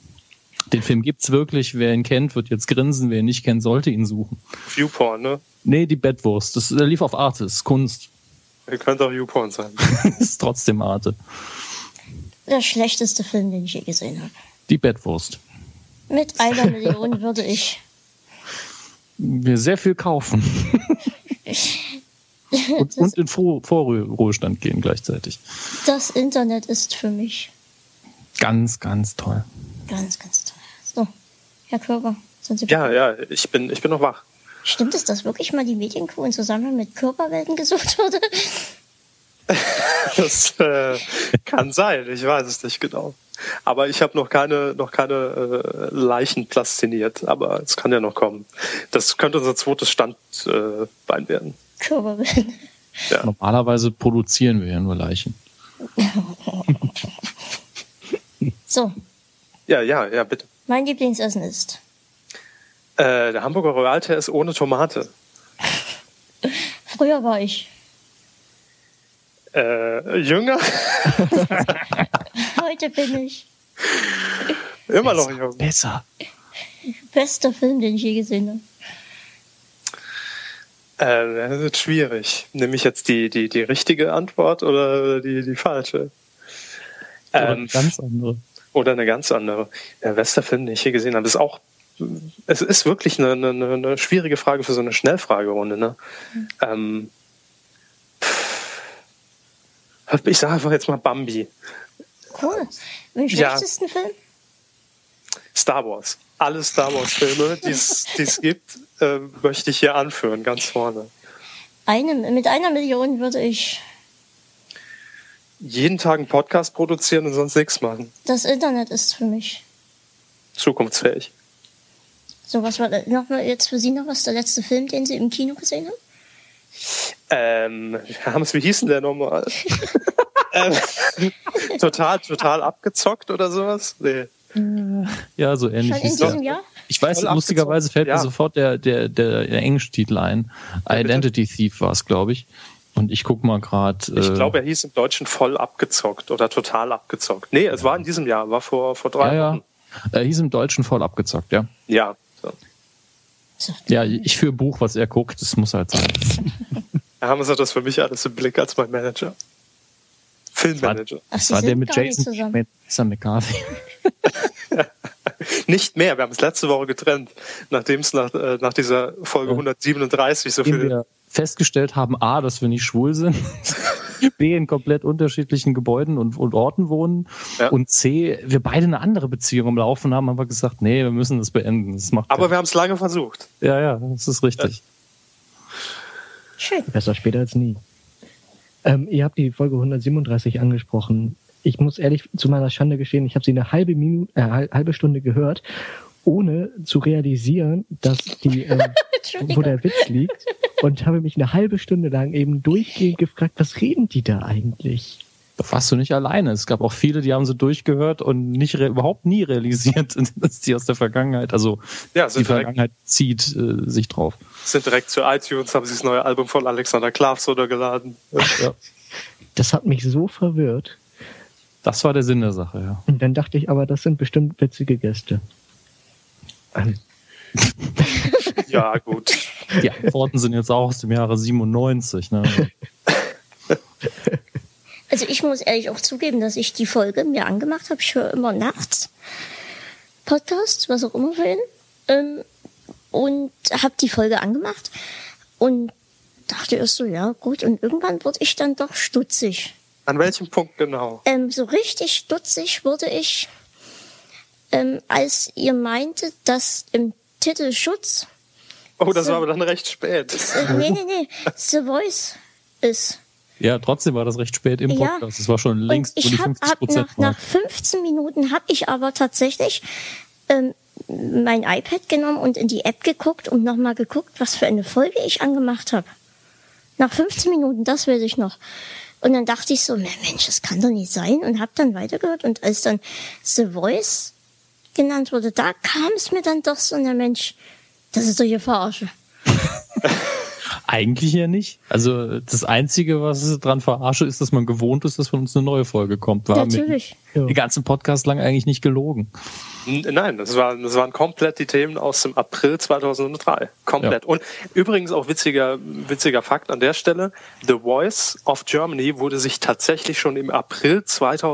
S3: Den Film gibt's wirklich. Wer ihn kennt, wird jetzt grinsen. Wer ihn nicht kennt, sollte ihn suchen.
S4: Viewporn, ne?
S3: Nee, die Bettwurst. Das der lief auf Arte. Ist Kunst. <laughs>
S4: Ihr könnt auch Viewporn sein.
S3: ist trotzdem Arte.
S1: Der schlechteste Film, den ich je gesehen habe.
S3: Die Bettwurst.
S1: Mit einer Million würde ich.
S3: Wir sehr
S1: <laughs>
S3: viel kaufen. und, und in Vor Vorruhestand gehen gleichzeitig.
S1: Das Internet ist für mich
S3: Ganz, ganz toll.
S1: ganz, ganz toll. So, Herr Körber, sind Sie
S4: Ja, ja, ich bin, ich bin noch wach.
S1: Stimmt es, dass wirklich mal die Medienkuh in Zusammenhang mit Körperwelten gesucht wurde? <laughs>
S4: Das äh, kann sein, ich weiß es nicht genau. Aber ich habe noch keine, noch keine äh, Leichen plastiniert, aber es kann ja noch kommen. Das könnte unser zweites Standbein äh, Bein werden.
S1: Körperwelten.
S3: Normalerweise produzieren wir ja nur Leichen.
S1: So,
S4: Ja, ja, ja, bitte.
S1: mein Lieblingsessen ist.
S4: Äh, der Hamburger Royal Teer ist ohne Tomate.
S1: Früher war ich.
S4: Äh, jünger? <laughs>
S1: Heute bin ich.
S4: Immer noch jung. Äh,
S3: Besser.
S1: Bester Film, den ich je gesehen habe.
S4: Äh, das wird schwierig. Nehme ich jetzt die, die, die richtige Antwort oder die, die falsche?
S3: Oder
S4: Ähm,
S3: eine ganz andere.
S4: Oder eine ganz andere. Der Westerfilm, den ich hier gesehen habe, ist auch. Es ist wirklich eine, eine, eine- eine schwierige Frage für so eine Schnellfragerunde. Ne? Ähm, pff. ich sage einfach jetzt mal Bambi.
S1: Cool. Mit dem
S4: Ja.
S1: schlechtesten Film?
S4: Star Wars. Alle Star Wars-Filme, die es die es gibt, äh, möchte ich hier anführen, ganz vorne.
S1: Eine, mit einer Million würde ich
S4: Jeden Tag einen Podcast produzieren und sonst nichts machen.
S1: Das Internet ist für mich.
S4: Zukunftsfähig.
S1: So, was war da- äh, noch mal jetzt für Sie noch was? Der letzte Film, den Sie im Kino gesehen haben?
S4: Ähm, Hermes, wie hieß denn der nochmal? ähm, total, total abgezockt oder sowas? Nee.
S3: Ja, so ähnlich.
S1: Schon in
S3: ist der.
S1: diesem Jahr?
S3: Ich weiß,
S4: Voll
S3: lustigerweise
S4: abgezogen.
S3: fällt
S4: Ja.
S3: mir sofort der, der, der, der englische Titel ein. Identity Thief war es, glaube ich. Und ich guck mal äh, gerade.
S4: Ich glaube, er hieß im Deutschen voll abgezockt oder total abgezockt. Nee, es war in diesem Jahr, war vor, vor drei
S3: ja, ja.
S4: Wochen.
S3: Er hieß im Deutschen voll abgezockt, ja.
S4: Ja. So.
S3: Ja,
S1: Mhm.
S3: ich für Buch, was er guckt, das muss halt sein.
S4: Herr Hammes hat das für mich alles im Blick als mein Manager. Filmmanager.
S1: Ach, Sie
S3: war der
S1: sind
S3: mit
S1: gar nicht
S3: Jason
S1: zusammen.
S3: mit Sam McCarthy.
S4: Nicht mehr, wir haben es letzte Woche getrennt, nachdem es nach, äh, nach dieser Folge 137 so
S3: Nachdem
S4: viel.
S3: wir festgestellt haben, A, dass wir nicht schwul sind, <laughs> B, in komplett unterschiedlichen Gebäuden und, und Orten wohnen
S4: Ja.
S3: und C, wir beide eine andere Beziehung am Laufen haben, haben wir gesagt, nee, wir müssen das beenden. Das macht
S4: Aber wir haben es lange versucht.
S3: ja, ja, das ist richtig.
S1: Schön.
S2: Besser später als nie. Ähm, ihr habt die Folge 137 angesprochen. Ich muss ehrlich zu meiner Schande gestehen, ich habe sie eine halbe Minute, äh, hal- halbe Stunde gehört, ohne zu realisieren, dass die, ähm, wo
S1: <laughs> Entschuldigung.
S2: der Witz liegt und habe mich eine halbe Stunde lang eben durchgehend gefragt, was reden die da eigentlich?
S3: Da warst du nicht alleine. Es gab auch viele, die haben sie durchgehört und nicht re- überhaupt nie realisiert, <laughs> dass die aus der Vergangenheit, also
S4: Ja,
S3: die
S4: sind direkt,
S3: Vergangenheit zieht äh, sich drauf.
S4: sind direkt zu iTunes, haben sich das neue Album von Alexander Klavs runtergeladen.
S3: Ja.
S2: Das hat mich so verwirrt.
S3: Das war der Sinn der Sache, ja.
S2: Und dann dachte ich, aber das sind bestimmt witzige Gäste. Ähm,
S4: Ja,
S3: <laughs>
S4: gut.
S3: Die Antworten sind jetzt auch aus dem Jahre 97. Ne?
S1: Also ich muss ehrlich auch zugeben, dass ich die Folge mir angemacht habe. Ich höre immer nachts Podcasts, was auch immer für ihn. Ähm, und habe die Folge angemacht und dachte erst so, ja gut. Und irgendwann wurde ich dann doch stutzig.
S4: An welchem Punkt genau?
S1: Ähm, so richtig stutzig wurde ich, ähm, als ihr meintet, dass im Titel Schutz,
S4: Oh, das war aber dann recht spät.
S1: äh, nee, nee, nee, The Voice ist.
S3: Ja, trotzdem war das recht spät im
S1: Ja.
S3: Podcast. Es war schon
S1: Und
S3: längst
S1: ich habe ab nach, nach
S3: Marke.
S1: 15 Minuten habe ich aber tatsächlich ähm, mein iPad genommen und in die App geguckt und nochmal geguckt, was für eine Folge ich angemacht habe. Nach 15 Minuten, das weiß ich noch. Und dann dachte ich so, "Na, Mensch, das kann doch nicht sein. Und habe dann weitergehört. Und als dann The Voice genannt wurde, da kam es mir dann doch so, na Mensch, das ist doch hier Verarsche.
S3: Eigentlich ja nicht. Also das Einzige, was ich dran verarsche, ist, dass man gewohnt ist, dass von uns eine neue Folge kommt. Wir haben
S1: Natürlich.
S2: Ja.
S3: den ganzen Podcast lang eigentlich nicht gelogen.
S4: N- Nein, das waren, das waren komplett die Themen aus dem April 2003. Komplett. Und übrigens auch witziger, witziger Fakt an der Stelle: The Voice of Germany wurde sich tatsächlich schon im April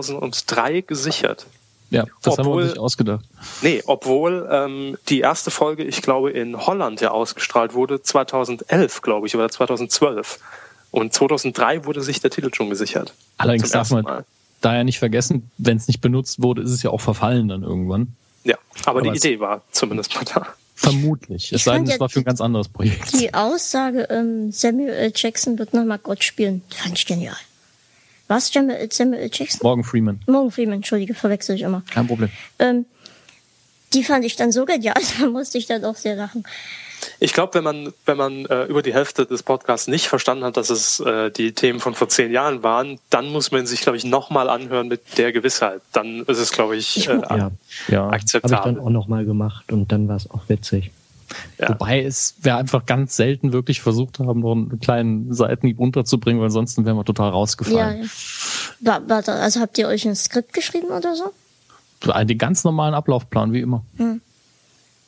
S4: 2003 gesichert.
S3: Ja, das haben wir
S4: Obwohl-
S3: uns nicht ausgedacht.
S4: Nee, obwohl ähm, die erste Folge, ich glaube, in Holland ja ausgestrahlt wurde, 2011, glaube ich, oder 2012. Und 2003 wurde sich der Titel schon gesichert.
S3: Allerdings
S4: Zum
S3: darf man
S4: ersten Mal.
S3: da ja nicht vergessen, wenn es nicht benutzt wurde, ist es ja auch verfallen dann irgendwann.
S4: Ja, aber, die
S3: Aber es-
S4: Idee war zumindest mal da.
S3: Vermutlich. Es
S1: Ich
S3: sei denn,
S1: fand
S3: es
S1: ja
S3: war für ein ganz anderes Projekt.
S1: Die Aussage, ähm, Samuel L. Jackson wird nochmal Gott spielen, fand ich genial. Was, Samuel L. Samuel L. Jackson?
S3: Morgan Freeman.
S1: Morgan Freeman, entschuldige, verwechsel ich immer.
S3: Kein Problem.
S1: Ähm, die fand ich dann so genial, <laughs> da musste ich dann auch sehr lachen.
S4: Ich glaube, wenn man, wenn man äh, über die Hälfte des Podcasts nicht verstanden hat, dass es äh, die Themen von vor zehn Jahren waren, dann muss man sich, glaube ich, nochmal anhören mit der Gewissheit. Dann ist es, glaube ich, äh,
S2: ja,
S3: Ah, Ja.
S2: habe ich dann
S4: akzeptabel.
S2: auch nochmal gemacht und dann war es auch witzig.
S4: Ja.
S3: Wobei es wir einfach ganz selten wirklich versucht haben, noch einen kleinen Seitenhieb unterzubringen, weil ansonsten wären wir total
S1: Ja,
S3: rausgefallen.
S1: ja. Wa- Warte, also habt ihr euch ein Skript geschrieben oder so?
S3: Ja. Den ganz normalen Ablaufplan, wie immer.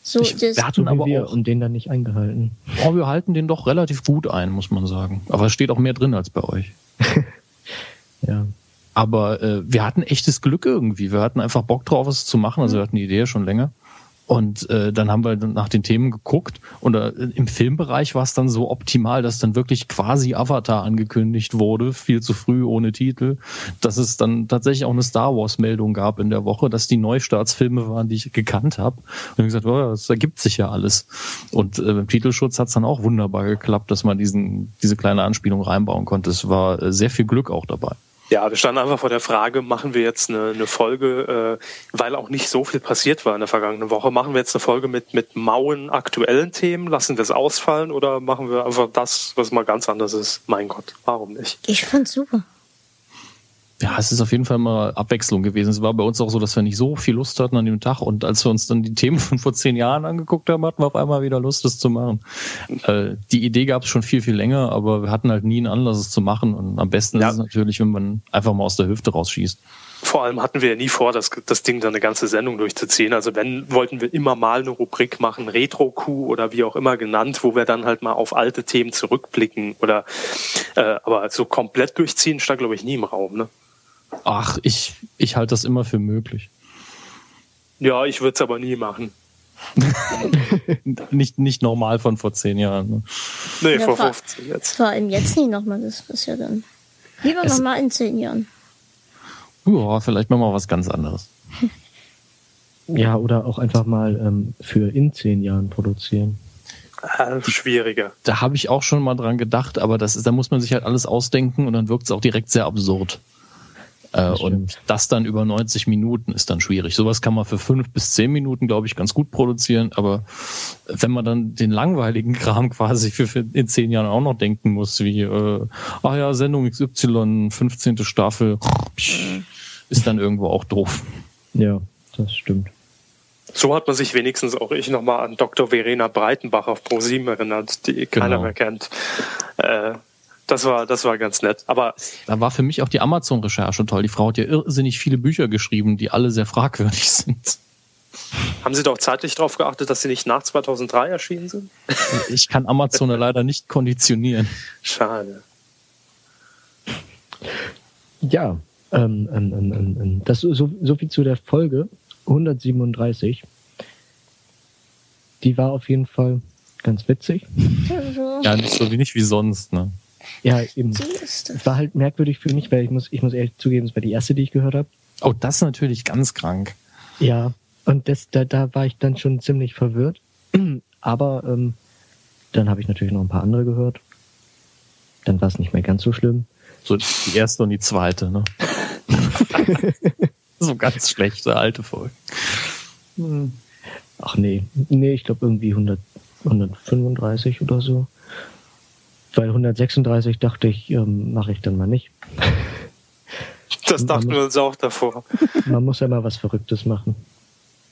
S1: So,
S3: Ich-
S1: das,
S3: wir hatten-
S2: So
S3: aber
S2: wie wir
S3: auch-
S2: und den dann nicht eingehalten.
S3: Oh, wir halten den doch relativ gut ein, muss man sagen. Aber es steht auch mehr drin als bei euch.
S2: Ja.
S3: Aber äh, wir hatten echtes Glück irgendwie. Wir hatten einfach Bock drauf, es zu machen. Also wir hatten die Idee ja schon länger. Und äh, dann haben wir dann nach den Themen geguckt. Und äh, im Filmbereich war es dann so optimal, dass dann wirklich quasi Avatar angekündigt wurde, viel zu früh ohne Titel. Dass es dann tatsächlich auch eine Star Wars-Meldung gab in der Woche, dass die Neustartsfilme waren, die ich gekannt habe. Und ich gesagt, oh, ja, das ergibt sich ja alles. Und äh, im Titelschutz hat es dann auch wunderbar geklappt, dass man diesen, diese kleine Anspielung reinbauen konnte. Es war äh, sehr viel Glück auch dabei.
S4: ja, wir standen einfach vor der Frage, machen wir jetzt eine, eine Folge, äh, weil auch nicht so viel passiert war in der vergangenen Woche, machen wir jetzt eine Folge mit, mit mauen aktuellen Themen, lassen wir es ausfallen oder machen wir einfach das, was mal ganz anders ist? Mein Gott, warum nicht?
S1: ich fand's super.
S3: Ja, es ist auf jeden Fall mal Abwechslung gewesen. Es war bei uns auch so, dass wir nicht so viel Lust hatten an dem Tag. Und als wir uns dann die Themen von vor zehn Jahren angeguckt haben, hatten wir auf einmal wieder Lust, das zu machen. Äh, die Idee gab es schon viel, viel länger, aber wir hatten halt nie einen Anlass, es zu machen. Und am besten
S4: Ja.
S3: ist es natürlich, wenn man einfach mal aus der Hüfte rausschießt.
S4: Vor allem hatten wir ja nie vor, das, das Ding dann eine ganze Sendung durchzuziehen. Also wenn, wollten wir immer mal eine Rubrik machen, Retro-Q oder wie auch immer genannt, wo wir dann halt mal auf alte Themen zurückblicken oder äh, aber so komplett durchziehen stand, glaube ich, nie im Raum. Ne?
S3: Ach, ich, ich halte das immer für möglich.
S4: Ja, ich würde es aber nie machen.
S3: Nicht, nicht normal von vor zehn Jahren. Ne?
S4: Nee,
S1: Ja,
S4: vor
S1: vor-
S4: 15 jetzt. <laughs>
S1: Vor allem jetzt nicht nochmal, das ist ja dann. Lieber
S3: Es-
S1: nochmal in zehn Jahren.
S3: Ja, vielleicht machen wir mal was ganz anderes.
S2: Ja, oder auch einfach mal ähm, für in zehn Jahren produzieren.
S4: Äh, schwieriger.
S3: Da habe ich auch schon mal dran gedacht, aber das ist, da muss man sich halt alles ausdenken und dann wirkt es auch direkt sehr absurd. Äh, und das dann über 90 Minuten ist dann schwierig. Sowas kann man für fünf bis zehn Minuten, glaube ich, ganz gut produzieren. Aber wenn man dann den langweiligen Kram <laughs> quasi für, für in zehn Jahren auch noch denken muss, wie, äh, ach ja, Sendung XY, 15. Staffel, ist dann irgendwo auch doof.
S2: Ja, das stimmt.
S4: So hat man sich wenigstens auch ich nochmal an Dr. Verena Breitenbach auf ProSieben erinnert, die keiner
S3: Genau.
S4: mehr kennt. Äh, das war, das war ganz nett. Aber
S3: Da war für mich auch die Amazon-Recherche toll. Die Frau hat ja irrsinnig viele Bücher geschrieben, die alle sehr fragwürdig <laughs> sind.
S4: haben Sie doch zeitlich darauf geachtet, dass Sie nicht nach 2003 erschienen sind?
S3: Ich kann Amazon ja leider nicht konditionieren.
S4: Schade.
S2: Ja, ähm, ähm, ähm, ähm, ähm, das so, so viel zu der Folge 137. Die war auf jeden Fall ganz witzig.
S1: Also,
S3: Ja, nicht so wie nicht wie sonst. Ne?
S2: Ja, eben.
S1: So ist das.
S2: War halt merkwürdig für mich, weil ich muss, ich muss ehrlich zugeben, es war die erste, die ich gehört habe.
S3: Oh, das ist natürlich ganz krank.
S2: Ja, und das, da, da war ich dann schon ziemlich verwirrt. <clears throat> Aber ähm, dann habe ich natürlich noch ein paar andere gehört. Dann war es nicht mehr ganz so schlimm.
S3: So die erste und die zweite. Ne? <laughs> so ganz schlechte alte Folge.
S2: Ach nee, nee, ich glaube irgendwie 100, 135 oder so. Weil 136 dachte ich, ähm, mache ich dann mal nicht.
S4: Das dachten wir uns auch davor.
S2: Man muss ja mal was Verrücktes machen.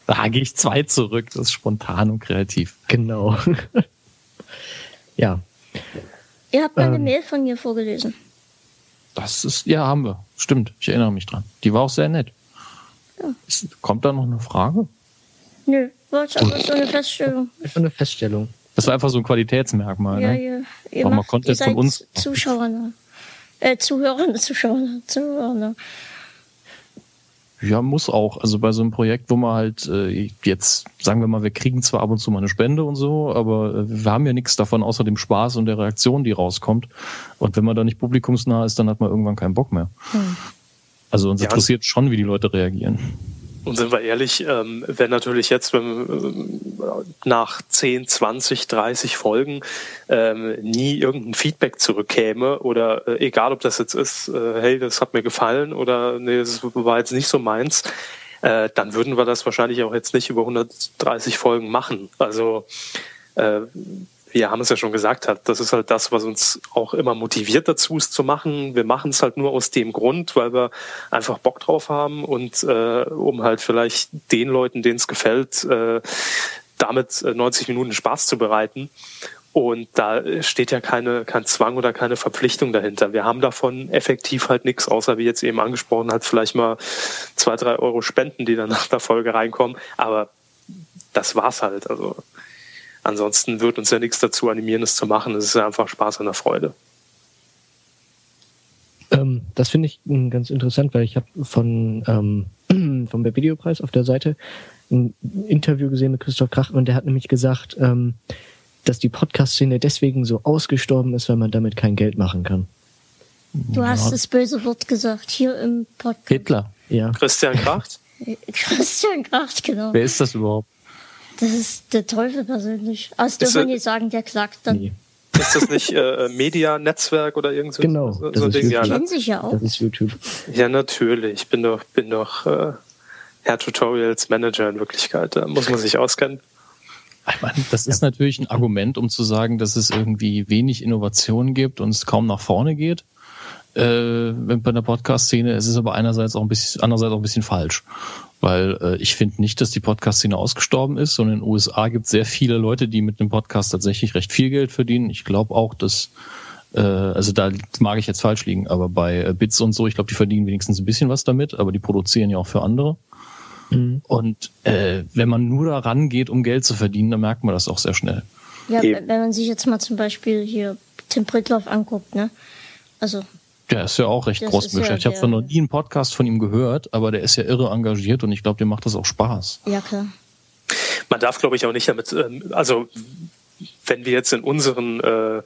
S3: Da gehe ich zwei zurück. Das ist spontan und kreativ.
S2: Genau. <laughs> ja,
S1: Ihr habt mal eine
S2: Ähm.
S1: Mail von mir vorgelesen.
S3: Das ist, ja, haben wir. Stimmt. Ich erinnere mich dran. Die war auch sehr nett. Ist- Kommt da noch eine Frage?
S1: Nö, war jetzt
S3: Oh.
S1: einfach so eine Feststellung.
S2: einfach eine Feststellung.
S3: Das war einfach so ein Qualitätsmerkmal.
S1: Ja,
S3: ne?
S1: ihr, ihr
S3: Mach mal
S1: macht,
S3: Content
S1: ihr seid
S3: von uns.
S1: Zuschauer, ne? äh, Zuhörer, <laughs> Zuschauer, ne? Zuhörer. ne?
S3: Ja, muss auch. Also bei so einem Projekt, wo man halt äh, jetzt, sagen wir mal, wir kriegen zwar ab und zu mal eine Spende und so, aber äh, wir haben ja nichts davon außer dem Spaß und der Reaktion, die rauskommt. Und wenn man da nicht publikumsnah ist, dann hat man irgendwann keinen Bock mehr. Also uns
S4: Ja.
S3: interessiert schon, wie die Leute reagieren.
S4: Und sind wir ehrlich, ähm, wenn natürlich jetzt wenn, ähm, nach 10, 20, 30 Folgen ähm, nie irgendein Feedback zurückkäme oder äh, egal ob das jetzt ist, äh, hey, das hat mir gefallen oder nee, das war jetzt nicht so meins, äh, dann würden wir das wahrscheinlich auch jetzt nicht über 130 Folgen machen. Also äh, wir haben es ja schon gesagt, hat, das ist halt das, was uns auch immer motiviert dazu ist zu machen. Wir machen es halt nur aus dem Grund, weil wir einfach Bock drauf haben und äh, um halt vielleicht den Leuten, denen es gefällt, äh, damit äh, 90 Minuten Spaß zu bereiten. Und da steht ja keine, kein Zwang oder keine Verpflichtung dahinter. Wir haben davon effektiv halt nichts, außer wie jetzt eben angesprochen, halt vielleicht mal zwei, drei Euro Spenden, die dann nach der Folge reinkommen. Aber das war's halt. Also ansonsten wird uns ja nichts dazu animieren, es zu machen. Es ist ja einfach Spaß und eine Freude.
S2: Ähm, das finde ich mh, ganz interessant, weil ich habe von ähm, <clears throat> vom Videopreis auf der Seite ein Interview gesehen mit Christoph Krach und der hat nämlich gesagt, ähm, dass die Podcast-Szene deswegen so ausgestorben ist, weil man damit kein Geld machen kann.
S1: Du hast das böse Wort gesagt, hier im Podcast. Äh,
S3: Hitler.
S2: Ja,
S4: Christian Kracht?
S1: Christian Kracht, genau.
S3: Wer ist das überhaupt?
S1: Das ist der Teufel persönlich. Also das
S4: Ist
S1: dürfen
S4: er-
S1: wir nicht sagen, der klagt dann.
S2: nee,
S4: Ist das nicht äh, Media-Netzwerk oder irgend so,
S2: Genau,
S4: so,
S2: das
S4: so ein
S2: ist
S4: Ding? Ja,
S1: Die
S2: YouTube.
S4: ne?
S1: kennen sich ja auch.
S2: das ist YouTube.
S4: ja, natürlich. Ich bin doch, bin doch äh, Herr Tutorials Manager in Wirklichkeit. Da muss man sich auskennen.
S3: Ich meine, Das ist natürlich ein Argument, um zu sagen, dass es irgendwie wenig Innovation gibt und es kaum nach vorne geht. Äh, bei der Podcast-Szene ist es aber einerseits auch ein bisschen, andererseits auch ein bisschen falsch. Weil äh, ich finde nicht, dass die Podcast-Szene ausgestorben ist, sondern in den USA gibt es sehr viele Leute, die mit dem Podcast tatsächlich recht viel Geld verdienen. Ich glaube auch, dass, äh, also da mag ich jetzt falsch liegen, aber bei äh, Bits und so, ich glaube, die verdienen wenigstens ein bisschen was damit, aber die produzieren ja auch für andere. Und äh, wenn man nur da rangeht, um Geld zu verdienen, dann merkt man das auch sehr schnell.
S1: Ja,
S4: Eben.
S1: wenn man sich jetzt mal zum Beispiel hier Tim Pritloff anguckt, ne? Also,
S3: Der ist ja auch recht
S1: Das
S3: groß
S1: ist
S3: im Geschäft.
S1: ja
S3: Ich habe
S1: der-
S3: zwar noch nie einen Podcast von ihm gehört, aber der ist ja irre engagiert und ich glaube, dem macht das auch Spaß.
S1: ja klar.
S4: Man darf, glaube ich, auch nicht damit, ähm, also wenn wir jetzt in unseren äh,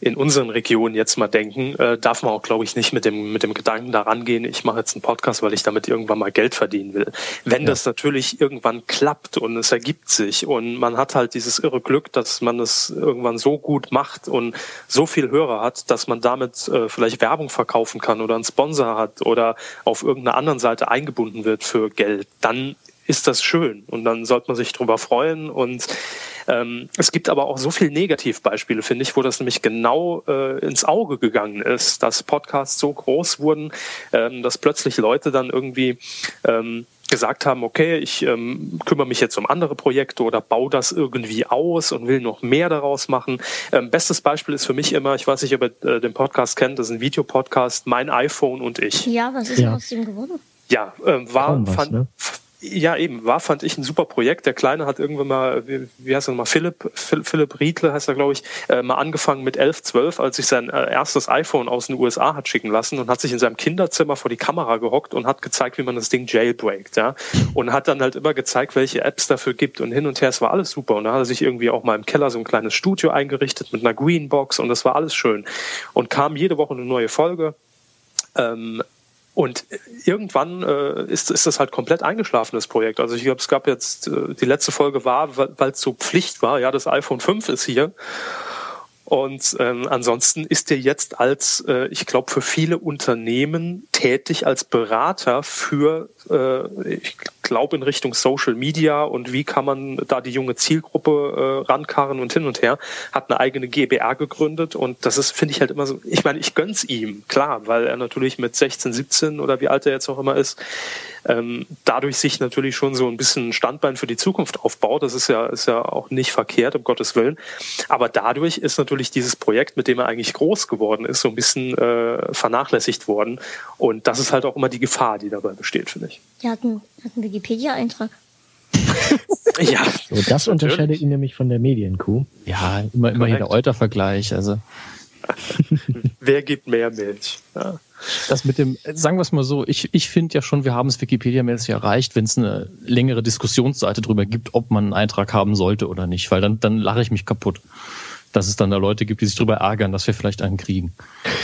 S4: in unseren Regionen jetzt mal denken, äh, darf man auch, glaube ich, nicht mit dem, mit dem Gedanken daran gehen, ich mache jetzt einen Podcast, weil ich damit irgendwann mal Geld verdienen will. Wenn das natürlich irgendwann klappt und es ergibt sich und man hat halt dieses irre Glück, dass man es irgendwann so gut macht und so viel Hörer hat, dass man damit äh, vielleicht Werbung verkaufen kann oder einen Sponsor hat oder auf irgendeiner anderen Seite eingebunden wird für Geld, dann ist das schön und dann sollte man sich drüber freuen. Und ähm, es gibt aber auch so viele Negativbeispiele, finde ich, wo das nämlich genau äh, ins Auge gegangen ist, dass Podcasts so groß wurden, ähm, dass plötzlich Leute dann irgendwie ähm, gesagt haben, okay, ich ähm, kümmere mich jetzt um andere Projekte oder baue das irgendwie aus und will noch mehr daraus machen. Ähm, bestes Beispiel ist für mich immer, ich weiß nicht, ob ihr äh, den Podcast kennt, das ist ein Videopodcast, mein iPhone und ich.
S1: Ja, was ist
S2: Ja.
S1: aus dem geworden?
S4: Ja, ähm, war,
S2: Kaum was,
S4: fand,
S2: ne?
S4: ja, eben, war, fand ich ein super Projekt. Der Kleine hat irgendwann mal, wie, wie heißt er nochmal, Philipp, Phil- Philipp Riedle heißt er, glaube ich, äh, mal angefangen mit 11, 12, als sich sein äh, erstes iPhone aus den USA hat schicken lassen und hat sich in seinem Kinderzimmer vor die Kamera gehockt und hat gezeigt, wie man das Ding jailbreakt, ja. Und hat dann halt immer gezeigt, welche Apps dafür gibt und hin und her. Es war alles super. Und da hat er sich irgendwie auch mal im Keller so ein kleines Studio eingerichtet mit einer Greenbox und das war alles schön. Und kam jede Woche eine neue Folge. Ähm, und irgendwann äh, ist, ist das halt komplett eingeschlafen, das Projekt. Also ich glaube, es gab jetzt, äh, die letzte Folge war, weil es so Pflicht war, ja, das iPhone 5 ist hier. Und ähm, ansonsten ist er jetzt als, äh, ich glaube, für viele Unternehmen tätig als Berater für, äh, ich glaube, in Richtung Social Media und wie kann man da die junge Zielgruppe äh, rankarren und hin und her. Hat eine eigene GBR gegründet und das ist, finde ich halt immer so, ich meine, ich gönn's ihm, klar, weil er natürlich mit 16, 17 oder wie alt er jetzt auch immer ist, ähm, dadurch sich natürlich schon so ein bisschen ein Standbein für die Zukunft aufbaut. Das ist ja, ist ja auch nicht verkehrt, um Gottes Willen. Aber dadurch ist natürlich dieses Projekt, mit dem er eigentlich groß geworden ist, so ein bisschen äh, vernachlässigt worden. Und das ist halt auch immer die Gefahr, die dabei besteht, finde ich.
S1: Der hat einen, hat einen Wikipedia-Eintrag.
S4: Ja,
S2: So, das unterscheidet ihn nämlich von der Medienkuh.
S3: Ja, immer, immer hier der Euter-Vergleich. Also
S4: wer gibt mehr Milch? Ja.
S3: das mit dem, sagen wir es mal so, ich, ich finde ja schon, wir haben es Wikipedia-mäßig erreicht, wenn es eine längere Diskussionsseite drüber gibt, ob man einen Eintrag haben sollte oder nicht, weil dann, dann lache ich mich kaputt. Dass es dann da Leute gibt, die sich darüber ärgern, dass wir vielleicht einen kriegen.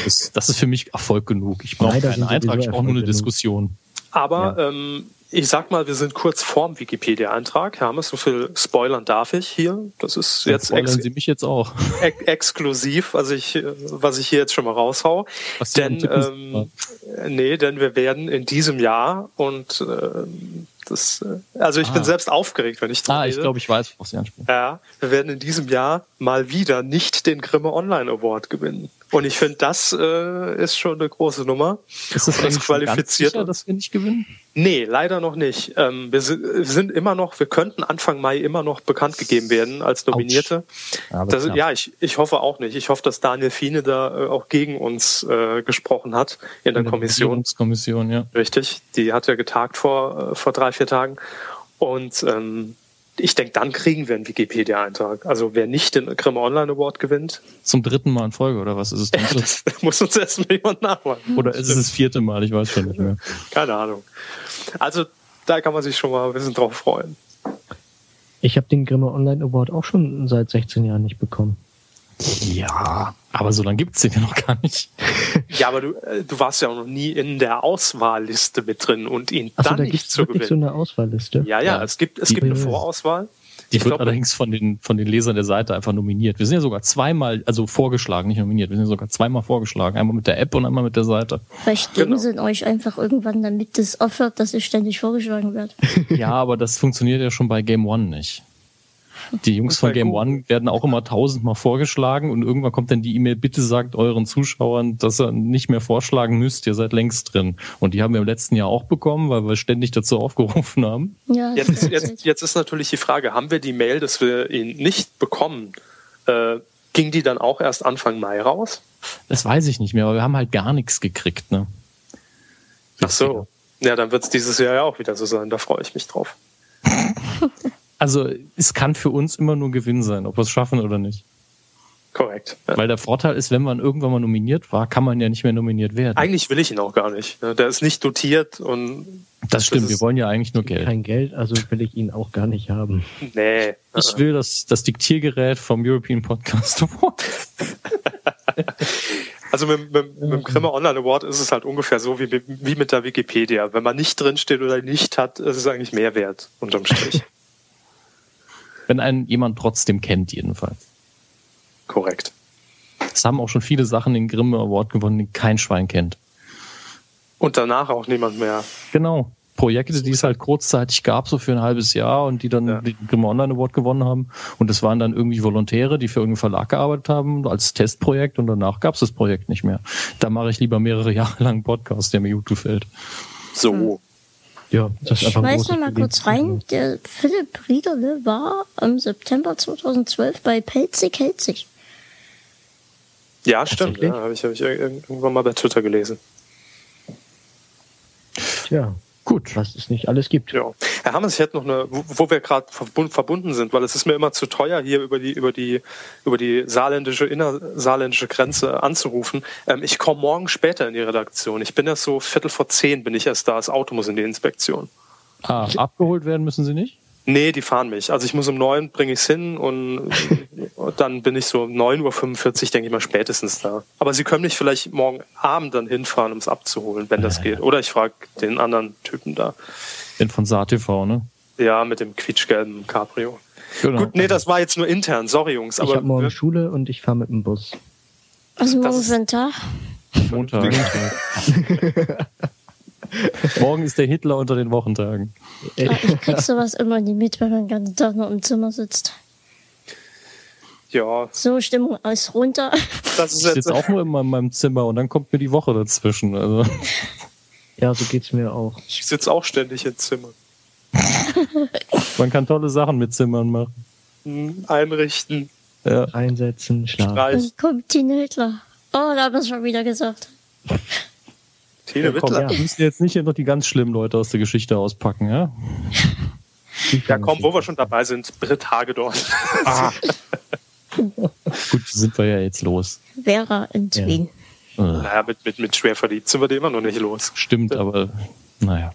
S3: Das, das ist für mich Erfolg genug. Ich brauche
S2: Leider sind
S3: keinen
S2: sowieso
S3: Eintrag, ich brauche nur eine
S2: Erfolg genug.
S3: Diskussion.
S4: Aber ähm, ich sag mal, wir sind kurz vorm Wikipedia-Eintrag. Hermes, so viel spoilern darf ich hier. Das ist jetzt
S3: Spoilern
S4: ex
S3: Sie mich jetzt auch.
S4: ex exklusiv, was ich, äh, was ich hier jetzt schon mal raushau.
S3: Was Sie
S4: denn,
S3: tippen,
S4: ähm, nee, denn wir werden in diesem Jahr und ähm, das, äh, also ich
S3: Ah.
S4: bin selbst aufgeregt, wenn ich drüber
S3: Ah, ich
S4: rede.
S3: glaube, ich weiß, worauf Sie anspielen.
S4: Ja, wir werden in diesem Jahr mal wieder nicht den Grimme Online Award gewinnen. Und ich finde, das äh, ist schon eine große Nummer.
S3: Ist das,
S4: Und das
S3: eigentlich schon ganz
S4: qualifiziert
S3: sicher, dass wir nicht gewinnen?
S4: Nee, leider noch nicht. Ähm, wir si- wir sind immer noch, wir könnten Anfang Mai immer noch bekannt gegeben werden als Nominierte.
S3: Ja,
S4: Das,
S3: knapp.
S4: ja, ich, ich hoffe auch nicht. Ich hoffe, dass Daniel Fiene da äh, auch gegen uns äh, gesprochen hat in der Kommission.
S3: Kommission, ja.
S4: Richtig, die hat ja getagt vor, äh, vor drei, vier Tagen. Und ähm, ich denke, dann kriegen wir einen Wikipedia-Eintrag. Also wer nicht den Grimme Online Award gewinnt, <laughs>
S3: Zum dritten Mal in Folge, oder was ist es <laughs> denn?
S4: das muss uns erstmal jemand nachmachen.
S3: Oder ist es das vierte Mal? Ich weiß schon nicht mehr.
S4: Keine Ahnung. Also da kann man sich schon mal ein bisschen drauf freuen.
S2: Ich habe den Grimme Online Award auch schon seit 16 Jahren nicht bekommen.
S3: Ja, aber so lange gibt es den ja noch gar nicht.
S4: Ja, aber du, äh, du warst ja auch noch nie in der Auswahlliste mit drin und ihn
S2: Achso,
S4: dann
S2: da gibt
S4: nicht
S2: es
S4: zu
S2: wirklich so
S4: gewinnen.
S2: eine Auswahlliste.
S4: ja, ja,
S3: Ja,
S4: es gibt, es
S3: die-
S4: gibt eine Vorauswahl.
S3: Die
S4: Ich
S3: wird
S4: glaub-
S3: allerdings von den, von den Lesern der Seite einfach nominiert. Wir sind ja sogar zweimal, also vorgeschlagen, nicht nominiert, wir sind sogar zweimal vorgeschlagen. Einmal mit der App und einmal mit der
S4: <laughs>
S3: Seite.
S1: Vielleicht geben
S4: Genau.
S1: sie ihn euch einfach irgendwann, damit das aufhört, dass ihr ständig vorgeschlagen werdet.
S3: Ja, aber das funktioniert ja schon bei Game One nicht. Die Jungs
S4: Und
S3: von
S4: bei
S3: Game
S4: Google.
S3: One werden auch immer tausendmal vorgeschlagen und irgendwann kommt dann die E-Mail, bitte sagt euren Zuschauern, dass ihr nicht mehr vorschlagen müsst, ihr seid längst drin. Und die haben wir im letzten Jahr auch bekommen, weil wir ständig dazu aufgerufen haben.
S1: Ja, das
S4: Jetzt,
S1: ist
S4: jetzt, jetzt ist natürlich die Frage, haben wir die Mail, dass wir ihn nicht bekommen? Äh, ging die dann auch erst Anfang Mai raus?
S3: Das weiß ich nicht mehr, aber wir haben halt gar nichts gekriegt, ne?
S4: Ach so. Ja, dann wird es dieses Jahr ja auch wieder so sein. Da freue ich mich drauf.
S3: Also es kann für uns immer nur Gewinn sein, ob wir es schaffen oder nicht.
S4: Korrekt. Ja.
S3: Weil der Vorteil ist, wenn man irgendwann mal nominiert war, kann man ja nicht mehr nominiert werden.
S4: Eigentlich will ich ihn auch gar nicht. ne? Der ist nicht dotiert und
S3: das stimmt,
S4: das
S3: wir
S4: ist-
S3: wollen ja eigentlich nur Geld.
S2: Kein Geld, also will ich ihn auch gar nicht haben.
S4: nee.
S3: Ich will das, das Diktiergerät vom European Podcast Award.
S4: Also mit, mit, mit dem Grimme Online Award ist es halt ungefähr so wie, mit- wie mit der Wikipedia. Wenn man nicht drinsteht oder nicht hat, ist es eigentlich mehr wert, unterm Strich.
S3: Wenn einen jemand trotzdem kennt, jedenfalls.
S4: Korrekt.
S3: Es haben auch schon viele Sachen den Grimme Award gewonnen, die kein Schwein kennt.
S4: Und danach auch niemand mehr.
S3: Genau. Projekte, die es halt kurzzeitig gab, so für ein halbes Jahr und die dann
S4: Ja.
S3: den Grimme Online Award gewonnen haben. Und das waren dann irgendwie Volontäre, die für irgendeinen Verlag gearbeitet haben als Testprojekt und danach gab es das Projekt nicht mehr. Da mache ich lieber mehrere <laughs> Jahre lang einen Podcast, der mir gut gefällt.
S4: So.
S2: Ja, das ist
S1: Ich
S2: einfach ein
S1: weiß
S2: großes
S1: noch mal
S2: Verdienst.
S1: kurz rein, der Philipp Riederle war im September 2012 bei Pelzig Helzig.
S4: Ja, stimmt.
S2: Tatsächlich?
S4: Ja, Habe ich, hab ich ir- irgendwann mal bei Twitter gelesen.
S2: Ja,
S3: Gut.
S2: was es nicht alles gibt.
S4: Ja. Herr Hammers, ich hätte noch eine, wo wo wir gerade verbun- verbunden sind, weil es ist mir immer zu teuer, hier über die, über die, über die saarländische, innersaarländische Grenze anzurufen. Ähm, ich komme morgen später in die Redaktion. Ich bin erst so Viertel vor zehn bin ich erst da. Das Auto muss in die Inspektion.
S3: Ah, abgeholt werden müssen sie nicht?
S4: Nee, die fahren mich. Also ich muss um neun, bringe ich es
S3: <laughs>
S4: hin und dann bin ich so um 9.45 Uhr, denke ich mal, spätestens da. Aber sie können mich vielleicht morgen Abend dann hinfahren, um es abzuholen, wenn das geht. Oder ich frage den anderen Typen da.
S3: Bin von SaarTV, ne?
S4: Ja, mit dem quietschgelben Cabrio.
S3: Genau.
S4: Gut, nee, das war jetzt nur intern. Sorry, Jungs.
S2: ich
S4: Aber
S2: habe morgen
S4: wir-
S2: Schule und ich fahre mit dem Bus.
S1: Also morgen
S4: ist-
S1: für ein Tag.
S4: <laughs>
S3: Montag. Morgen ist der Hitler unter den Wochentagen.
S2: Äh.
S1: Ah, Ich krieg sowas immer nie mit, wenn man den ganzen Tag nur im Zimmer sitzt.
S4: ja,
S1: So, Stimmung ist runter.
S2: <laughs>
S4: das ist
S3: Ich
S4: jetzt
S3: sitze auch nur immer in meinem Zimmer und dann kommt mir die Woche dazwischen. Also,
S2: Ja, so geht's mir auch.
S4: Ich sitze auch ständig im Zimmer.
S3: man kann tolle Sachen mit Zimmern machen.
S4: Hm, Einrichten,
S3: Ja.
S2: Reinsetzen, schlafen.
S4: Reich,
S1: Dann kommt Tine Hitler. Oh, da haben wir es schon wieder gesagt.
S4: Tine
S3: Komm,
S4: Wittler.
S3: wir müssen jetzt nicht hier noch die ganz schlimmen Leute aus der Geschichte auspacken, ja?
S4: Ja, komm, wo wir schon dabei sind, Britt Hagedorn.
S3: Gut, sind wir ja jetzt los.
S1: Vera in
S2: Ja.
S1: Twin.
S3: Äh,
S4: <laughs> Naja, mit, mit, mit schwer verliebt sind wir die immer noch nicht los.
S3: Stimmt, aber naja.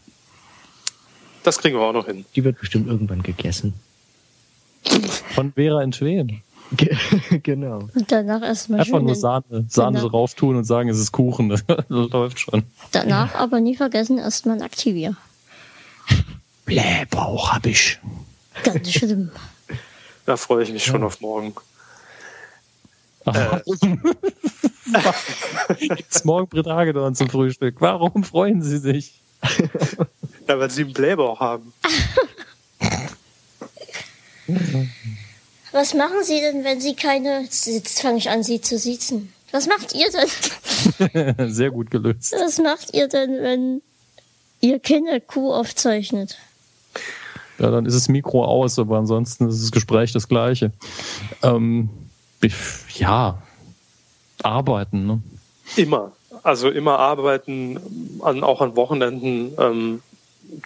S4: Das kriegen wir auch noch hin.
S2: Die wird bestimmt irgendwann gegessen.
S3: Von Vera in Schweden.
S2: Ge <laughs> genau.
S1: Und danach erstmal
S3: Einfach
S1: schön.
S3: nur
S1: den-
S3: Sahne, Sahne
S1: Genau.
S3: drauf tun und sagen, es ist Kuchen. <laughs> Das läuft schon.
S1: Danach aber nie vergessen, erstmal ein Aktivier.
S3: Blähbauch hab ich.
S2: <laughs>
S1: Ganz schlimm.
S4: Da freue ich mich schon auf morgen.
S3: Warum? Gibt's morgen Britt Hagedorn zum Frühstück? Warum freuen Sie sich? <laughs>
S4: Ja, weil sie einen Blähbauch haben.
S1: Was machen Sie denn, wenn Sie keine. Jetzt fange ich an, Sie zu siezen. Was macht ihr denn?
S3: Sehr gut gelöst.
S1: Was macht ihr denn, wenn ihr keine Kuh aufzeichnet?
S3: Ja, dann ist das Mikro aus, aber ansonsten ist das Gespräch das gleiche. Ähm, ja, arbeiten. Ne?
S4: Immer. Also immer arbeiten, an, auch an Wochenenden ähm,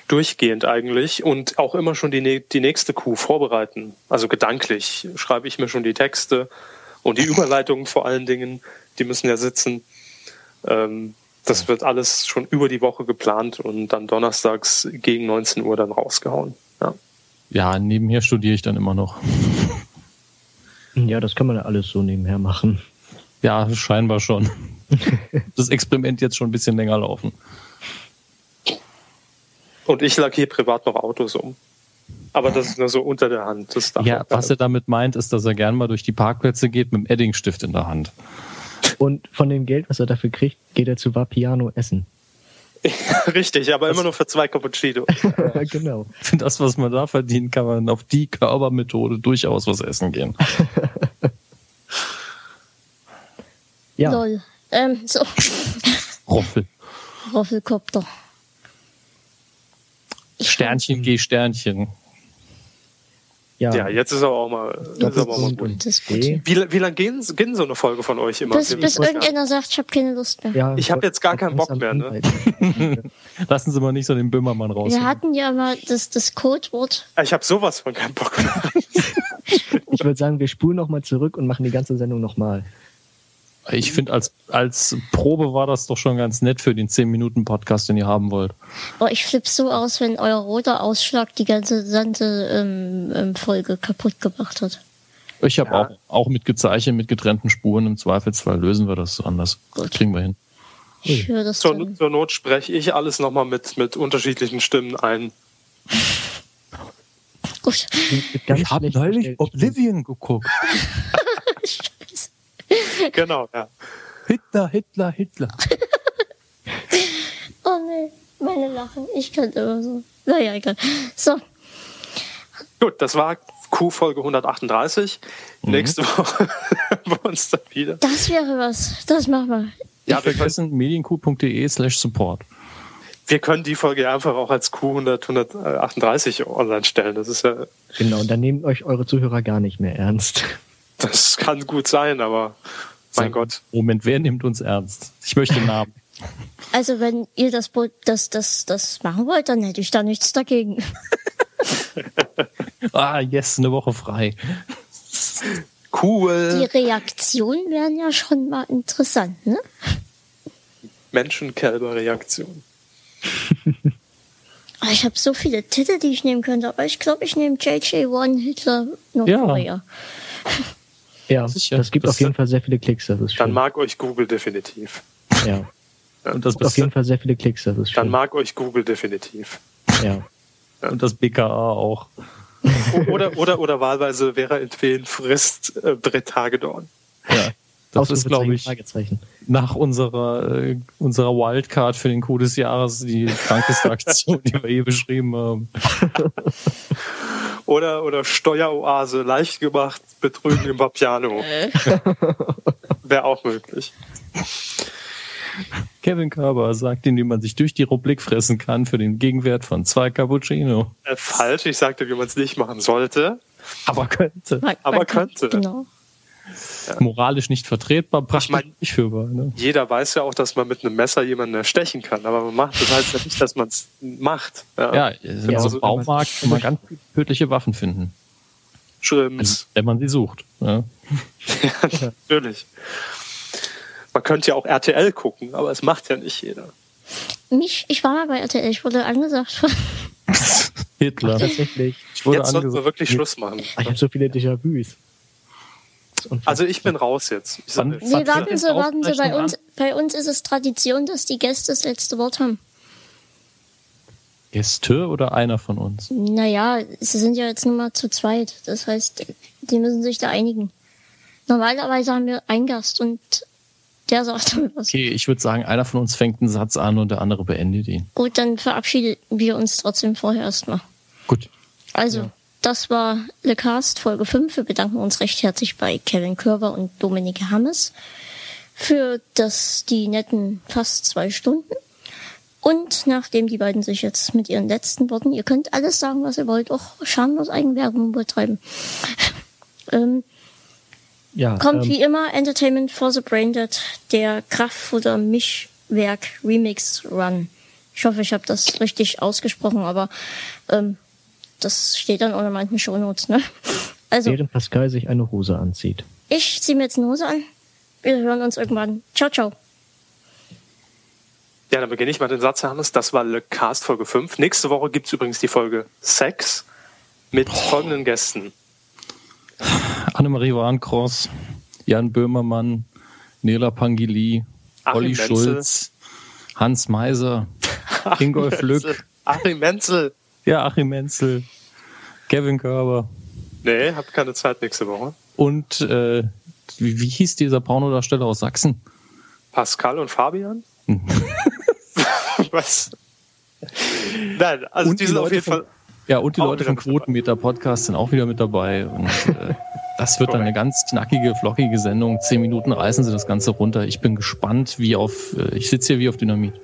S4: durchgehend eigentlich und auch immer schon die, nä- die nächste Kuh vorbereiten. Also gedanklich schreibe ich mir schon die Texte und die Überleitungen vor allen Dingen, die müssen ja sitzen. Ähm, das wird alles schon über die Woche geplant und dann donnerstags gegen 19 Uhr dann rausgehauen. Ja.
S3: Ja, nebenher studiere ich dann immer noch.
S2: Ja, das kann man ja alles so nebenher machen.
S3: Ja, scheinbar schon. Das Experiment jetzt schon ein bisschen länger laufen.
S4: Und ich lackiere privat noch Autos um. Aber das ist nur so unter der Hand. Das darf
S3: Ja,
S4: auch keiner
S3: was er damit meint, ist, dass er gern mal durch die Parkplätze geht mit dem Eddingstift in der Hand.
S2: Und von dem Geld, was er dafür kriegt, geht er zu Vapiano essen.
S4: <laughs> Richtig, aber immer nur für zwei Cappuccino.
S2: <laughs> genau.
S3: Für das, was man da verdient, kann man auf die Körpermethode durchaus was essen gehen.
S2: Ja,
S1: Lol. Ähm, so.
S3: Roffel.
S1: Roffelkopter.
S3: Sternchen, geh Sternchen.
S2: ja.
S4: Ja, jetzt ist aber auch mal. Ist aber auch mal
S2: Doppelpunkt
S4: gut.
S2: und
S1: Das ist
S2: D.
S4: Wie, wie lange gehen, gehen so eine Folge von euch immer?
S1: Bis,
S4: Wir
S1: bis
S4: müssen ja-
S1: irgendeiner sagt, ich habe keine Lust mehr.
S2: Ja,
S4: Ich hab jetzt gar keinen Bock
S2: langsam
S4: mehr, ne?
S2: anhalten.
S3: Lassen Sie mal nicht so den Böhmermann raus.
S1: Wir hatten ja mal das, das Codewort.
S4: ich habe sowas von keinen Bock mehr.
S2: Ich würde sagen, wir spulen nochmal zurück und machen die ganze Sendung nochmal.
S3: Ich finde, als, als Probe war das doch schon ganz nett für den 10-Minuten-Podcast, den ihr haben wollt.
S1: Oh, ich flipp so aus, wenn euer roter Ausschlag die ganze Sante ähm, ähm, Folge kaputt gemacht hat.
S3: Ich habe auch, auch mit Gezeichen, mit getrennten Spuren im Zweifelsfall lösen wir das anders.
S1: Gut.
S3: Kriegen wir hin.
S1: Ich höre das
S4: Zur,
S1: dann.
S4: zur Not spreche ich alles nochmal mit, mit unterschiedlichen Stimmen ein.
S1: Gut.
S2: Mit ganz
S3: hab
S2: schlecht verstellten
S3: Oblivion geguckt.
S4: Genau, ja.
S3: Hitler, Hitler, Hitler.
S1: Oh nee, meine Lachen. Ich kann immer so. Naja, egal. So,
S4: Gut, das war Q-Folge 138.
S3: Mhm.
S4: Nächste Woche <laughs> bei uns dann wieder.
S1: das wäre was. Das machen wir.
S3: Ja, vergessen medienq.de slash support.
S4: Wir können die Folge ja einfach auch als Q100, 138 online stellen. Das ist ja,
S2: Genau, und dann nehmt euch eure Zuhörer gar nicht mehr ernst. <laughs>
S4: das kann gut sein, aber mein Gott.
S3: Moment, wer nimmt uns ernst? Ich möchte einen Namen.
S1: Also, wenn ihr das, Bo- das, das, das machen wollt, dann hätte ich da nichts dagegen.
S3: ah, yes, eine Woche frei.
S1: Die
S4: Cool.
S1: Reaktionen wären ja schon mal interessant, ne?
S4: Menschenkälberreaktion.
S1: Ah, Ich habe so viele Titel, die ich nehmen könnte, aber ich glaube, ich nehme JJ1 Hitler Nordkorea.
S2: Ja,
S3: Sicher.
S2: das gibt
S3: Das-
S2: auf jeden Fall sehr viele Klicks, das ist
S4: Dann
S2: schön.
S4: mag euch Google definitiv.
S2: Ja.
S3: Und das,
S2: Gibt auf jeden Fall sehr viele Klicks, das ist
S4: Dann
S2: schön.
S4: mag euch Google definitiv.
S2: ja.
S3: und das BKA auch.
S4: O- Oder, oder, oder wahlweise Vera Entwen frisst äh, Britt Hagedorn.
S3: Ja. Das ist,
S2: Ausrufezeichen,
S3: glaube ich,
S2: Fragezeichen.
S3: nach unserer, äh, unserer Wildcard für den Coup des Jahres die krankeste Aktion, die wir je beschrieben haben.
S4: Oder, oder Steueroase leicht gemacht, Betrügen im Vapiano. Wäre auch möglich.
S3: Kevin Körber sagt ihm, wie man sich durch die Rubrik fressen kann für den Gegenwert von zwei Cappuccino.
S4: Äh, falsch, ich sagte, wie man es nicht machen sollte.
S3: Aber könnte.
S1: Man-
S4: Aber
S1: man kann-
S4: könnte.
S1: Genau.
S3: Moralisch nicht vertretbar, praktisch
S4: mein-
S3: nicht führbar. Ne?
S4: Jeder weiß ja auch, dass man mit einem Messer jemanden erstechen kann, aber man macht das heißt ja nicht, dass man es macht.
S3: Ja, in
S2: Ja, also
S3: so
S2: wenn
S3: einem
S2: man-
S3: Baumarkt kann man ganz tödliche Waffen finden,
S4: Stimmt,
S3: wenn man sie sucht. ne? <laughs> Ja.
S4: natürlich. Man könnte ja auch RTL gucken, aber es macht ja nicht jeder.
S1: Mich, ich war mal bei RTL, ich wurde angesagt <laughs> von
S3: Hitler.
S2: Tatsächlich. Ah,
S3: Ich
S4: Jetzt sollten wir
S3: angesagt-
S4: wirklich Schluss machen.
S2: Ich habe so viele Déjà-vus. Das ist unfassbar.
S4: Also ich bin raus jetzt. Ich sag
S3: Wann-
S4: jetzt.
S1: Nee,
S3: Fand-
S1: warten
S3: fand-
S1: Sie, warten Sie, bei
S3: Aufzeichnung
S1: uns, bei uns ist es Tradition, dass die Gäste das letzte Wort haben.
S3: Gäste oder einer von uns?
S1: Naja, sie sind ja jetzt nur mal zu zweit. Das heißt, die müssen sich da einigen. Normalerweise haben wir einen Gast und der sagt dann was.
S3: Okay, ich würde sagen, einer von uns fängt einen Satz an und der andere beendet ihn.
S1: Gut, dann verabschieden wir uns trotzdem vorher erstmal.
S3: Gut.
S1: Also, das war The Cast Folge 5. Wir bedanken uns recht herzlich bei Kevin Körber und Dominik Hammes für das, die netten fast zwei Stunden. Und nachdem die beiden sich jetzt mit ihren letzten Worten, ihr könnt alles sagen, was ihr wollt, auch schamlos Eigenwerbung betreiben. <laughs> ähm,
S2: ja,
S1: Kommt
S2: ähm,
S1: wie immer Entertainment for the Braindead, der Kraftfutter Mischwerk Remix Run. Ich hoffe, ich habe das richtig ausgesprochen, aber ähm, das steht dann auch nochmal in den Shownotes, ne? Also,
S2: während Pascal sich eine Hose anzieht.
S1: ich ziehe mir jetzt eine Hose an. Wir hören uns irgendwann. Ciao, ciao.
S4: Ja, dann beginne ich mal den Satz, Herr Hannes. Das war Le Cast Folge 5. Nächste Woche gibt es übrigens die Folge 6 mit folgenden Gästen.
S3: Annemarie Warnkross, Jan Böhmermann, Nela Pangili,
S4: Achim
S3: Olli
S4: Menzel.
S3: Schulz, Hans <laughs> Meiser, Ingolf Lück,
S4: Achim Menzel.
S3: ja, Achim Menzel, Kevin Körber
S4: Nee, hab keine Zeit nächste Woche.
S3: und äh, wie, wie hieß dieser Pornodarsteller aus Sachsen?
S4: Pascal und Fabian?
S3: Mhm.
S4: <laughs> Was? Nein, also
S3: Und
S4: die sind auf
S3: Leute
S4: jeden
S3: von-
S4: Fall.
S3: Ja, und die
S4: auch
S3: Leute vom
S4: wieder mit dabei.
S3: Quotenmeter Podcast sind auch wieder mit dabei. Und
S4: <laughs>
S3: äh, das wird dann eine ganz knackige, flockige Sendung. Zehn Minuten reißen sie das Ganze runter. Ich bin gespannt, wie auf, äh, ich sitze hier wie auf Dynamit.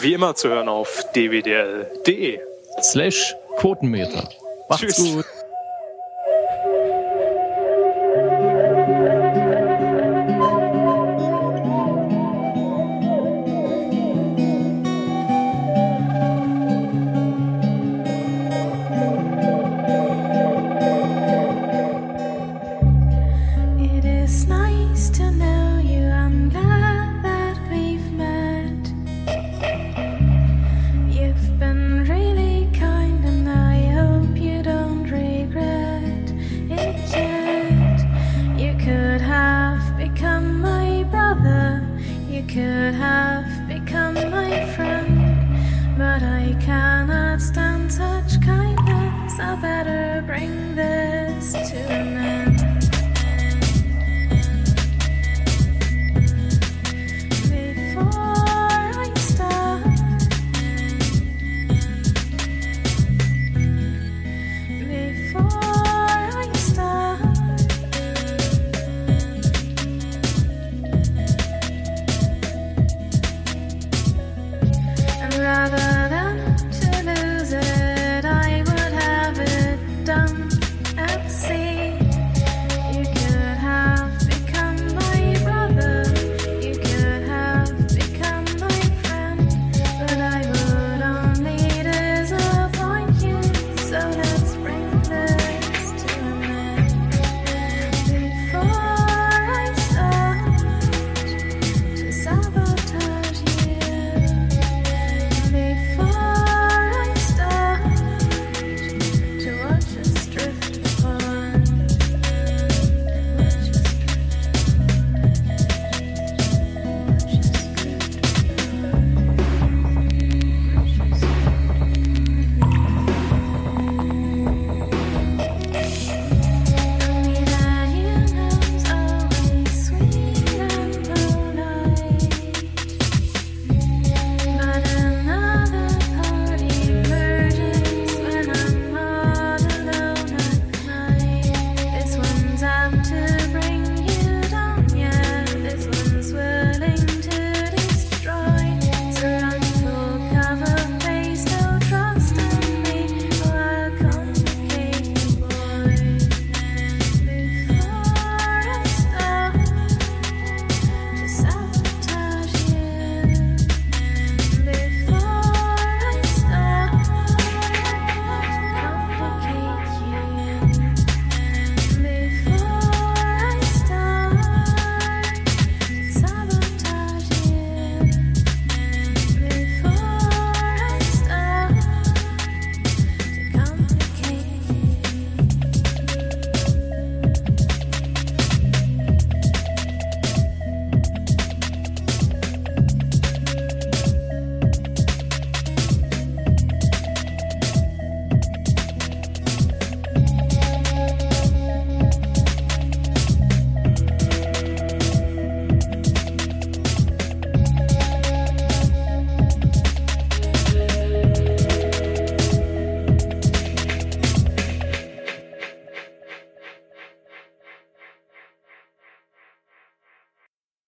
S4: Wie immer zu hören auf dwdl.de.
S3: Slash Quotenmeter. Macht's
S4: Tschüss.
S3: gut.